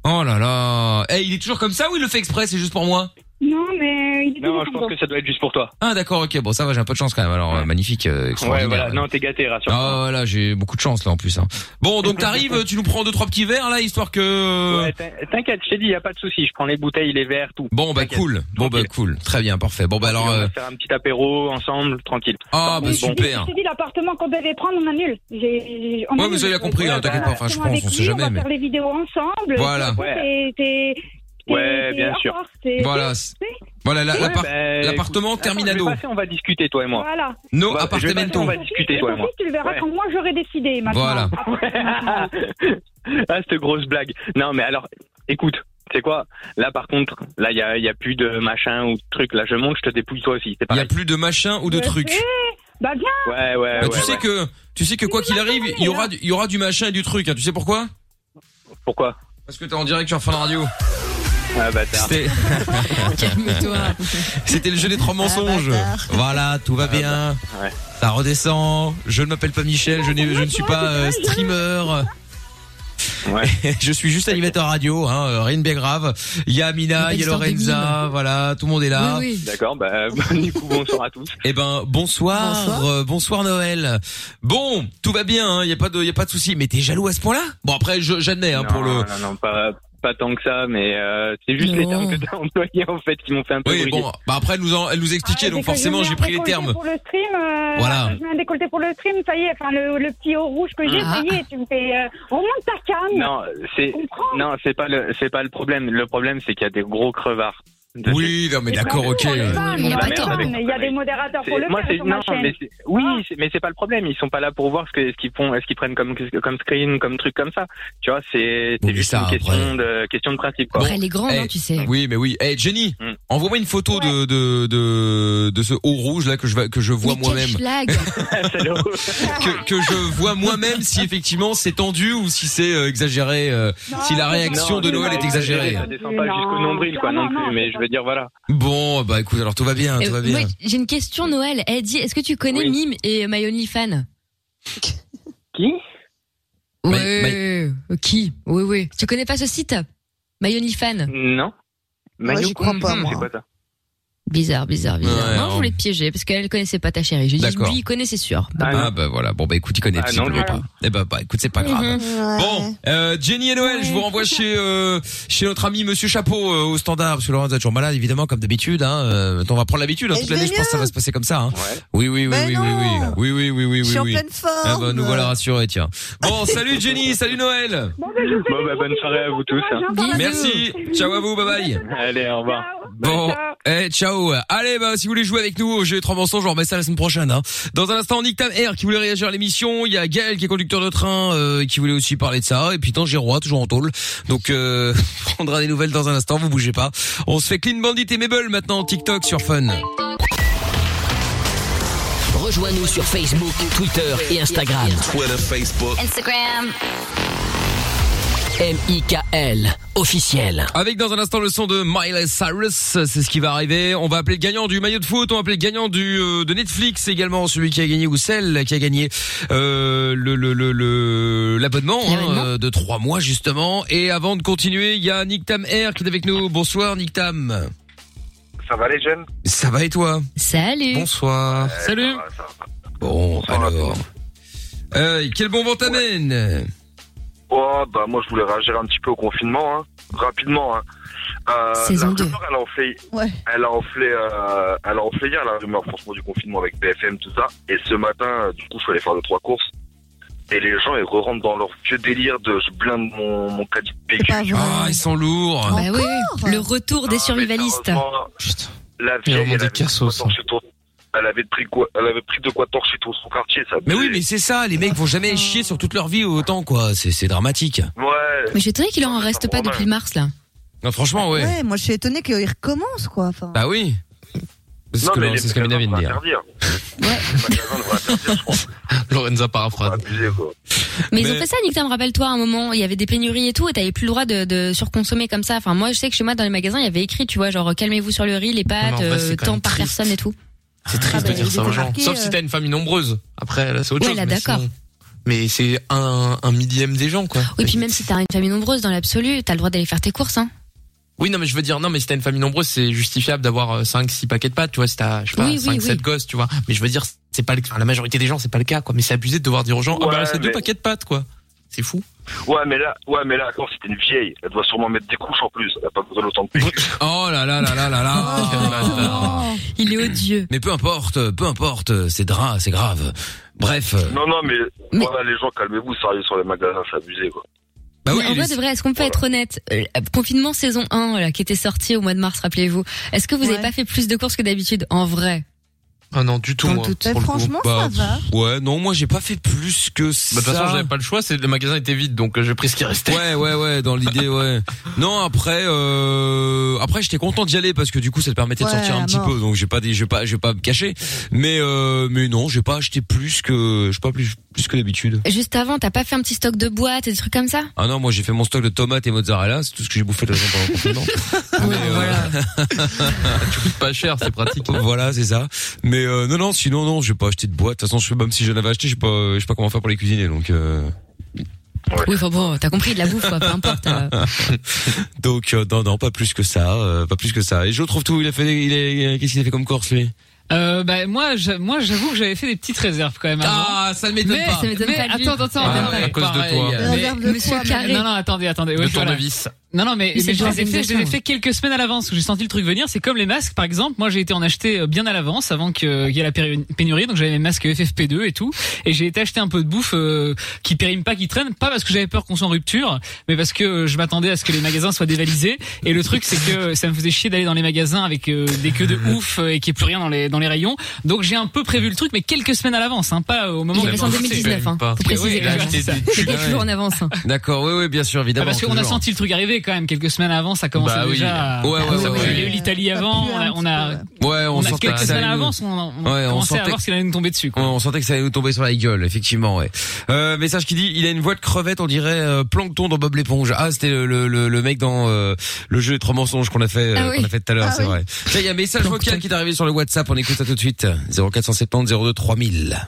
Oh là là. Eh, il est toujours comme ça ou il le fait exprès C'est juste pour moi
Non, mais il est
Non, je pense que ça doit être juste pour toi.
Ah d'accord, ok, bon ça va, j'ai un peu de chance quand même. Alors euh, magnifique, euh,
Ouais,
extraordinaire.
voilà. Non, t'es gâté, rassure.
Ah voilà, j'ai beaucoup de chance là en plus. hein. Bon, donc t'arrives, tu nous prends deux trois petits verres là, histoire que.
Ouais, t'in- T'inquiète, je t'ai dit, y a pas de souci. Je prends les bouteilles, les verres, tout.
Bon bah
T'inquiète.
cool, bon bah cool, très bien, parfait. Bon bah alors.
On
euh,
va faire un petit apéro ensemble, tranquille.
Ah bah super.
Je t'ai dit, l'appartement qu'on devait prendre, on annule. J'ai- on
Ouais,
annule.
mais ça, il a compris, hein, t'inquiète pas, enfin, je
L'appartement
pense,
avec
on sait
lui,
jamais,
On va
mais-
faire les vidéos ensemble.
Voilà.
Et puis,
Ouais.
t'es- t'es-
Ouais,
t'es-
bien
au
sûr.
revoir, t'es-
Voilà,
t'es-
c'est- voilà la-
Ouais,
l'appart-
bah,
l'appartement
écoute, attends,
terminado.
je vais passer, on va discuter, toi et moi.
Voilà.
No
On va- je vais passer,
appartamento.
On va discuter, toi et moi.
Sophie, tu le verras
Ouais.
quand moi j'aurai décidé maintenant.
Voilà.
Après,
Ah, cette grosse blague. Non, mais alors, écoute, c'est quoi Là, par contre, là, il y a, y a plus de machin ou de truc. Là, je monte, je te dépouille toi aussi. C'est
Il y a
pareil.
plus de machin ou de truc.
Bah bien.
Ouais, ouais,
Bah,
Eh ouais.
tu sais
ouais.
que tu sais que quoi qu'il arrive, il y aura du- il y aura du machin et du truc. hein. Tu sais pourquoi
Pourquoi
Parce que t'es en direct sur Fun Radio.
Ah bâtard.
C'était. C'était le jeu des
Ah,
trois mensonges. Voilà, tout va bien.
bah,
Ça redescend. Je ne m'appelle pas Michel. Je, n'ai- je ne suis pas euh, streamer. je suis juste animateur radio, hein, euh, rien de bien grave. Il y a Amina, il y a Lorenza, voilà, tout le monde est là.
Oui, oui. D'accord, bah, du coup, bonsoir à tous.
Eh ben, bonsoir, euh, bonsoir, Noël. Bon, tout va bien, hein, il y a pas de, il y a pas de souci. Mais t'es jaloux à ce point-là Bon après, je- j'admets hein,
non,
pour le.
non, non, pas, pas tant que ça, mais euh, c'est juste les termes que t'as employés en fait qui m'ont fait un peu
Oui,
briller.
bon, bah après elle nous, en- elle nous expliquait,
dès
donc
que Ah, je
forcément
mets
j'ai
un
pris les
décolleté
termes.
Pour le stream, euh,
Voilà.
Je mets un décolleté pour le stream, ça y est, enfin le, le petit haut rouge que j'ai,
Ah.
ça y est, tu me fais. euh, remonte ta canne.
Non, c'est non, c'est pas le c'est pas le problème. Le problème c'est qu'il y a des gros crevards.
Oui, non mais d'accord, ok.
Il y a
La
pas de
merde avec-
canne, il y a des modérateurs pour
C'est-
le
moi,
faire
c'est
sur
non,
ma chaîne. Ah.
mais c'est- oui, c'est- mais c'est pas le problème. Ils sont pas là pour voir ce que- ce qu'ils font, ce qu'ils prennent comme comme screen, comme truc comme ça. Tu vois, c'est c'est juste une question de question de principe. Quoi.
Après, elle est grande, hein, tu sais.
eh, Oui, mais oui. Eh Jenny,
Mm.
envoie-moi une photo de, de de de ce haut rouge là que je vais- que je vois
Mais quel
moi-même.
schlag.
Ah,
que, que je vois moi-même si effectivement c'est tendu ou si c'est euh, exagéré, euh, si la réaction
Non,
de
c'est
Noël
pas Ah,
est exagérée.
Ça descend pas jusqu'au nombril, quoi, non, plus. Mais je veux dire, voilà.
Bon, bah écoute, alors tout va bien,
Euh,
tout
moi,
va bien.
j'ai une question, Noël. Elle dit, est-ce que tu connais Mime et My Only Fan
Qui
Ouais, euh, qui Oui, oui. Tu connais pas ce site My Only Fan
Non.
Moi, j'y crois pas, moi.
C'est quoi ça
Bizarre, bizarre, bizarre.
Ouais,
non, je
on-
voulais te piéger parce qu'elle connaissait pas ta chérie. J'ai dit,
D'accord.
lui, il connaît, c'est sûr.
Ah, bah voilà, bon bah écoute, il connaît
Ah,
tout
non,
simplement
je-
pas. Eh bah, bah écoute, c'est pas grave.
Mhm. Ouais.
Bon, euh, Jenny et Noël, je vous renvoie chez euh, chez notre ami Monsieur Chapeau euh, au standard parce que Laurent est toujours malade évidemment comme d'habitude. Hein, euh, on va prendre l'habitude hein, toute l'année, je pense que ça va se passer comme ça. Hein. Oui, oui, oui, oui, oui, oui, oui, oui, oui, oui,
Bah Je suis
oui,
en
oui.
pleine forme.
Ah bah nous voilà rassurés, tiens. Bon, salut Jenny, salut Noël.
Bon, bah, bonne soirée à vous tous. hein.
Merci. Ciao à vous, bye bye.
Allez, au revoir.
Bon, eh, ciao. Allez, bah, si vous voulez jouer avec nous au jeu des trois mensonges, on remet ça la semaine prochaine. Hein. Dans un instant, Nick Tam Air qui voulait réagir à l'émission. Il y a Gaël qui est conducteur de train euh, qui voulait aussi parler de ça. Et puis Tangirois, toujours en tôle. Donc, euh, on prendra des nouvelles dans un instant, vous bougez pas. On se fait Clean Bandit et Mabel maintenant, TikTok sur Fun.
Rejoins-nous sur Facebook, Twitter et Instagram.
Twitter, Facebook.
Instagram.
M-I-K-L, officiel.
Avec dans un instant le son de Miley Cyrus, c'est ce qui va arriver. On va appeler le gagnant du maillot de foot, on va appeler le gagnant du euh, de Netflix également, celui qui a gagné ou celle qui a gagné euh, le le le- le- l'abonnement hein, euh, de trois mois justement. Et avant de continuer, il y a Nick Tam Air qui est avec nous. Bonsoir Nick Tam.
Ça va les jeunes
Ça va et toi
Salut.
Bonsoir.
Salut.
Bon alors. Euh, quel bon vent t'amène
Oh, bah moi je voulais réagir un petit peu au confinement, hein. rapidement. Hein. Euh,
Saison
la
deux.
rumeur, elle a enflé, elle a enflé, euh, elle a enflé hier la rumeur franchement du confinement avec BFM tout ça. Et ce matin, euh, du coup, je suis allé faire deux trois courses. Et les gens ils rentrent dans leur vieux délire de je blinde mon mon caddie de PQ.
Ah, ils sont lourds.
Bah oui, oui, le retour des survivalistes.
La vieille, elle avait, pris quoi torcher tout- elle avait pris quoi Elle avait pris de quoi torcher tout son quartier, ça.
Mais oui, mais c'est ça, les mecs vont jamais chier sur toute leur vie autant quoi, c'est c'est dramatique.
Ouais.
Mais je suis étonnée qu'il en reste pas depuis mars là.
Non, franchement, ouais.
Ouais, moi je suis étonné qu'il recommence quoi. Enfin,
Bah oui. C'est ce
Non,
que
mais
Laurent-
les
c'est ce que Amina vient de dire.
Lorenza paraphrase.
Mais, ils
Mais-
ont fait ça, Nick Tam, rappelle-toi, à un moment, il y avait des pénuries et tout, et t'avais plus le droit de, de surconsommer comme ça. Enfin, moi, je sais que chez moi, dans les magasins, il y avait écrit, tu vois, genre, calmez-vous sur le riz, les pâtes,
vrai, c'est
euh,
quand
tant
même
par
triste.
personne et tout.
C'est
Ah,
triste de dire ça aux gens.
remarqué,
Sauf
euh,
si t'as une famille nombreuse. Après, là, c'est autre
Ouais,
chose.
là,
mais
d'accord.
sinon- Mais c'est un, un millième des gens, quoi.
Oui, puis même si t'as une famille nombreuse, dans l'absolu, t'as le droit d'aller faire tes courses, hein.
Oui, non, mais je veux dire, non, mais si t'as une famille nombreuse, c'est justifiable d'avoir 5, 6 paquets de pâtes, tu vois, si t'as, je sais pas,
Oui, oui,
5,
oui.
7 gosses, tu vois. Mais je veux dire, c'est pas le cas. La majorité des gens, c'est pas le cas, quoi. Mais c'est abusé de devoir dire aux gens, ah
Ouais,
bah, c'est deux
mais-
paquets de pâtes, quoi. C'est fou.
Ouais, mais là, ouais, mais là, quand c'était une vieille, elle doit sûrement mettre des couches en plus. Elle a pas besoin d'autant de PQ.
Oh là là là là là là. Quel bâtard.
Oh. Il est odieux.
Mais peu importe, peu importe, c'est dra, c'est grave. Bref.
Non, non, mais, voilà, les gens, calmez-vous, sérieux sur les magasins, c'est abusé, quoi.
Bah oui,
Mais en
il
vrai,
est-
de vrai, est-ce qu'on peut être honnête Euh, Confinement saison 1, voilà, qui était sorti au mois de mars, rappelez-vous. Est-ce que vous avez pas fait plus de courses que d'habitude En vrai.
Ah non, du tout, moi.
doute. Mais franchement, ça va.
Bah, Ouais, non, moi, j'ai pas fait plus que ça.
Bah, De toute façon, j'avais pas le choix, c'est, le magasin était vide, donc euh, j'ai pris ce qui restait.
Ouais, ouais, ouais, dans l'idée, ouais. Non, après, euh, après, j'étais content d'y aller parce que du coup, ça te permettait de
Ouais,
sortir un
à
petit
mort.
peu, donc j'ai pas, des- j'ai pas, j'ai pas me cacher. Mais, euh, mais non, j'ai pas acheté plus que, j'ai pas plus, plus que d'habitude.
Juste avant, t'as pas fait un petit stock de boîtes et des trucs comme ça
Ah non, moi j'ai fait mon stock de tomates et mozzarella, c'est tout ce que j'ai bouffé de la journée pendant le confinement. Mais, euh,
tu coûtes pas cher, c'est pratique.
Voilà, c'est ça. Mais euh, non, non, sinon non, j'ai pas acheté de boîte. De toute façon, je, même si j'en avais acheté, je sais pas, je sais pas comment faire pour les cuisiner, donc. Euh...
Oui, enfin bon, t'as compris, de la bouffe, quoi, peu importe. euh.
donc euh, non, non, pas plus que ça, euh, pas plus que ça. Et je trouve tout. Il a fait, il est, qu'est-ce qu'il a fait comme Corse lui
Euh, bah, moi, j'a- moi, j'avoue que j'avais fait des petites réserves quand même.
Ah,
avant.
ça ne m'étonne
Mais-
pas. Ça m'étonne
mais
pas, lui.
attends, attends,
Ah,
attends.
ouais, à cause de
pareil.
toi.
Mais-
Des réserves de
Monsieur
quoi,
Carré.
mais-
Non, non, attendez, attendez.
Le
oui, voilà.
tournevis.
Non, non, mais,
Mais
mais
c'est
je les ai fait, je les ai
l'organisation.
fait quelques semaines à l'avance où j'ai senti le truc venir. C'est comme les masques, par exemple. Moi, j'ai été en acheter euh, bien à l'avance avant que, euh, qu'il y ait la péri- pénurie. Donc, j'avais mes masques FFP2 et tout. Et j'ai été acheter un peu de bouffe euh, qui périme pas, qui traîne. Pas parce que j'avais peur qu'on soit en rupture, mais parce que euh, je m'attendais à ce que les magasins soient dévalisés. Et le truc, c'est que ça me faisait chier d'aller dans les magasins avec euh, des queues de ouf euh, et qu'il n'y ait plus rien dans les, dans les rayons. Donc, j'ai un peu prévu le truc, mais quelques semaines à l'avance, hein, pas au moment
Il
où
avait ça en
j'ai lancé.
2019, hein, faut
Oui,
préciser.
il a acheté
quand même.
des-
C'était
Ouais.
toujours en avance. hein.
D'accord, oui, oui, bien sûr,
Ah,
évidemment.
parce qu'on a
toujours.
senti le truc arriver quand même quelques semaines avant, ça commençait
Bah oui.
déjà. à-
Ouais, ouais, ça
Il y a
pouvait.
eu l'Italie avant, on a, on a,
Ouais, on,
on a
sentait
quelques
que ça
semaines
allait nous-
avant, on, on
Ouais, on
commençait à
sentait
voir
que-
ce qu'il allait nous tomber dessus.
Ouais, on sentait que ça allait nous tomber sur la gueule, effectivement, ouais. Euh, message qui dit, il a une voix de crevette, on dirait euh, plancton dans Bob l'éponge. Ah, c'était le, le, le, le mec dans euh, le jeu des trois mensonges qu'on a fait, euh,
Ah oui.
qu'on a fait tout à l'heure,
Ah
c'est
oui.
vrai. Tiens, il y a un message vocal qui est arrivé sur le WhatsApp, on écoute ça tout de suite. 0470 02 3000.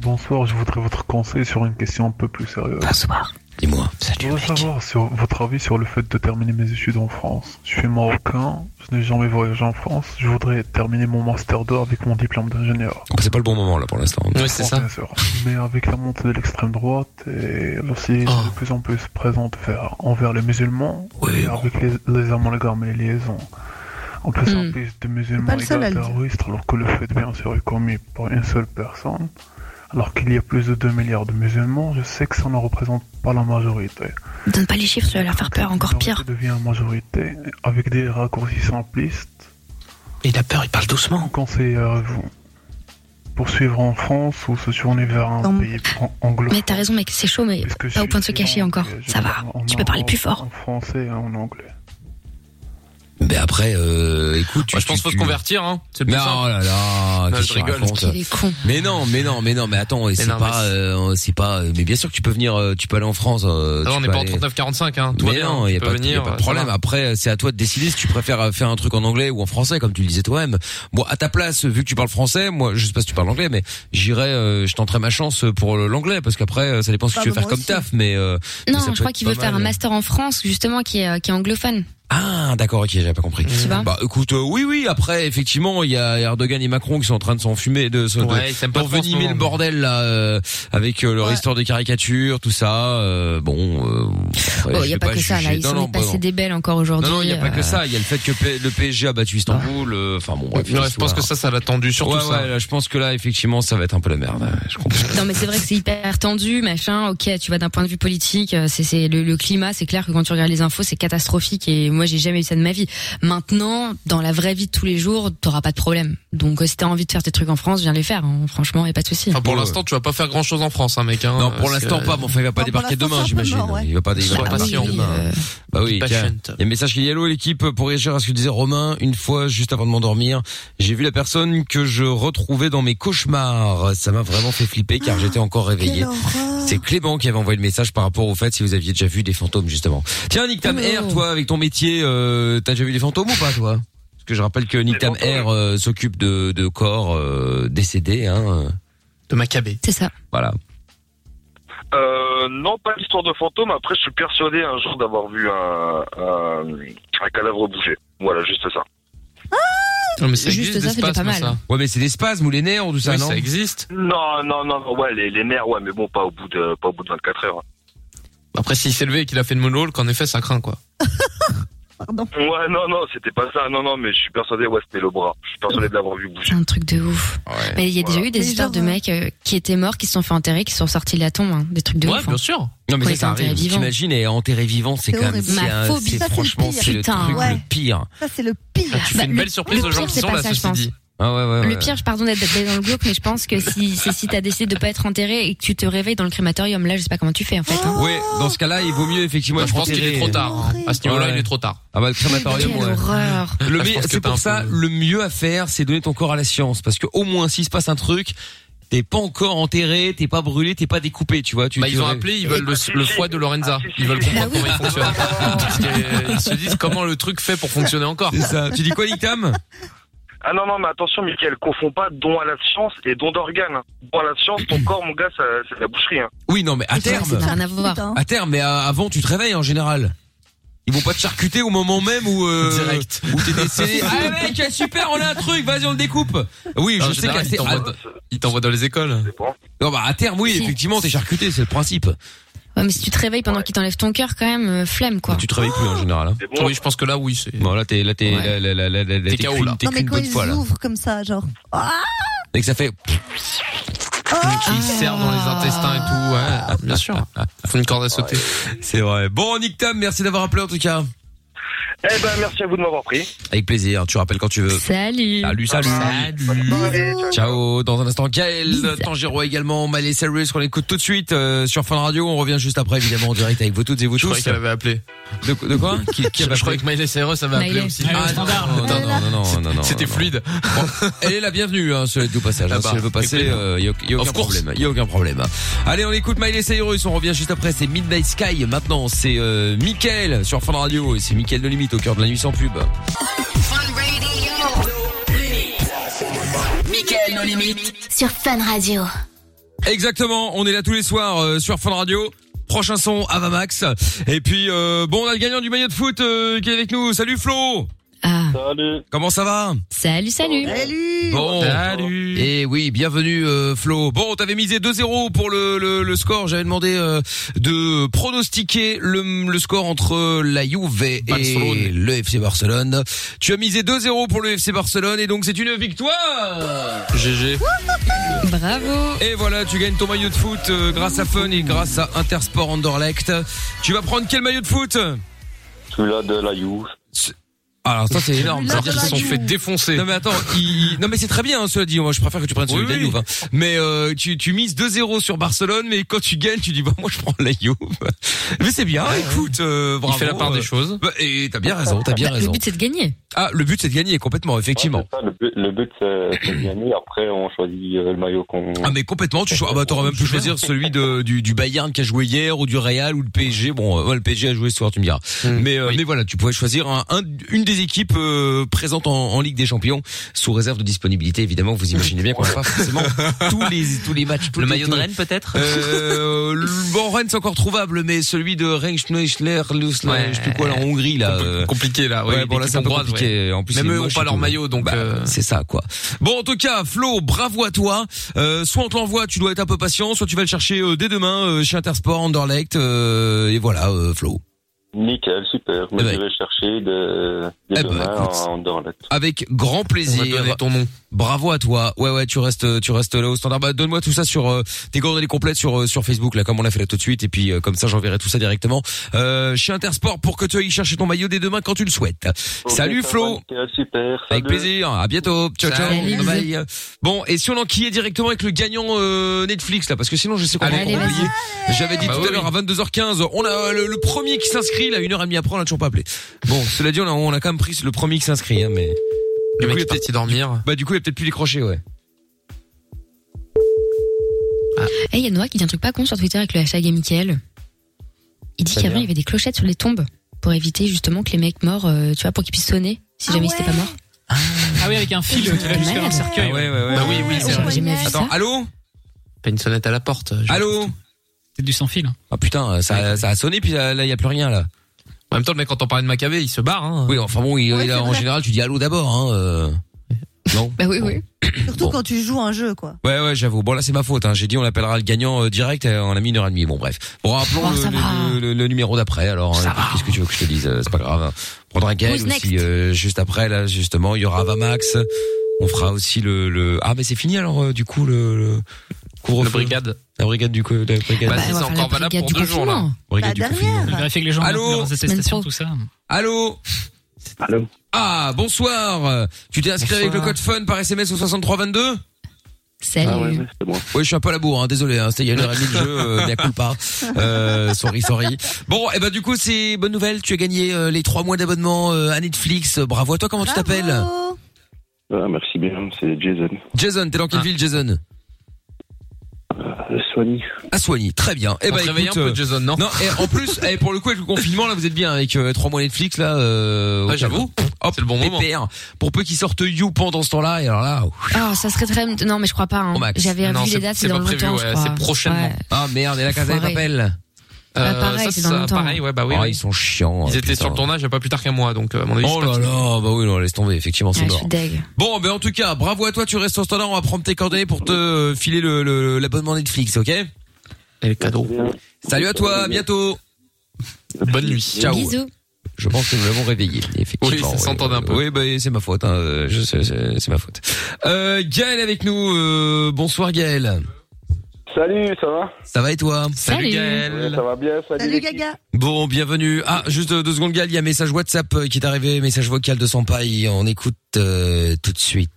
Bonsoir, je voudrais votre conseil sur une question un peu plus sérieuse.
Bonsoir. Dis-moi.
Je voudrais savoir sur votre avis sur le fait de terminer mes études en France. Je suis marocain, je n'ai jamais voyagé en France, je voudrais terminer mon master 2 avec mon diplôme d'ingénieur.
Ah bah, C'est pas le bon moment là pour l'instant.
Oui, c'est ça. Mais avec la montée de l'extrême droite et aussi de plus en plus présente vers- envers les musulmans, et avec les, les amalgames et les liaisons. On peut
Hmm.
simplifier de
C'est pas
musulmans
le seul à
égale
le dire.
terroristes alors que le fait bien sûr est commis par une seule personne. Alors qu'il y a plus de 2 milliards de musulmans, je sais que ça ne représente pas la majorité.
Donne pas les chiffres, tu vas leur faire peur, encore pire.
Ça devient majorité avec des raccourcis simplistes. Et la peur, il parle doucement. Conseillez-vous euh, poursuivre en France ou se tourner vers un
Non.
pays an- anglophone
Mais t'as raison, mec, c'est chaud, mais pas au point de se cacher encore. Ça va, tu peux parler plus fort.
En français et en anglais.
Mais après, euh, écoute, tu,
Moi, je pense qu'il
tu-
faut se
tu-
convertir, hein. C'est le plus
Non, oh
simple.
là,
Non,
là, qu'est-ce
je
qu'il
rigole.
raconte
Qu'il est con.
Mais non, mais non, mais non, mais attends, et
Mais
c'est
non, mais
pas, euh, c'est pas, mais bien sûr que tu peux venir, euh, tu peux aller en France. euh,
Ah Non,
tu
on n'est
peux
pas en
aller-
39-45, hein. Tout va
mais
bien,
non, il
tu
n'y a,
peux
pas de-
venir, euh,
y a pas de
ça
problème.
va.
Après, c'est à toi de décider si tu préfères euh, faire un truc en anglais ou en français, comme tu le disais toi-même. Bon, à ta place, vu que tu parles français, moi, je sais pas si tu parles anglais, mais j'irai, euh, je tenterai ma chance pour le- l'anglais, parce qu'après, euh, ça dépend ce que
Ah,
tu veux
bah,
faire
moi
comme
aussi.
taf, mais. euh, mais ça
Non,
peut
je crois
être
qu'il veut
pas
faire un
mal.
master en France, justement, qui est, euh, qui est anglophone.
Ah, d'accord, ok, j'avais pas compris.
Tu vois
bah, écoute, euh, oui, oui. Après, effectivement, il y a Erdogan et Macron qui sont en train de s'enfumer, de se,
Ouais, ils
de,
s'aiment pas trop en ce
d'envenimer
moment,
le
mais-
bordel là, euh, avec euh, leur histoire des caricatures, tout ça. euh, bon, euh,
Oh, Il
ouais, je
n'y a
vais
pas, que ça,
juger.
là. Ils
Non,
sont
non, bah,
passés
non.
des belles encore aujourd'hui.
Non, non, il n'y a pas
euh,
que ça. Il y a le fait que P- le PSG a battu Istanbul. euh, Enfin bon, bref.
Ouais, je pense que ça, ça l'a tendu, surtout
ouais,
ça.
Ouais, là, je pense que là, effectivement, ça va être un peu la merde. ouais, Je comprends.
Non mais c'est vrai que c'est hyper tendu, machin. Ok, tu vois d'un point de vue politique, euh, c'est c'est le, le climat, c'est clair que quand tu regardes les infos, c'est catastrophique et moi j'ai jamais eu ça de ma vie. Maintenant, dans la vraie vie de tous les jours, t'auras pas de problème. Donc euh, si t'as envie de faire tes trucs en France, viens les faire. hein. Franchement, y a pas de souci.
Enfin, Ah, pour l'instant, tu vas pas faire grand chose en France, hein, mec, hein.
Non, pour
Euh,
l'instant
c'est-
pas, mais enfin il va pas débarquer demain, j'imagine. Il va pas
Sois
débarquer
patient.
demain. Bah oui,
Be
tiens.
patient.
il y a un message qui dit Hello l'équipe, pour réagir à ce que disait Romain, une fois, juste avant de m'endormir, j'ai vu la personne que je retrouvais dans mes cauchemars. Ça m'a vraiment fait flipper car j'étais encore réveillé. C'est Clément qui avait envoyé le message par rapport au fait si vous aviez déjà vu des fantômes, justement. Tiens, Nick Tam
Oh.
Air, toi, avec ton métier, euh, t'as déjà vu des fantômes ou pas, toi Parce que je rappelle que Nick Tam Air euh, s'occupe de, de corps euh, décédés, hein.
De Maccabée.
C'est ça.
Voilà.
Euh, non, pas l'histoire de fantôme. Après, je suis persuadé un jour d'avoir vu un, un, un cadavre bouger. Voilà, juste ça.
Non, mais ça
Juste
existe,
ça,
des
c'est déjà pas
spasmes,
mal.
ça.
Ouais, mais c'est des spasmes ou les nerfs ou tout ça,
Oui,
non
ça existe.
Non, non, non, non, ouais, les, les nerfs, ouais, mais bon, pas au bout de, pas au bout de 24 heures. hein.
Après, s'il s'est levé et qu'il a fait le moonwalk, en effet, ça craint, quoi.
Ouais, non, non, c'était pas ça. Non, non, mais je suis persuadé, ouais, c'était le bras. Je suis
Mm.
persuadé de l'avoir vu bouger.
C'est un truc de ouf. Mais il y a déjà eu des histoires de mecs euh, qui étaient morts, qui se sont fait enterrer, qui sont sortis de la tombe, hein. des trucs de
Ouais,
ouf.
bien
hein.
sûr.
Non mais
Quand
ça,
ils
ça
sont enterrés
arrive.
vivants.
T'imagines et enterré vivant, c'est
C'est
quand même
horrible.
c'est
Ma
un-
phobie,
c'est
ça, c'est le
franchement
pire.
c'est le
Putain,
truc
ouais. Bah,
le pire.
Ça, c'est le pire.
Ah, tu fais une belle surprise aux gens qui sont là,
ça, je
ceci
pense.
dit.
Ah ouais, ouais, ouais.
Le pire, je pardonne d'être d'être dans le glauque, mais je pense que si, c'est si t'as décidé de pas être enterré et que tu te réveilles dans le crématorium, là, je sais pas comment tu fais, en fait. hein.
Oui, dans ce cas-là, il vaut mieux effectivement.
Moi, je
être
pense qu'il
enterré.
est trop tard, hein. À ce niveau-là,
Ouais.
il est trop tard.
Ah bah le crématorium.
Quelle
ouais.
horreur.
Le
Ah, je
mais-
pense que
c'est
t'as un
pour ça
peu-
le mieux à faire, c'est donner ton corps à la science, parce que au moins s'il se passe un truc, t'es pas encore enterré, t'es pas brûlé, t'es pas découpé, tu vois. Tu,
Bah,
tu-
ils ont appelé, ils veulent le, le foie de Lorenza. Ils veulent comprendre comment il fonctionne. Parce que, ils se disent comment le truc fait pour fonctionner encore.
C'est ça. Tu dis quoi, Nick Tam
Ah non, non, mais attention, Michael, confonds pas don à la science et don d'organes. hein. Don à la science, ton corps, mon gars, ça- c'est de la boucherie. Hein.
Oui, non, mais à
Ah, C'est vrai,
terme.
ça n'a rien à voir.
À terme, mais à- avant, tu te réveilles en général. Ils vont pas te charcuter au moment même où euh,
Direct.
où t'es décédé. ah mec, super, on a un truc, vas-y, on le découpe. Oui,
En
je sais
général,
qu'à
ils t'envoient
à-
ils t'envoient dans les écoles.
non, bah, à terme, oui,
Si.
effectivement, t'es charcuté, c'est le principe.
Ouais, mais si tu te réveilles pendant qu'il t'enlève ton cœur, quand même, euh, flemme, quoi.
Tu te réveilles plus en général. Hein.
Oui, je pense que là, oui, c'est.
Bon, là, t'es là, t'es
Ouais.
là, là, là, là, là,
T'es
t'es
KO,
qu'une-
là.
t'es
Non, mais
qu'une
quand
bonne
ils
fois là.
ouvrent comme ça, genre. Ah
Et que ça fait.
Oh,
Ah.
Qui serre dans les intestins et tout, ouais, bien sûr. Faut une corde à sauter.
C'est vrai. Bon, Nick Tam, merci d'avoir appelé en tout cas.
Eh ben, merci à vous de m'avoir pris.
Avec plaisir. Tu rappelles quand tu veux.
Salut.
Salut, salut. Ciao. Dans un instant, Gaël, Tangero également, Miley Cyrus qu'on écoute tout de suite euh, sur Fun Radio. On revient juste après, évidemment, en direct avec vous toutes et vous
Je
tous.
croyais qu'elle avait appelé.
De, de quoi qui, qui
Je,
avait
je croyais
appelé
que Miley Cyrus avait appelé
Miley.
aussi.
Ah, non, non, non, non, non, non, non, non,
C'était
non.
fluide.
Elle est la bienvenue, hein, sur les deux passages. hein.
Ah bah,
si elle veut passer, il
écoute.
y a, y a aucun
Of course.
problème. Y a aucun problème. Allez, on écoute Miley Cyrus. On revient juste après. C'est Midnight Sky. Maintenant, c'est euh, Mickaël sur Fun Radio et c'est Mickaël de Limite au cœur de la nuit sans pub.
Michael, nos limites.
Sur Fun Radio.
Exactement, on est là tous les soirs euh, sur Fun Radio. Prochain son, Avamax. Et puis, euh, bon, on a le gagnant du maillot de foot euh, qui est avec nous. Salut Flo
Salut
Comment ça va
Salut, salut.
Salut.
Bon.
Salut.
Et oui, bienvenue euh, Flo. Bon, t'avais misé 2-0 pour le, le, le score. J'avais demandé euh, de pronostiquer le, le score entre euh, la Juve et
Barcelone.
le FC Barcelone. Tu as misé 2-0 pour le FC Barcelone et donc c'est une victoire.
GG.
Bravo.
Et voilà, tu gagnes ton maillot de foot euh, grâce à Fun et grâce à Intersport Anderlecht. Tu vas prendre quel maillot de foot
Celui-là de la Youth.
Alors ça c'est énorme.
Alors qu'ils
C'est-à-dire
se sont
qu'ils-
fait défoncer.
Non mais attends, ils- non mais c'est très bien hein, cela dit. Moi je préfère que tu prennes celui
Oui,
de la
oui.
Juve, hein. Mais euh, tu tu mises 2-0 sur Barcelone, mais quand tu gagnes, tu dis bah moi je prends la Juve. Mais c'est bien. Écoute, euh, bravo.
fait la part des
euh,
choses.
bah, et t'as bien raison, t'as bien
Bah,
raison.
Le but c'est de gagner.
Ah le but c'est de gagner complètement, effectivement.
Ça, le but, le but, c'est c'est de gagner. Après, on choisit euh, le maillot qu'on.
Ah mais complètement, tu cho- ah bah t'aurais même pu choisir celui de, du, du Bayern qui a joué hier ou du Real ou le PSG. Bon, euh, ouais, le PSG a joué ce soir, tu me diras. Mais euh, mais voilà, tu pouvais choisir un, un- une des équipes euh, présentes en, en Ligue des Champions sous réserve de disponibilité évidemment. Vous imaginez bien qu'on n'a pas forcément tous les tous les matchs.
Le
tout-
maillot de
tout-
Rennes, peut-être
euh, le- Bon Rennes c'est encore trouvable, mais celui de Rhein-Schneider, je sais plus quoi là, en Hongrie là. euh,
compliqué là. oui,
ouais, bon là
l'équipe
c'est un peu
hongroise,
compliqué.
ouais.
En plus
Même
il est
eux ont
moche
pas
et
leur
tout.
maillot, donc,
Bah,
euh,
c'est ça quoi. Bon, en tout cas, Flo, bravo à toi. Euh, soit on te l'envoie, tu dois être un peu patient, soit tu vas le chercher euh, dès demain euh, chez Intersport, Anderlecht, euh, et voilà, euh, Flo.
Nickel, super. Moi, je vais chercher de,
Eh ben,
de demain en, en Dorlet.
Avec grand plaisir. ton nom. Bravo à toi. Ouais, ouais, tu restes, euh, tu restes là au standard. Bah, donne-moi tout ça sur euh, tes coordonnées complètes sur euh, sur Facebook là, comme on a fait là tout de suite. Et puis euh, comme ça, j'enverrai tout ça directement euh, chez Intersport pour que tu ailles chercher ton maillot dès demain quand tu le souhaites. Salut
ça
Flo.
va, nickel, super.
Avec
Salut.
plaisir. À bientôt. Ciao, ciao.
Salut.
Bye euh. bye. Bon, et si on enquillait directement avec le gagnant euh, Netflix là, parce que sinon je sais qu'on va
Allez, vas-y.
enquiller. J'avais dit
Bah
tout
oui.
à l'heure à 22h15, on a le, le premier qui s'inscrit là, une heure et demie après, on l'a toujours pas appelé. Bon, cela dit, on a, on a quand même pris le premier qui s'inscrit, hein, mais. Le mec est parti
dormir.
Bah du coup, il a peut-être plus les crochets, ouais.
Eh, il y a Noah qui dit un truc pas con sur Twitter avec le hashtag et Michael. Il dit
Très
qu'avant
bien.
il y avait des clochettes sur les tombes pour éviter justement que les mecs morts, euh, tu vois, pour qu'ils puissent sonner si jamais ils étaient pas morts.
Ah oui, avec un fil, tu vas jusqu'à un cercueil.
Ah ouais, ouais, ouais.
Bah oui, oui,
c'est vrai. J'ai jamais vu
Attends,
ça.
allô
Pas une sonnette à la porte.
Allô
C'est du hein. sans fil.
Ah putain, ça, ça a sonné, puis là, il y a plus rien là.
En même temps, le mec, quand on parlait de Maccabée, il se barre. Hein.
Oui, enfin bon, il- il a- en général, tu dis allô d'abord, hein. euh. Non.
Bah oui, oui.
Surtout quand tu joues à un jeu, quoi.
Ouais, ouais, j'avoue. Bon, là, c'est ma faute. Hein. J'ai dit on appellera le gagnant euh, direct. euh, on a mis une heure et demie. Bon, bref. Bon, rappelons
Oh,
le-
ça
le, le- le numéro d'après. Alors, hein, qu'est-ce que tu veux que je te dise euh, C'est pas grave. hein. On prendra Gaël
Who's
aussi
next
euh, juste après. Là, justement, il y aura Vamax. On fera aussi le. le... Ah, mais c'est fini alors. euh, du coup, le, le couvre-feu.
La brigade.
La brigade du co- la brigade.
Bah, Bah, si, on va c'est faire encore la valable brigade pour du deux jours, là. confinement.
Brigade du confinement.
Vérifier que les gens
Allô
mettent leurs attestations, tout ça.
Allô
Allô
Ah, bonsoir. Tu t'es inscrit avec le code FUN par SMS au 6322
Salut.
Ah ouais, ouais, Oui, je suis un peu à la bourre, hein, désolé. Hein, C'était il y a une heure et demie de jeu, euh, bien cool pas. Euh, sorry, sorry. Bon, et ben du coup, c'est bonne nouvelle. Tu as gagné euh, les trois mois d'abonnement euh, à Netflix. Bravo à toi. Comment tu t'appelles
Ah, merci bien, c'est Jason.
Jason. T'es dans quelle ville, Jason
Euh, Soigny.
À Soigny. Très bien. Eh
On
ben
te réveille
écoute,
un peu,
euh,
Jason, non
et en plus, et pour le coup, avec le confinement, là, vous êtes bien avec euh, trois mois Netflix, là. Euh,
Ah, j'avoue.
C'est le bon
moment.
Pour peu qu'ils sortent You pendant ce temps-là, et alors là. ouf.
Ah, ça serait très. Non, mais je crois pas. hein. J'avais
bah, Non,
vu les
c'est-
dates,
c'est
c'est dans
pas prévu,
longtemps, je
ouais,
crois.
c'est prochainement. Euh,
Ouais.
Ah merde, et la Casa de
Foiré.
Papel.
Bah, pareil,
Euh, ça,
c'est dans
ça,
longtemps. hein.
Pareil, ouais, bah oui.
Oh,
oui.
ils sont chiants.
Ils
hein,
étaient sur le
putain.
tournage il y a pas plus tard qu'un mois, donc euh, à mon avis.
Oh là là, bah oui, non, laisse tomber, effectivement, c'est
Ouais, je
mort.
suis
Bon, ben en tout cas, bravo à toi, tu restes au standard, on va prendre tes coordonnées pour te euh, filer l'abonnement le, l'abonnement Netflix, ok Et
le Eh, cadeau.
Salut à toi, à bientôt.
Bonne nuit.
Ciao. Je pense que nous l'avons réveillé, effectivement.
Oui, ça s'entend un peu.
Oui, bah, c'est ma faute, hein, euh, je sais, c'est c'est ma faute. Euh, Gaël est avec nous, euh, bonsoir Gaël.
Salut, ça va
Ça va et toi
Salut. Ouais, ça va bien, salut.
Salut, Gaga.
Bon, bienvenue. Ah, juste euh, deux secondes, Gaël, il y a un message WhatsApp euh, qui est arrivé, message vocal de Sampaï, on écoute euh, tout de suite.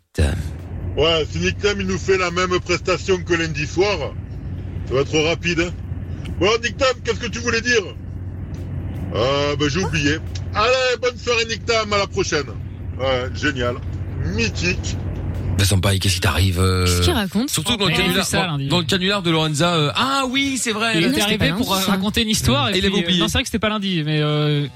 Ouais, si Nick Tam, il nous fait la même prestation que lundi soir, ça va être rapide. hein. Bon, Nick Tam, qu'est-ce que tu voulais dire Ah, ben j'ai oublié. Allez, bonne soirée Nick Tam, à la prochaine. Ouais, génial. Mythique.
Bah, Sampaï, qu'est-ce qui t'arrive euh,
Qu'est-ce qu'il raconte
Surtout dans le,
Eh,
canular,
c'est ça,
dans,
lundi.
dans le canular de Lorenza. euh, ah oui, c'est vrai.
Il
elle-
était arrivé pour euh, raconter une histoire.
Et
Et
il avait
puis, euh,
oublié.
Non, c'est vrai que c'était pas lundi, mais euh,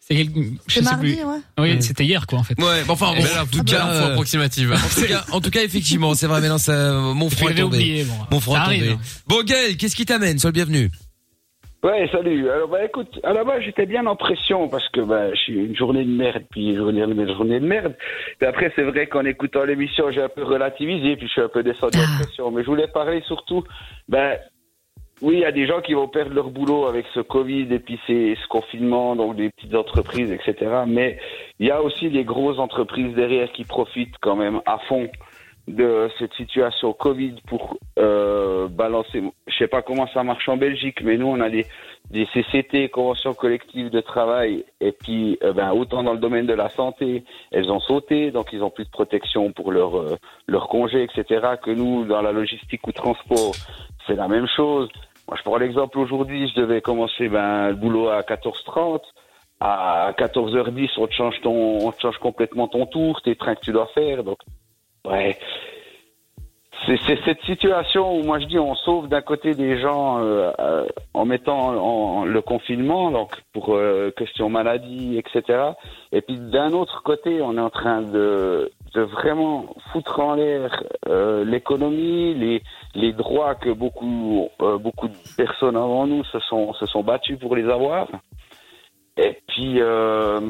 c'est quel- je sais
mardi,
plus.
ouais.
Oui,
Mm.
c'était hier, quoi, en fait.
Ouais, bon, enfin,
Eh
bon,
ben,
en tout
ah,
cas,
bah, l'info
euh,
approximative.
En tout cas, en tout cas, effectivement, c'est vrai. Mais non, ça, euh, mon
puis,
front est
j'avais
tombé.
oublié, bon,
mon front
ça
est
arrive,
tombé.
hein.
Bon, Gaël, qu'est-ce qui t'amène Sois le bienvenu.
Ouais, salut. Alors, bah, écoute, à la base, j'étais bien en pression parce que, bah, je suis une journée de merde, puis une journée de merde, une journée de merde. Puis après, c'est vrai qu'en écoutant l'émission, j'ai un peu relativisé, puis je suis un peu descendu en
Ah.
pression. Mais je voulais parler surtout, ben, oui, il y a des gens qui vont perdre leur boulot avec ce Covid et puis ces- ce confinement, donc des petites entreprises, etc. Mais il y a aussi des grosses entreprises derrière qui profitent quand même à fond. de cette situation Covid pour euh, balancer. Je sais pas comment ça marche en Belgique, mais nous on a des, des CCT, conventions collectives de travail, et puis euh, ben, autant dans le domaine de la santé, elles ont sauté, donc ils ont plus de protection pour leur euh, leur congé, etc. Que nous dans la logistique ou transport, c'est la même chose. Moi je prends l'exemple aujourd'hui, je devais commencer ben, le boulot à 14h30 à 14h10, on te change ton, on te change complètement ton tour, tes trains que tu dois faire. Donc, ouais. C'est, c'est cette situation où moi je dis on sauve d'un côté des gens euh, euh, en mettant en, en- le confinement, donc pour euh, question maladie, etc. Et puis d'un autre côté, on est en train de, de vraiment foutre en l'air euh, l'économie, les, les droits que beaucoup, euh, beaucoup de personnes avant nous se sont, se sont battues pour les avoir. Et puis, euh,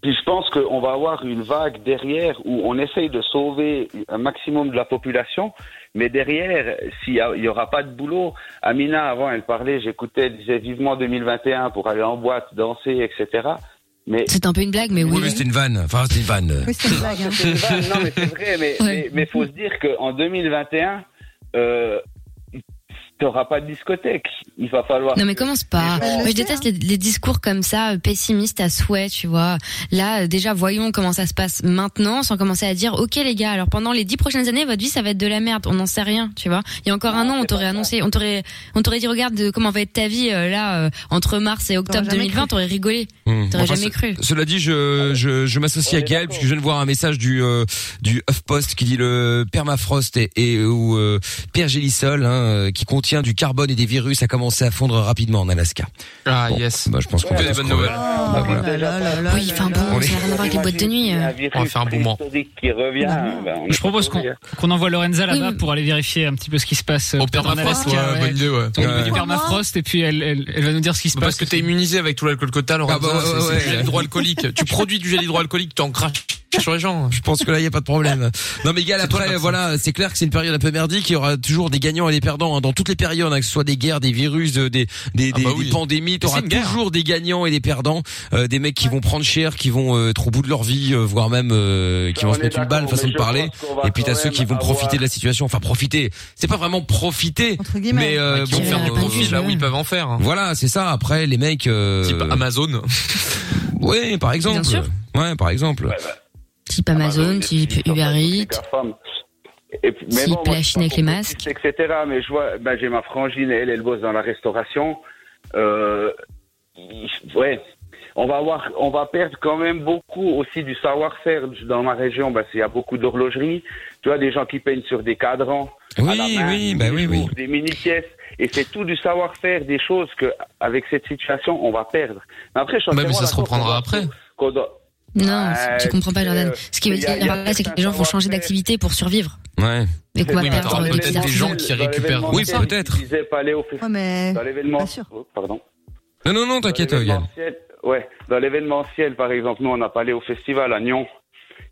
puis je pense qu'on va avoir une vague derrière où on essaye de sauver un maximum de la population, mais derrière, s'il n'y aura pas de boulot, Amina, avant, elle parlait, j'écoutais, elle disait vivement 2021 pour aller en boîte, danser, etc. Mais
C'est un peu une blague, mais oui.
Oui, c'était une vanne. Enfin, c'était une vanne.
hein.
c'est une vanne, non, mais c'est vrai, mais mais- mais faut se dire qu'en 2021, euh, t'auras pas de discothèque. Il va falloir.
Non mais commence pas.
Les gens-
Moi, je hein. déteste les, les discours comme ça, euh, pessimistes à souhait, tu vois. Là, euh, déjà, voyons comment ça se passe maintenant, sans commencer à dire, ok les gars, alors pendant les dix prochaines années, votre vie, ça va être de la merde. On n'en sait rien, tu vois. Il y a encore un an, on t'aurait annoncé, on t'aurait, on t'aurait dit, regarde euh, comment va être ta vie euh, là euh, entre mars et octobre 2020, t'aurais rigolé,
Hmm.
t'aurais
Enfin,
jamais
ce-
cru.
Cela dit, je, je, je m'associe à Gaël puisque je viens de voir un message du euh, du HuffPost qui dit le permafrost et, et ou euh, Pierre Gélisol hein, euh, qui contient du carbone et des virus a commencé à fondre rapidement en Alaska.
Ah yes.
Bah, je pense qu'on
Que
peut
des bonnes nouvelles.
Oh,
oui, enfin bon, ça n'a rien à voir avec les boîtes de nuit. euh.
Ah,
Bah,
On va faire un mouvement. Qui revient. ben, on est
Je propose qu'on qu'on envoie Lorenza là-bas
Oui, mais-
pour aller vérifier un petit peu ce qui se passe euh,
Au
peut-être en
permafrost,
Alaska,
ouais, bonne idée, ouais.
Au niveau
Ouais.
du permafrost, et puis elle, elle, elle va nous dire ce qui se
Parce
passe.
que t'es immunisé avec tout l'alcool que t'as, Laurent.
Ah bah ouais,
C'est-
ouais,
c'est
ouais.
du gel hydroalcoolique. tu produis du gel hydroalcoolique, t'en craches sur les gens. hein.
Je pense que là, il n'y a pas de problème. Non, mais Gaël, après, voilà, c'est clair que c'est une période un peu merdique. Il y aura toujours des gagnants et des perdants hein, dans toutes les périodes, hein, que ce soit des guerres, des virus, de- des, des,
Ah bah
des, des pandémies. Tu auras toujours des gagnants et des perdants. euh, des mecs qui vont prendre cher, qui vont euh, être au bout de leur vie, euh, voire même euh, qui
Ça,
vont
on
se
est
mettre une balle,
d'accord,
façon
mais je
de parler.
pense qu'on va
Et puis, t'as
quand
ceux qui
même
vont profiter
avoir-
de la situation. Enfin, profiter. C'est pas vraiment profiter, mais euh,
qui vont
bon,
faire des
euh,
profits là où ils peuvent en faire. hein.
Voilà, c'est ça. Après, les mecs... Euh...
Type Amazon.
Oui, par exemple.
sûr.
Ouais, par exemple.
bah,
Type Amazon, type Uber Eats,
Et puis- mais
type
bon, moi,
la Chine avec les masques.
etc. Mais je vois, ben, j'ai ma frangine, elle, elle bosse dans la restauration. Euh, ouais, on va avoir, on va perdre quand même beaucoup aussi du savoir-faire dans ma région. Ben, c'est- il y a beaucoup d'horlogeries. Tu vois, des gens qui peignent sur des cadrans.
Ah,
à la main,
oui,
ben
bah oui, oui.
Des mini-pièces. Et c'est tout du savoir-faire, des choses que, avec cette situation, on va perdre. Mais après, je suis
Ah, Mais- mais
entièrement
ça se
d'accord qu'on
reprendra
doit-
après.
qu'on doit-
Non,
Ouais,
tu comprends pas, Jordan. Ce qui veut
mais y
dire
a- y a
là, c'est que les gens vont changer d'activité pour survivre.
Ouais.
Et qu'on va
Oui, mais
perdre
t'auras
des
peut-être des gens qui récupèrent.
Oui, peut-être.
mais
Dans l'événement. Oh, Pardon.
Non, non, non, t'inquiète,
Dans
Gaël.
l'événementiel- Ouais, dans l'événementiel, par exemple, nous, on n'a pas allé au festival à Nyon.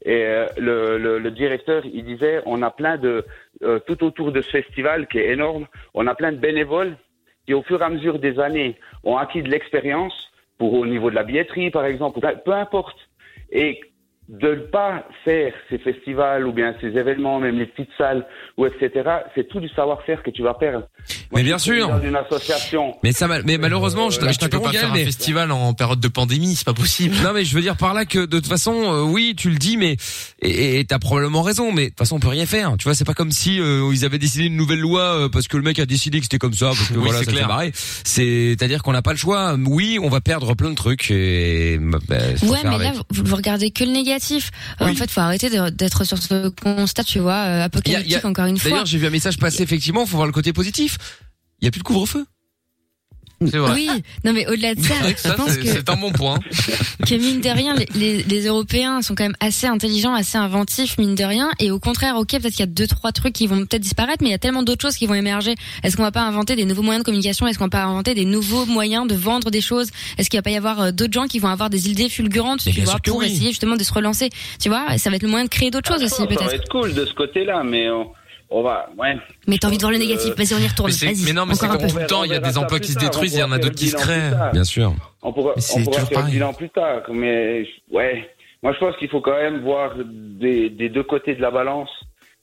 Et euh, le, le- le directeur, il disait, on a plein de, euh, tout autour de ce festival qui est énorme, on a plein de bénévoles qui, au fur et à mesure des années, ont acquis de l'expérience, pour au niveau de la billetterie, par exemple, ou peu- peu importe. Et de ne pas faire ces festivals ou bien ces événements, même les petites salles, ou etc., c'est tout du savoir-faire que tu vas perdre.
Mais bien sûr.
Dans une association,
Mais ça, mal- mais malheureusement, je,
Mais
je
tu peux
t'interromps,
pas
Gaël,
faire un
mais-
festival en période de pandémie, c'est pas possible.
Non, mais je veux dire par là que de toute façon, euh, oui, tu le dis, mais et- et et t'as probablement raison, mais de toute façon, on peut rien faire. Tu vois, c'est pas comme si euh, ils avaient décidé une nouvelle loi euh, parce que le mec a décidé que c'était comme ça, parce que
Oui,
voilà,
c'est
ça le fait
clair.
marrer. C'est, à dire qu'on n'a pas le choix. Oui, on va perdre plein de trucs. Et, bah, bah, faut
Ouais,
faire
mais là,
avec.
vous, vous regardez que le négatif. Euh, En fait, faut arrêter de- d'être sur ce constat, tu vois, euh,
Il y a-
apocalyptique
il y a-
encore une fois.
D'ailleurs, j'ai vu un message passer. Effectivement, faut voir le côté positif. Il y a plus de couvre-feu. C'est
Oui, non mais au-delà de ça, je pense que,
C'est un bon point.
que mine de rien, les, les- les Européens sont quand même assez intelligents, assez inventifs, mine de rien. Et au contraire, ok, peut-être qu'il y a deux, trois trucs qui vont peut-être disparaître, mais il y a tellement d'autres choses qui vont émerger. Est-ce qu'on va pas inventer des nouveaux moyens de communication Est-ce qu'on va pas inventer des nouveaux moyens de vendre des choses Est-ce qu'il va pas y avoir euh, d'autres gens qui vont avoir des idées fulgurantes, tu
bien
vois,
sûr que
pour
oui.
essayer justement de se relancer Tu vois, ça va être le moyen de créer d'autres choses aussi,
ça va
peut-être.
être cool de ce côté-là, mais on, on va. Ouais.
Mais t'as envie de voir le négatif, vas-y on y retourne,
Mais c'est-
vas-y.
mais non, mais c'est
encore un
comme
peu.
tout le temps, il y a des emplois qui se détruisent, il y en a d'autres qui se créent.
Bien sûr.
On pourra,
Mais c'est
on pourra
toujours
faire
pareil.
le bilan plus tard, mais je- ouais. Moi, je pense qu'il faut quand même voir des, des deux côtés de la balance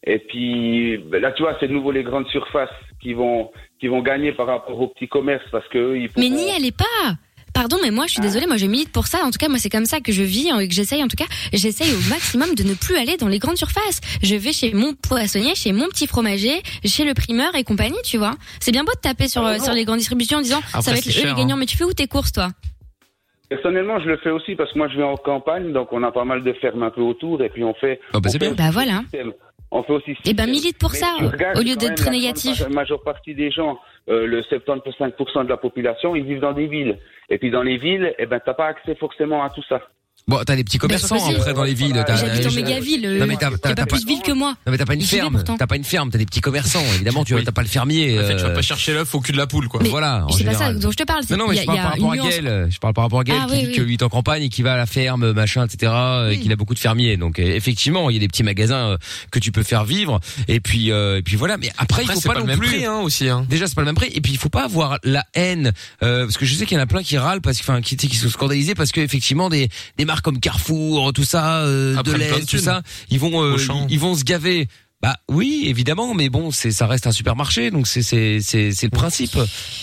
Et puis ben là, tu vois, c'est de nouveau les grandes surfaces qui vont qui vont gagner par rapport aux petits commerces parce que eux, ils
Mais n'y allez pas Pardon, mais moi je
Ah.
suis désolée, moi je milite pour ça. En tout cas, moi c'est comme ça que je vis et que j'essaye. En tout cas, j'essaye au maximum de ne plus aller dans les grandes surfaces. Je vais chez mon poissonnier, chez mon petit fromager, chez le primeur et compagnie, tu vois. C'est bien beau de taper sur,
Ah,
euh,
non.
sur les grandes distributions en disant
Après,
ça va
c'est
être eux
cher,
les gagnants,
hein.
mais tu fais où tes courses toi
Personnellement, je le fais aussi parce que moi, je vais en campagne, donc on a pas mal de fermes un peu autour, et puis on fait.
Ah,
on fait
Bah voilà.
système. On fait aussi.
Eh ben milite pour ça,
tu regardes
au lieu
quand
d'être
même
très
la grande
négatif.
maje- La majeure partie des gens, euh, le 75% de la population, ils vivent dans des villes. Et puis dans les villes, eh ben t'as pas accès forcément à tout ça.
Bon, t'as les petits
Bah,
commerçants
si.
après dans les villes. t'as-
J'habite en
euh,
méga-ville,
Non
euh,
mais t'as
y a
t'as-
pas
t'as pas
plus de villes que moi.
Non mais t'as pas une
J'y vais
ferme.
pourtant.
T'as pas une ferme. T'as des petits commerçants. Évidemment, tu t'as pas le fermier.
En fait, tu vas
euh,
pas chercher l'œuf au cul de la poule, quoi.
Mais Voilà, en
C'est pas ça
général.
dont je te parle.
Non, non, mais
il y
je
a-
parle
il y a
par rapport à
une nuance.
Gaël. Je parle par rapport à Gaël
Ah,
qui
oui,
dit
oui.
que lui est en campagne et qui va à la ferme, machin, etc. Et qu'il a beaucoup de fermiers. Donc, euh, effectivement, il y a des petits magasins euh, que tu peux faire vivre. Et puis, euh, et puis voilà. Mais après,
Après,
il faut
c'est
pas,
pas
non
le même
plus.
prix, hein, aussi,
Déjà, c'est pas le même prix. Et puis, il faut pas avoir la haine, euh, parce que je sais qu'il y en a plein qui râlent, parce que, enfin, qui, qui sont scandalisés, parce que effectivement, des, des marques comme Carrefour, tout ça, euh,
Ah,
de
prennent plein
l'Est,
de
tout
thunes.
ça, ils vont, euh,
Auchan.
ils vont se gaver. Bah oui, évidemment, mais bon, c'est ça reste un supermarché, donc c'est c'est c'est c'est le principe.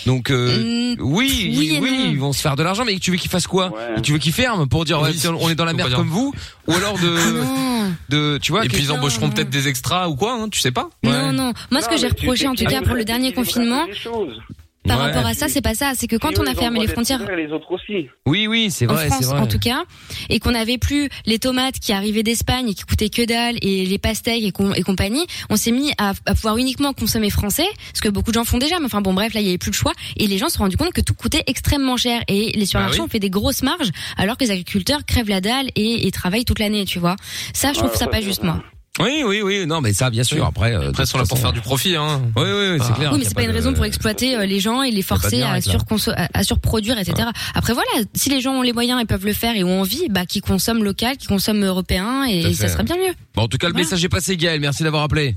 Donc euh, oui,
oui et
oui,
non.
ils vont se faire de l'argent, mais tu veux qu'ils fassent quoi Tu veux qu'ils ferment pour dire ouais,
Oui,
tiens, on est dans la
faut
merde
pas
comme
dire.
vous, ou alors
Ah,
Euh,
de de tu vois.
Et puis ils embaucheront peut-être
des extras ou quoi,
hein,
tu sais pas.
Non, non. Moi, ce que j'ai reproché, en tout cas, pour le dernier confinement, par
Ouais.
rapport à ça, c'est pas ça. C'est que quand on a fermé les frontières
les autres aussi.
Oui, oui, c'est
en
vrai, c'est
France,
vrai.
en tout cas, et qu'on n'avait plus les tomates qui arrivaient d'Espagne et qui coûtaient que dalle, et les pastèques et, com- et compagnie, on s'est mis à, à pouvoir uniquement consommer français, ce que beaucoup de gens font déjà. Mais enfin bon, bref, là, il y avait plus de choix, et les gens se sont rendus compte que tout coûtait extrêmement cher, et les surmarchés
Bah oui.
ont fait des grosses marges, alors que les agriculteurs crèvent la dalle et, et travaillent toute l'année, tu vois. Ça, je trouve Ah, ça pas juste, moi.
Oui, oui, oui. Non, mais ça, bien sûr. Après, euh, après,
sont là pour faire du profit, hein.
Oui, oui, oui,
Ah oui,
c'est clair. qu'il y
mais
a
c'est pas une
de-
raison pour exploiter euh, les gens et les forcer
bien
à,
règle, hein.
surconso- à- à surproduire, etc. Après, voilà, si les gens ont les moyens et peuvent le faire et ont envie, bah, qu'ils consomment local, qu'ils consomment européen
Tout à
et
fait.
ça serait bien mieux.
Bon, en tout cas, le message est passé, Gaël. Merci d'avoir appelé.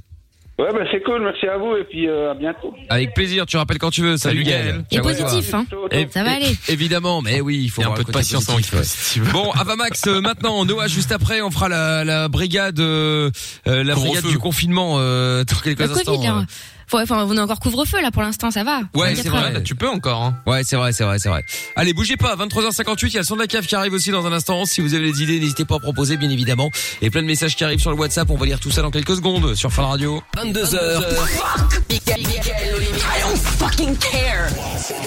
Ouais, ben c'est cool, merci à vous, et puis euh, à bientôt.
Avec plaisir, tu rappelles quand tu veux.
Salut,
Salut, Gaël.
Gaël.
Et
Ciao à toi.
positif, hein.
Et-
Ça va
et-
aller.
Évidemment, mais oui, il faut
Et un
avoir
peu de
côté
patience en
positif,
vrai,
ouais. Bon, Avamax, euh, maintenant, Noah, juste après, on fera la, la brigade, euh, euh, la brigade du confinement euh, dans quelques
Le
instants.
Covid, là. Faut- Enfin, on est encore couvre-feu, là, pour l'instant, ça va.
Ouais,
24
c'est
heures.
vrai. Tu peux encore. hein. Ouais, c'est vrai, c'est vrai, c'est vrai. Allez, bougez pas. 23h58, il y a le son de la cave qui arrive aussi dans un instant. Si vous avez des idées, n'hésitez pas à proposer, bien évidemment. Et plein de messages qui arrivent sur le WhatsApp. On va lire tout ça dans quelques secondes sur Fan Radio.
22h. Fuck Mickaël, Mickaël, no limite. I don't fucking care.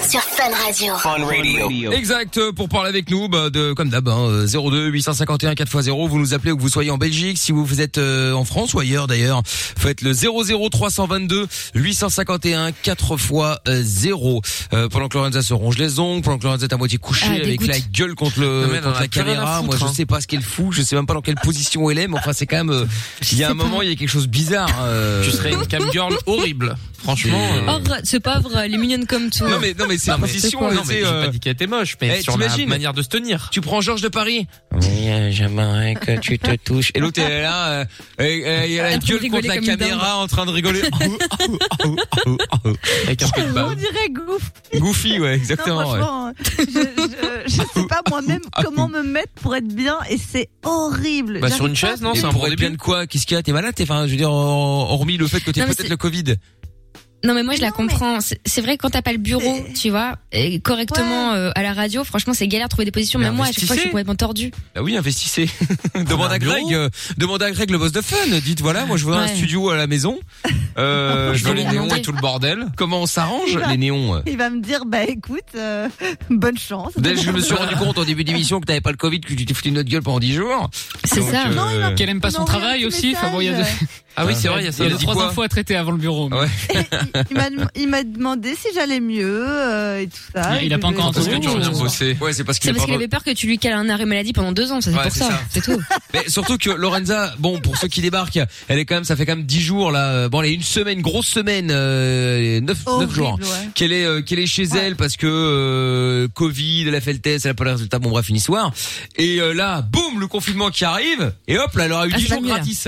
Sur Fun Radio. Fun Radio.
Exact, euh, pour parler avec nous, bah, de, comme d'hab, hein, euh, 02 851 4x0, vous nous appelez où que vous soyez en Belgique, si vous, vous êtes euh, en France ou ailleurs d'ailleurs, faites le 00 322 851 4x0. Euh, pendant que Lorenza se ronge les ongles, pendant que Lorenza est à moitié couchée
Ah,
avec
dégoûte.
la gueule contre, le,
Non, mais elle en
contre
a
la
plus rien à
caméra, moi
foutre,
je
hein.
sais pas ce qu'elle fout, je sais même pas dans quelle position elle est, mais enfin c'est quand même... euh, Il y a un moment, il y a quelque chose de bizarre. euh.
Tu serais une cam girl horrible. Franchement. euh,
Or, c'est pas vrai, elle est mignonne comme tout.
Non mais non mais c'est
Non,
une
mais-
position.
non, mais
tu sais,
j'ai
euh,
pas dit qu'elle était moche, mais
eh,
sur la
t'imagines
manière de se tenir.
Tu prends Georges de Paris Oui, euh, j'aimerais que tu te touches. Et l'autre, elle est là, euh, euh, euh, il a la
Elle
gueule
peut
contre
rigoler
la
comme une
caméra
dinde.
en train de rigoler. Avec un peu de
On
bave.
dirait gouffre.
Goofy, ouais,
Non,
exactement. ouais. Ah,
franchement, hein, je, je, je sais pas moi-même comment me mettre pour être bien et c'est horrible.
Bah,
J'arrive
sur une
pas
chaise,
à
non, c'est un
trouver-
bon début. de quoi Qu'est-ce qu'il y a T'es malade T'es- Enfin, je veux dire, hormis le fait que t'aies
Non, mais
peut-être
c'est-
le Covid.
Non mais moi je la comprends. C'est- C'est vrai que quand t'as pas le bureau, tu vois, et correctement euh, à la radio, franchement c'est galère de trouver des positions.
Mais
Même moi à chaque fois je
investissez.
suis complètement tordue.
Bah oui, investissez. demande à Greg, euh, demande à Greg le boss de fun. Dites voilà, moi je veux un
Ouais.
studio à la maison. Euh, je veux les néons et tout le bordel. Comment on s'arrange
Il va-
les néons euh
Il va me dire, bah écoute, euh, bonne chance.
Dès que je me suis rendu compte en début d'émission que t'avais pas le Covid, que tu t'es foutu de notre gueule pendant 10 jours.
C'est
Donc,
ça.
euh,
Ah, Non, il m'a- Qu'elle aime pas
il
son
m'a envoyé
travail
un petit
aussi, enfin, bon, il y a
message.
de-
Ah oui, c'est vrai, il y a ça.
Il y a
Elle dit
trois
quoi
infos à traiter avant le bureau. mais-
Il m'a dem- Il m'a demandé si j'allais mieux euh, et tout ça.
Il a pas encore entendu que tu reviens
bosser. Ouais, c'est parce qu'il
C'est
est
parce
pas
qu'il avait peur que tu lui cales un arrêt maladie pendant deux ans. Ça c'est
Ouais,
pour
c'est
ça.
ça.
C'est tout.
Mais surtout que Lorenza, bon, pour ceux qui débarquent, elle est quand même, ça fait quand même 10 jours là, euh, bon, elle est une semaine, grosse semaine, euh, 9,
Horrible,
jours,
ouais.
qu'elle est, euh, qu'elle est chez elle parce que euh, Covid, elle a fait le test, elle a pas le résultat, bon bref, une histoire. Et euh, là, boum, le confinement qui arrive, et hop, là, elle aura eu
Ah,
10
c'est
jours
pas mieux, là.
gratis.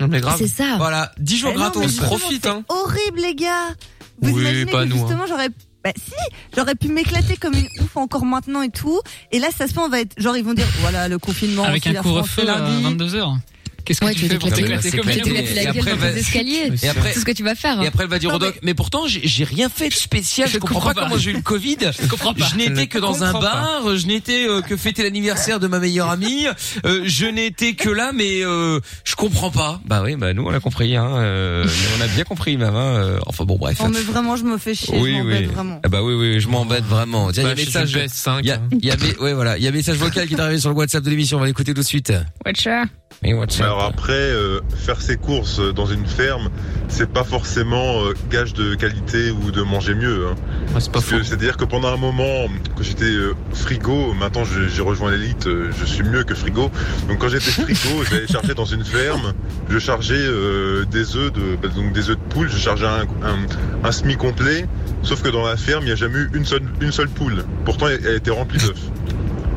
Non mais grave.
C'est ça.
Voilà, 10 jours
Eh non, mais
gratos,
justement,
profite. Hein.
c'est Horrible les gars. Vous
Oui,
imaginez
pas
que
nous, hein.
justement j'aurais bah si, j'aurais pu m'éclater comme une ouf encore maintenant et tout. Et là ça se fait on va être genre ils vont dire voilà le confinement
Avec
c'est
un
la France,
couvre-feu
c'est
à
lundi.
22h. Qu'est-ce que
Ouais,
tu,
tu vas
fais pour
t'éclater.
t'éclater
C'est
comme
clair.
une
Et
Tu la
après,
gueule dans
va-
tes escaliers.
Et après-
C'est ce que tu vas faire.
Et après, elle va dire au doc, mais pourtant, j'ai j'ai rien fait de spécial. Je, comprends pas,
comprends pas.
comment j'ai eu le Covid. Je
comprends pas.
Je n'étais que dans un
Comprends
bar. Je n'étais euh, que fêter l'anniversaire de ma meilleure amie. Euh, je n'étais que là, mais euh, je comprends pas. Bah oui, bah nous on l'a compris. Hein, euh, on a bien compris même. Hein, euh, enfin bon, bref.
Oh, mais vraiment, je me fais chier. je
Oui,
m'embête
oui.
vraiment.
Ah bah oui, oui, je hein. m'embête vraiment. Tiens, il
Bah,
y a
je
un message.
suis le best, cinq,
Il y a, il y a mes- ouais, voilà, il y a un message vocal qui est arrivé sur le WhatsApp de l'émission. On va l'écouter tout de suite.
Watcher.
Oui, WhatsApp.
Alors après, euh, faire ses courses euh, dans une ferme, c'est pas forcément euh, gage de qualité ou de manger mieux. hein. Parce que C'est-à-dire que pendant un moment, quand j'étais euh, frigo, maintenant je- j'ai rejoint l'élite, euh, je suis mieux que frigo. Donc quand j'étais frigo, j'allais chercher dans une ferme, je chargeais euh, des œufs de, bah, donc des œufs de poule, je chargeais un, un- un semi complet. Sauf que dans la ferme, il n'y a jamais eu une seule, une seule poule. Pourtant, elle elle était remplie d'œufs.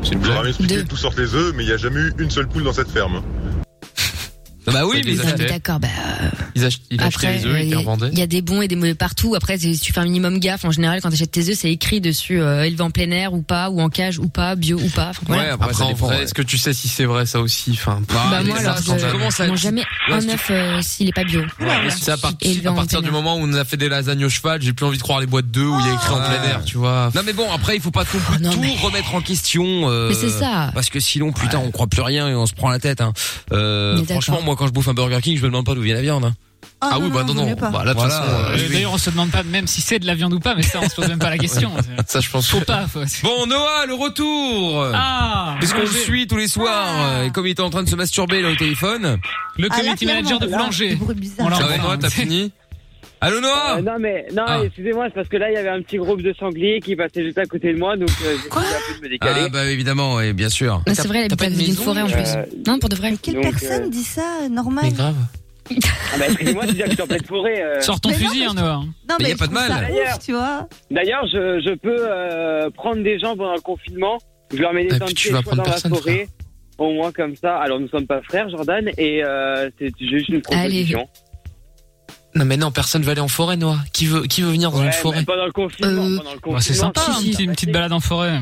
Je leur avais expliqué d'où sortent les œufs, mais il n'y a jamais eu une seule poule dans cette ferme.
Bah
oui, mais ils
Ah, mais
achetaient.
D'accord, bah,
Ils ach- ils achetaient
après,
les
euh,
œufs, ils
il
les
y a-
revendaient.
il y, a des bons et des mauvais partout. Après, si tu fais un minimum gaffe, en général, quand t'achètes tes œufs, c'est écrit dessus, euh, élevé en plein air ou pas, ou en cage ou pas, bio ou pas. Enfin, voilà.
après, en vrai, est-ce que tu sais si c'est vrai ça aussi Enfin,
bah, moi, alors, je, je mange jamais un œuf euh, s'il est pas bio. Voilà.
C'est à, part-
Élevé
à
en
partir du moment où on a fait des lasagnes au cheval, j'ai plus envie de croire les boîtes d'œufs où il y a écrit en plein air, tu vois.
Ah.
Ah,
Non mais bon, après il faut pas tout, tout remettre en question. euh,
Mais c'est ça.
Parce que sinon, putain, on croit plus rien et on se prend la tête. Hein. Euh,
On est d'accord.
franchement, moi quand je bouffe un Burger King, je me demande pas d'où vient la viande. hein.
Ah non, non, vaut mieux pas.
Bah, là, de toute
Voilà.
façon, euh,
Euh, D'ailleurs, on se demande pas même si c'est de la viande ou pas, mais ça, on se pose même pas la question.
Ça, je pense.
Faut pas.
Bon, Noah, le retour
Ah
Puisqu'on le
Roger.
suit tous les soirs, euh, et comme il était en train de se masturber là au téléphone.
Le Ah, là, community manager de clairement, là, Boulanger. c'est bizarre. On l'a
Ah ouais,
entendu.
Noah, t'as fini Allô, Noah
Euh, Non, mais non,
Ah.
excusez-moi, c'est parce que là, il y avait un petit groupe de sangliers qui passait juste à côté de moi, donc euh, j'ai essayé un peu de me décaler.
Ah bah évidemment, et bien sûr.
Bah,
Non, c'est vrai, elle habite dans une forêt en plus.
Euh,
Non, pour de vrai.
Quelle
Donc,
personne
euh,
dit ça Normal.
grave.
Ah bah, excusez-moi, c'est déjà que je suis en pleine forêt. euh.
Sors ton Mais non, fusil, mais hein, je- Noah.
Non,
mais
mais,
y a pas de
je trouve
mal.
ça ouf, tu vois.
D'ailleurs, je, je peux euh, prendre des gens pendant le confinement, je leur mets des
Ah,
temps de
puis tu
pied
vas
je crois, dans
prendre personne,
la forêt, au moins comme ça. Alors, nous sommes pas frères, Jordan, et euh, c'est juste une proposition.
Non mais non, personne va aller en forêt, Noah. Qui veut, qui veut venir dans
Ouais,
une forêt
mais pendant le confinement, pendant le confinement.
c'est sympa,
si,
un
si.
petit- une petite balade en forêt.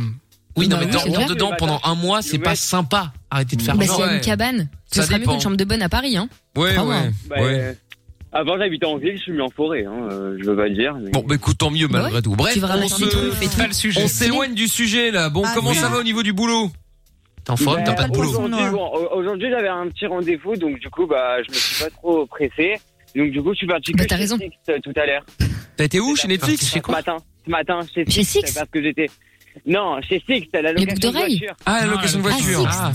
Oui, non,
Bah
mais
oui, c'est
dormir
clair.
dedans pendant un mois, c'est pas sympa. Arrêtez de faire
Bah,
genre.
s'il y a une cabane, ce
Ça
serait mieux
dépend.
qu'une chambre de bonne à Paris, hein.
Ouais,
Vraiment.
ouais.
Bah, euh, avant, j'habitais en ville, je suis mis en forêt, hein, euh, je veux pas le dire. mais-
Bon, bah écoute, tant mieux malgré tout. Bref,
Tu vas
on
ramasser des trucs et tout. Pas le
se-
sujet.
on s'éloigne du sujet là. Bon,
Ah,
comment
oui.
ça va au niveau du boulot T'es en forme,
Ben,
t'as pas de boulot.
Aujourd'hui, bon, au- aujourd'hui, j'avais un petit rendez-vous, donc du coup, bah, je me suis pas trop pressé. Donc du coup, je suis parti que chez Six, euh, tout à l'heure.
T'as été où chez Netflix
Ce matin, ce matin, chez Six. Parce que j'étais. Non, chez Six, t'as la location de voiture.
Ah, la location de voiture. Ah.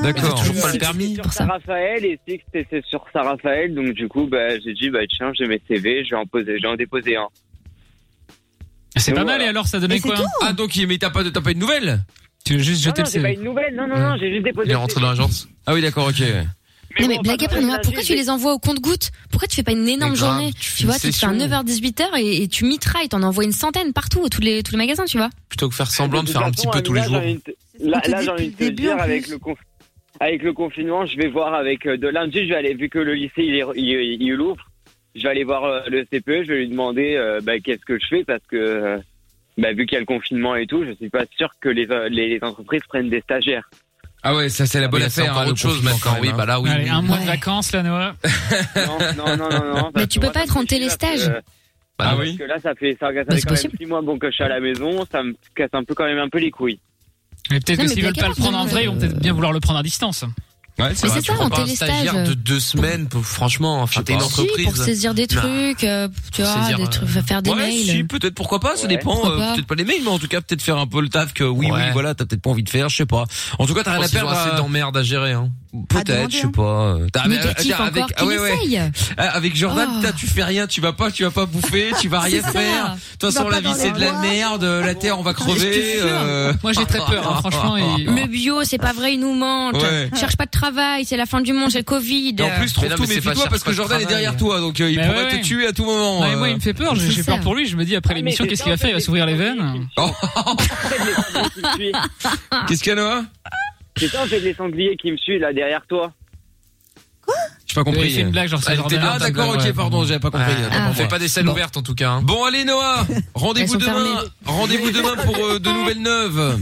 D'accord.
Toujours pas le permis sur Saint-Raphaël et Six, c'est sur Saint-Raphaël. Donc du coup, bah, j'ai dit, bah tiens, j'ai mes CV, je vais en poser, je vais en déposer un.
C'est
Donc,
pas
voilà.
mal, et alors, ça donnait quoi hein
Ah donc mais t'as pas t'as pas une nouvelle
Tu veux juste
Non,
jeter
non,
le
j'ai pas
CV.
une nouvelle. Non, non, non, j'ai juste déposé. le CV.
l'agence. Ah oui, d'accord, ok.
non mais blague à part, Noah, pourquoi tu les envoies au compte-gouttes Pourquoi tu fais pas une énorme
Mais grave,
journée
tu fais
Tu vois,
une
tu te fais un
session.
9h-18h et, et tu mitrailles, t'en envoies une centaine partout, à tous les, tous les magasins, tu vois.
Plutôt que faire semblant de
toute
faire un
façon,
petit peu tous les
Amina,
jours.
j'ai envie de- Là,
On te
là,
dit
j'ai
depuis
envie de te
le début,
dire,
en
avec
plus.
le, conf- avec le confinement, je vais voir avec euh, de lundi, je vais aller, vu que le lycée il, est, il, il ouvre, je vais aller voir euh, le CPE, je vais lui demander euh, bah, qu'est-ce que je fais parce que, euh, bah, vu qu'il y a le confinement et tout, je suis pas sûr que les, euh, les, les entreprises prennent des stagiaires.
Ah ouais, ça c'est la bonne
là, c'est
affaire.
encore
hein, le
autre chose
confinement,
maintenant,
quand même,
oui,
hein.
bah là, oui,
Allez, un mois de vacances, là, Noah.
Non, non, non, non. non
Mais tu peux pas euh, Bah, être en
parce
télestage.
que-
Bah
euh, parce
oui.
que là, ça fait, ça, ça fait quand même 6 mois bon, que je suis à la maison, ça me casse un peu quand même un peu les couilles.
Mais peut-être
Non,
que
mais
s'ils veulent
Black
pas le
Hat,
prendre en
euh,
vrai, ils vont peut-être bien vouloir le prendre à distance.
Ouais,
c'est Mais vrai, c'est tu ça, prends en pas un télestage. stagiaire de
de deux semaines, pour- franchement, enfin, t'es une
Ah, Si,
entreprise.
pour saisir des
Non.
trucs, euh, tu vois,
saisir,
des
euh,
trucs, faire des
ouais,
mails.
si, peut-être, pourquoi pas, ça
Ouais.
dépend.
Pourquoi
euh,
pas.
peut-être pas les mails, mais en tout cas, peut-être faire un peu le taf que oui, oui, voilà, t'as peut-être pas envie de faire, je sais pas. En tout cas, t'as
Je
rien à
pense qu'ils
perdre.
ont assez
à-
d'emmerdes à gérer, hein.
Peut-être, je sais pas. euh, t'as-
Négatif
attends,
encore, qu'il essaye.
Ah, Avec Jordan,
Oh.
t'as- tu fais rien, tu vas pas, tu vas pas bouffer, tu vas rien
C'est ça.
faire. De
Tu
toute façon,
vas pas
la vie
dans
c'est
les
de la
bois.
merde, euh, la terre on va crever. euh.
Moi, j'ai très peur, hein, franchement, et-
Le bio, c'est pas vrai, ils nous mentent.
Ouais.
Cherche pas de travail, c'est la fin du monde, c'est le Covid.
Et en plus, trouve
Mais non,
tout,
mais c'est pas
méfie-toi
cher,
parce
c'est
que
pas
Jordan
le
est
travail.
derrière toi, donc euh, il
Bah
pourrait
ouais, ouais.
te tuer à tout moment.
Ouais, moi,
euh.
il me fait peur, j'ai j'ai peur pour lui. Je me dis, après l'émission, qu'est-ce qu'il va faire Il va s'ouvrir les veines.
Qu'est-ce qu'il y a, Noah
C'est ça, en fait, les sangliers qui me suivent là derrière toi.
Je pas compris.
Il fait une blague, genre, c'est
Ah,
genre
t'es-
de
Ah,
merde,
d'accord,
ouais.
ok, pardon, j'avais pas compris.
Ah.
D'accord,
On fait
ouais.
pas
des scènes
Bon.
ouvertes, en tout cas, hein.
Bon, allez, Noah! Ah, Rendez-vous
Elles sont
demain!
fermées.
Rendez-vous demain pour euh, de nouvelles neuves!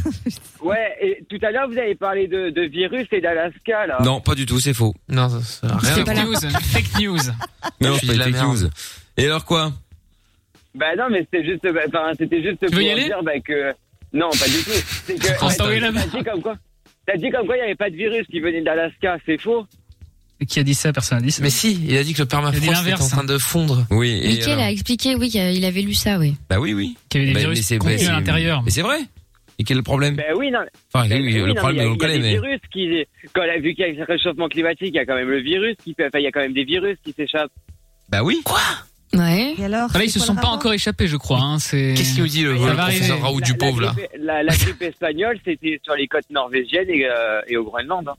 Ouais, et tout à l'heure, vous avez parlé de, de virus et d'Alaska, là.
Non, pas du tout, c'est faux. Ah. Non, ça
Fake news. Fake news.
Non,
Je
c'est
dis de la
fake
merde.
news. Et alors quoi?
Bah non, mais c'était juste, bah, enfin, c'était juste pour dire bah, que non, pas du tout. C'est que
On s'est envoyé
t'as
la
dit comme quoi, t'as dit comme quoi il n'y avait pas de virus qui venait d'Alaska, c'est faux.
Qui a dit ça Personne n'a dit ça.
Mais si, il a dit que le permafrost était en
l'inverse.
train de fondre.
Oui,
Mickaël a expliqué, oui, euh, il avait lu ça, oui.
Bah oui, oui.
Qu'il y avait des
Bah,
virus
mais c'est-
contenus
bah,
à
c'est-
l'intérieur.
Mais c'est vrai. Et quel est le problème
Ben oui, non.
Enfin, Ah, oui,
ben
oui,
non,
le
mais
problème,
il y a-
on le
Il
connaît,
y a
mais.
des virus qui, quand on a vu qu'il y a le réchauffement climatique, il y a quand même le virus qui, enfin, il y a quand même des virus qui s'échapent.
Bah oui.
Quoi
Ouais.
Et alors
Ah Là, ils se sont pas encore échappés, je crois. Hein. Qu'est-ce
qu'il nous dit le,
ça
le
va arriver.
professeur Raoult du pauvre là
grippe- La, la grippe espagnole, c'était sur les côtes norvégiennes et, euh, et au Groenland. hein.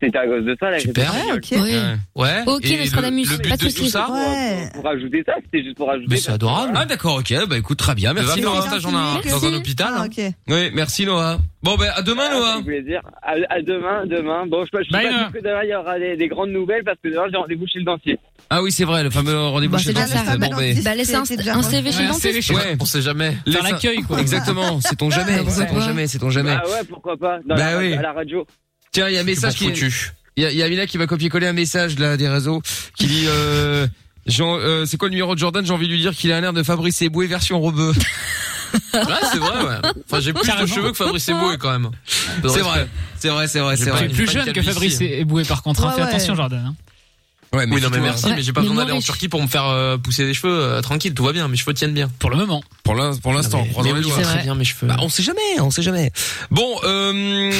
C'était à cause de ça la grippe
Super.
espagnole.
Ouais.
Ok,
Et
Nostradamus,
le, le but
pas de
de tout
soucis.
ça,
Ouais. Pour ajouter ça, c'était juste pour ajouter.
Mais c'est adorable. Ah d'accord, ok, bah écoute, très bien,
Il va
merci
faire un
Noah.
stage dans un- dans un hôpital, hein.
Oui, merci Noah. Bon ben à demain Noah.
Avec plaisir. À, à demain, demain. Bon, je, je suis pas sûr que demain il y aura des, des grandes nouvelles parce que demain j'ai rendez-vous chez le dentier.
Ah oui, c'est vrai, le fameux rendez-vous
Bah,
chez
c'est
le
bien
dentiste.
ça.
Bon, ben,
Bah, laissez un, un CV chez le dentiste.
Ouais, on sait jamais.
Faire
Les-
l'accueil, quoi.
Exactement, c'est ton jamais,
bah,
Ouais,
c'est ton
ouais.
jamais, c'est ton jamais.
Ah ouais, pourquoi pas dans
Bah
la,
oui.
À la radio.
Tiens, il y a un message
pas
qui
foutu.
Il y a, il y a Mila qui va copier-coller un message là des réseaux qui dit euh, Jean, euh, c'est quoi le numéro de Jordan J'ai envie de lui dire qu'il a un air de Fabrice Eboué version rebeu.
Ouais, c'est vrai, ouais. Enfin, j'ai plus de
Carrément.
cheveux que Fabrice Eboué quand même.
C'est vrai, c'est vrai, c'est vrai,
J'ai
c'est
pas
vrai.
une-
Plus
Pas
jeune
une
que Fabrice
calvitie.
Eboué, par contre. hein.
Ouais,
Fais
ouais.
attention, Jordan. hein.
Ouais, euh,
oui, non, mais
dis-toi.
merci,
Ouais.
mais j'ai pas
Mais
besoin d'aller en
Maurice.
Turquie pour me faire euh, pousser les cheveux. euh, tranquille, tout va bien, mes cheveux tiennent bien. Ah,
Pour le moment.
Pour l'instant, pour l'instant,
mais,
croisons
mais
les
oui,
doigts.
c'est
C'est
très
vrai.
bien mes cheveux.
Bah, on sait jamais, on sait jamais. Bon, euh,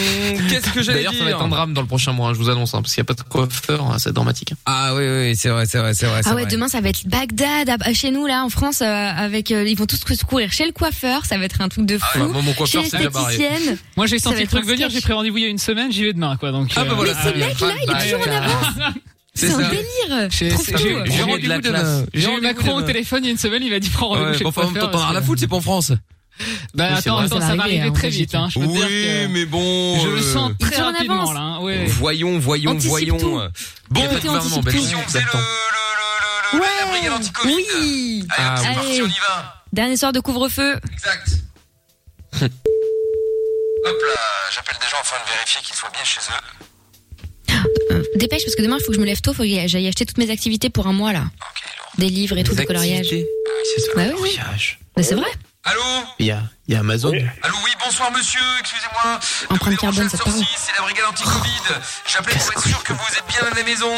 qu'est-ce que j'allais
D'ailleurs, ça va
dire
être un drame dans le prochain mois, hein, je vous annonce, hein, parce qu'il n'y a pas de coiffeur, hein, c'est dramatique.
Ah oui, oui, c'est vrai, c'est vrai, c'est vrai.
Ah ouais, demain ça va être Bagdad à- à chez nous là en France euh, avec euh, ils vont tous se courir chez le coiffeur, ça va être un truc
Ah,
de fou.
bah,
chez l'esthéticienne.
Moi, j'ai
Ça
senti
va
le
être
truc
un
venir, j'ai pris rendez-vous il y a une semaine, j'y vais demain, quoi. Donc,
Ah, bah voilà, Mais ce très bien. mec-là, il est Bye. toujours en
avance.
C'est un délire.
J'ai
Je trouve tout.
j'ai- j'ai
J'ai
rendez-vous
de la
demain.
classe.
J'ai
J'ai
eu
rendez-vous
Macron au
demain.
téléphone il y a une semaine, il m'a dit prends rendez-vous
Ouais,
chez
bon,
le
enfin, en même temps,
coiffeur,
t'en as la
parce que-
foot, c'est pas en France.
Bah
Oui, c'est
attends,
vrai.
attends, ça va arriver très vite. Hein, je peux te
Oui,
dire que-
mais bon.
Je le
euh,
sens
il
très
tourne
rapidement,
avance.
là. hein, ouais.
Voyons, voyons,
Anticipe
voyons.
tout. Il
Bon,
y a pas de
gouvernement
gouvernement,
en Belgique,
anticipe tout.
on attend.
Oui.
Ah,
Allez. Dernier soir de couvre-feu.
Exact.
Hop là, j'appelle des gens afin de vérifier qu'ils soient bien chez eux.
Dépêche parce que demain il faut que je me lève tôt, faut que j'aille acheter toutes mes activités pour un mois là. Des livres et tout, des coloriages.
Ah
Bah oui, oui. Bah c'est vrai.
Allô
Il y a, il y a Amazon.
Allô, oui, bonsoir monsieur, excusez-moi.
Empreinte carbone, ça te parle.
C'est la brigade anti-Covid. J'appelle pour être sûr que vous êtes bien à la maison.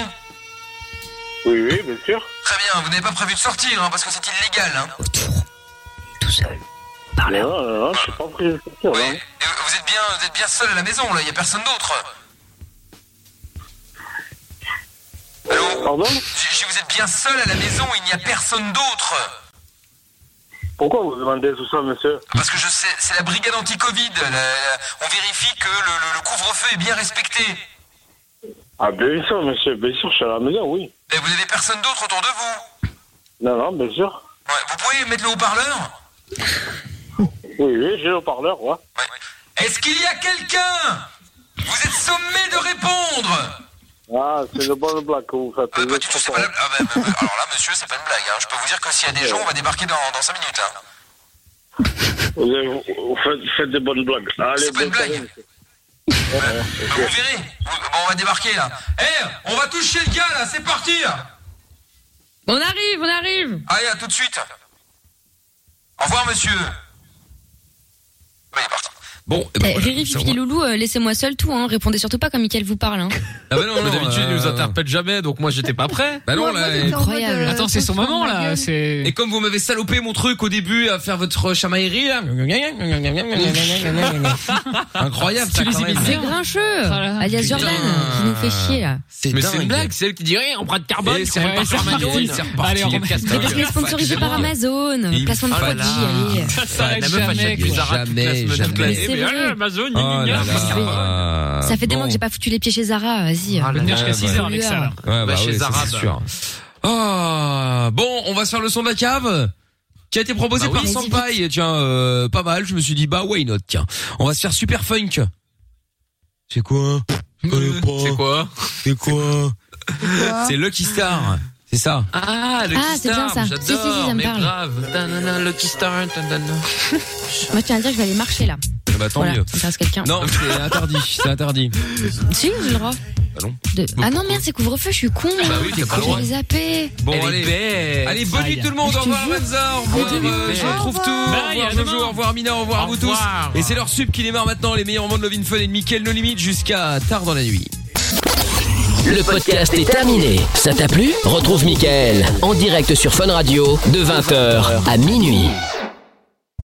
Oui, oui, bien sûr.
Très bien, vous n'avez pas prévu de sortir, hein, parce que c'est illégal. Hein.
Tout seul.
Par là. Non, non, je suis pas pris de sortir, hein. là.
Et vous êtes bien, vous êtes bien seul à la maison, là, il n'y a personne d'autre. Allô
Pardon
Je- je- Vous êtes bien seul à la maison, il n'y a personne d'autre.
Pourquoi vous demandez tout ça, monsieur
Parce que je sais, c'est la brigade anti-Covid. la- la- on vérifie que le, le- le couvre-feu est bien respecté.
Ah, bien sûr, monsieur, bien sûr, je suis à la maison, oui.
Et vous n'avez personne d'autre autour de vous.
Non, non, bien sûr.
Ouais, vous pouvez mettre le haut-parleur
Oui, oui, j'ai le parleur, ouais.
Est-ce qu'il y a quelqu'un Vous êtes sommé de répondre
Ah, c'est le bon blague que vous faites.
Pas du tout, c'est pas la- ah, bah, bah, bah, Alors là, monsieur, c'est pas une blague. hein. Je peux vous dire que s'il y a des gens, on va débarquer dans, dans 5 minutes. hein.
Vous, avez- vous faites, faites des bonnes blagues. Allez,
C'est pas une
bonne
blague.
soirée, monsieur. Ouais, ouais,
Bah,
ok.
vous verrez. Vous- bon, on va débarquer là. Eh, on va toucher le gars là, c'est parti
On arrive, on arrive.
Allez, à tout de suite. Au revoir, monsieur. Oui, il est parti. Bon,
Eh, Riri, Fifi, Loulou, euh, laissez-moi seul tout. Hein. Répondez surtout pas comme Mickaël vous parle. Hein.
Ah bah non,
Mais
non,
d'habitude,
euh,
il nous interpelle jamais, donc moi j'étais pas prêt.
Bah non, Ouais, là, moi, j'étais il- en
Incroyable. mode, euh,
Attends, c'est son moment là. C'est.
Et comme vous m'avez salopé mon truc au début à faire votre chamaillerie, hein. là. incroyable, ça,
Tu les
quand même.
imites
C'est
bien.
grincheux. Alias
Putain.
Jordan, qui nous fait chier là.
Mais c'est
dingue.
une blague, c'est elle qui dit rien, empreinte carbone,
Et
c'est
c'est
reparti,
reparti,
Armagnon,
c'est
c'est
reparti,
reparti,
les
les
casques.
casques.
Mais parce qu'il est sponsorisé par Amazon.
Il
Placement de
fallait-
produits. allez.
Ça
s'arrête
jamais,
jamais, quoi.
jamais, jamais.
Mais c'est
Eh ben,
vrai.
Amazon,
Oh là
gna, gna,
là.
gna, gna.
Ça fait des
Ah Bon. Ah
mois que j'ai pas foutu les pieds chez Zara. Vas-y.
On va venir jusqu'à
ouais,
6 heures
ouais.
avec ça. là.
Ouais, bah
chez
oui, ça,
Zara,
c'est
bah.
sûr. Ah, bon, on va se faire le son de la cave qui a été proposé
Bah
par
oui.
Senpai. Tiens, euh, pas mal. Je me suis dit, bah, why not, tiens. On va se faire super funk. Euh, C'est quoi Je connais pas.
C'est quoi
C'est quoi C'est Lucky Star. C'est ça.
Ah, Lucky
Ah, c'est bien
Star,
ça. Si, si, si,
j'adore,
ça me
mais
parle.
grave. Tanana, Lucky Star, tanana.
Moi, je tiens à dire que je vais aller marcher là.
Ah Bah, tant
Voilà,
mieux.
ça intéresse quelqu'un.
Non, c'est interdit. C'est interdit.
Si, j'ai le droit.
Bah non.
De- Ah non, merde, c'est couvre-feu, je suis con.
Bah oui, t'as pas le droit.
J'ai zappé.
Bon, allez. Allez, bonne nuit tout le monde. Au revoir, Renza. Au revoir, euh, je retrouve tout. Au revoir, Jojo. Au revoir, Mina. Au revoir à vous tous. Et c'est leur sub qui démarre maintenant. Les meilleurs moments de Lovin Fun et de Mickaël No Limite jusqu'à tard dans la nuit.
Le podcast est terminé. Ça t'a plu Retrouve Mickaël en direct sur Fun Radio de 20h à minuit.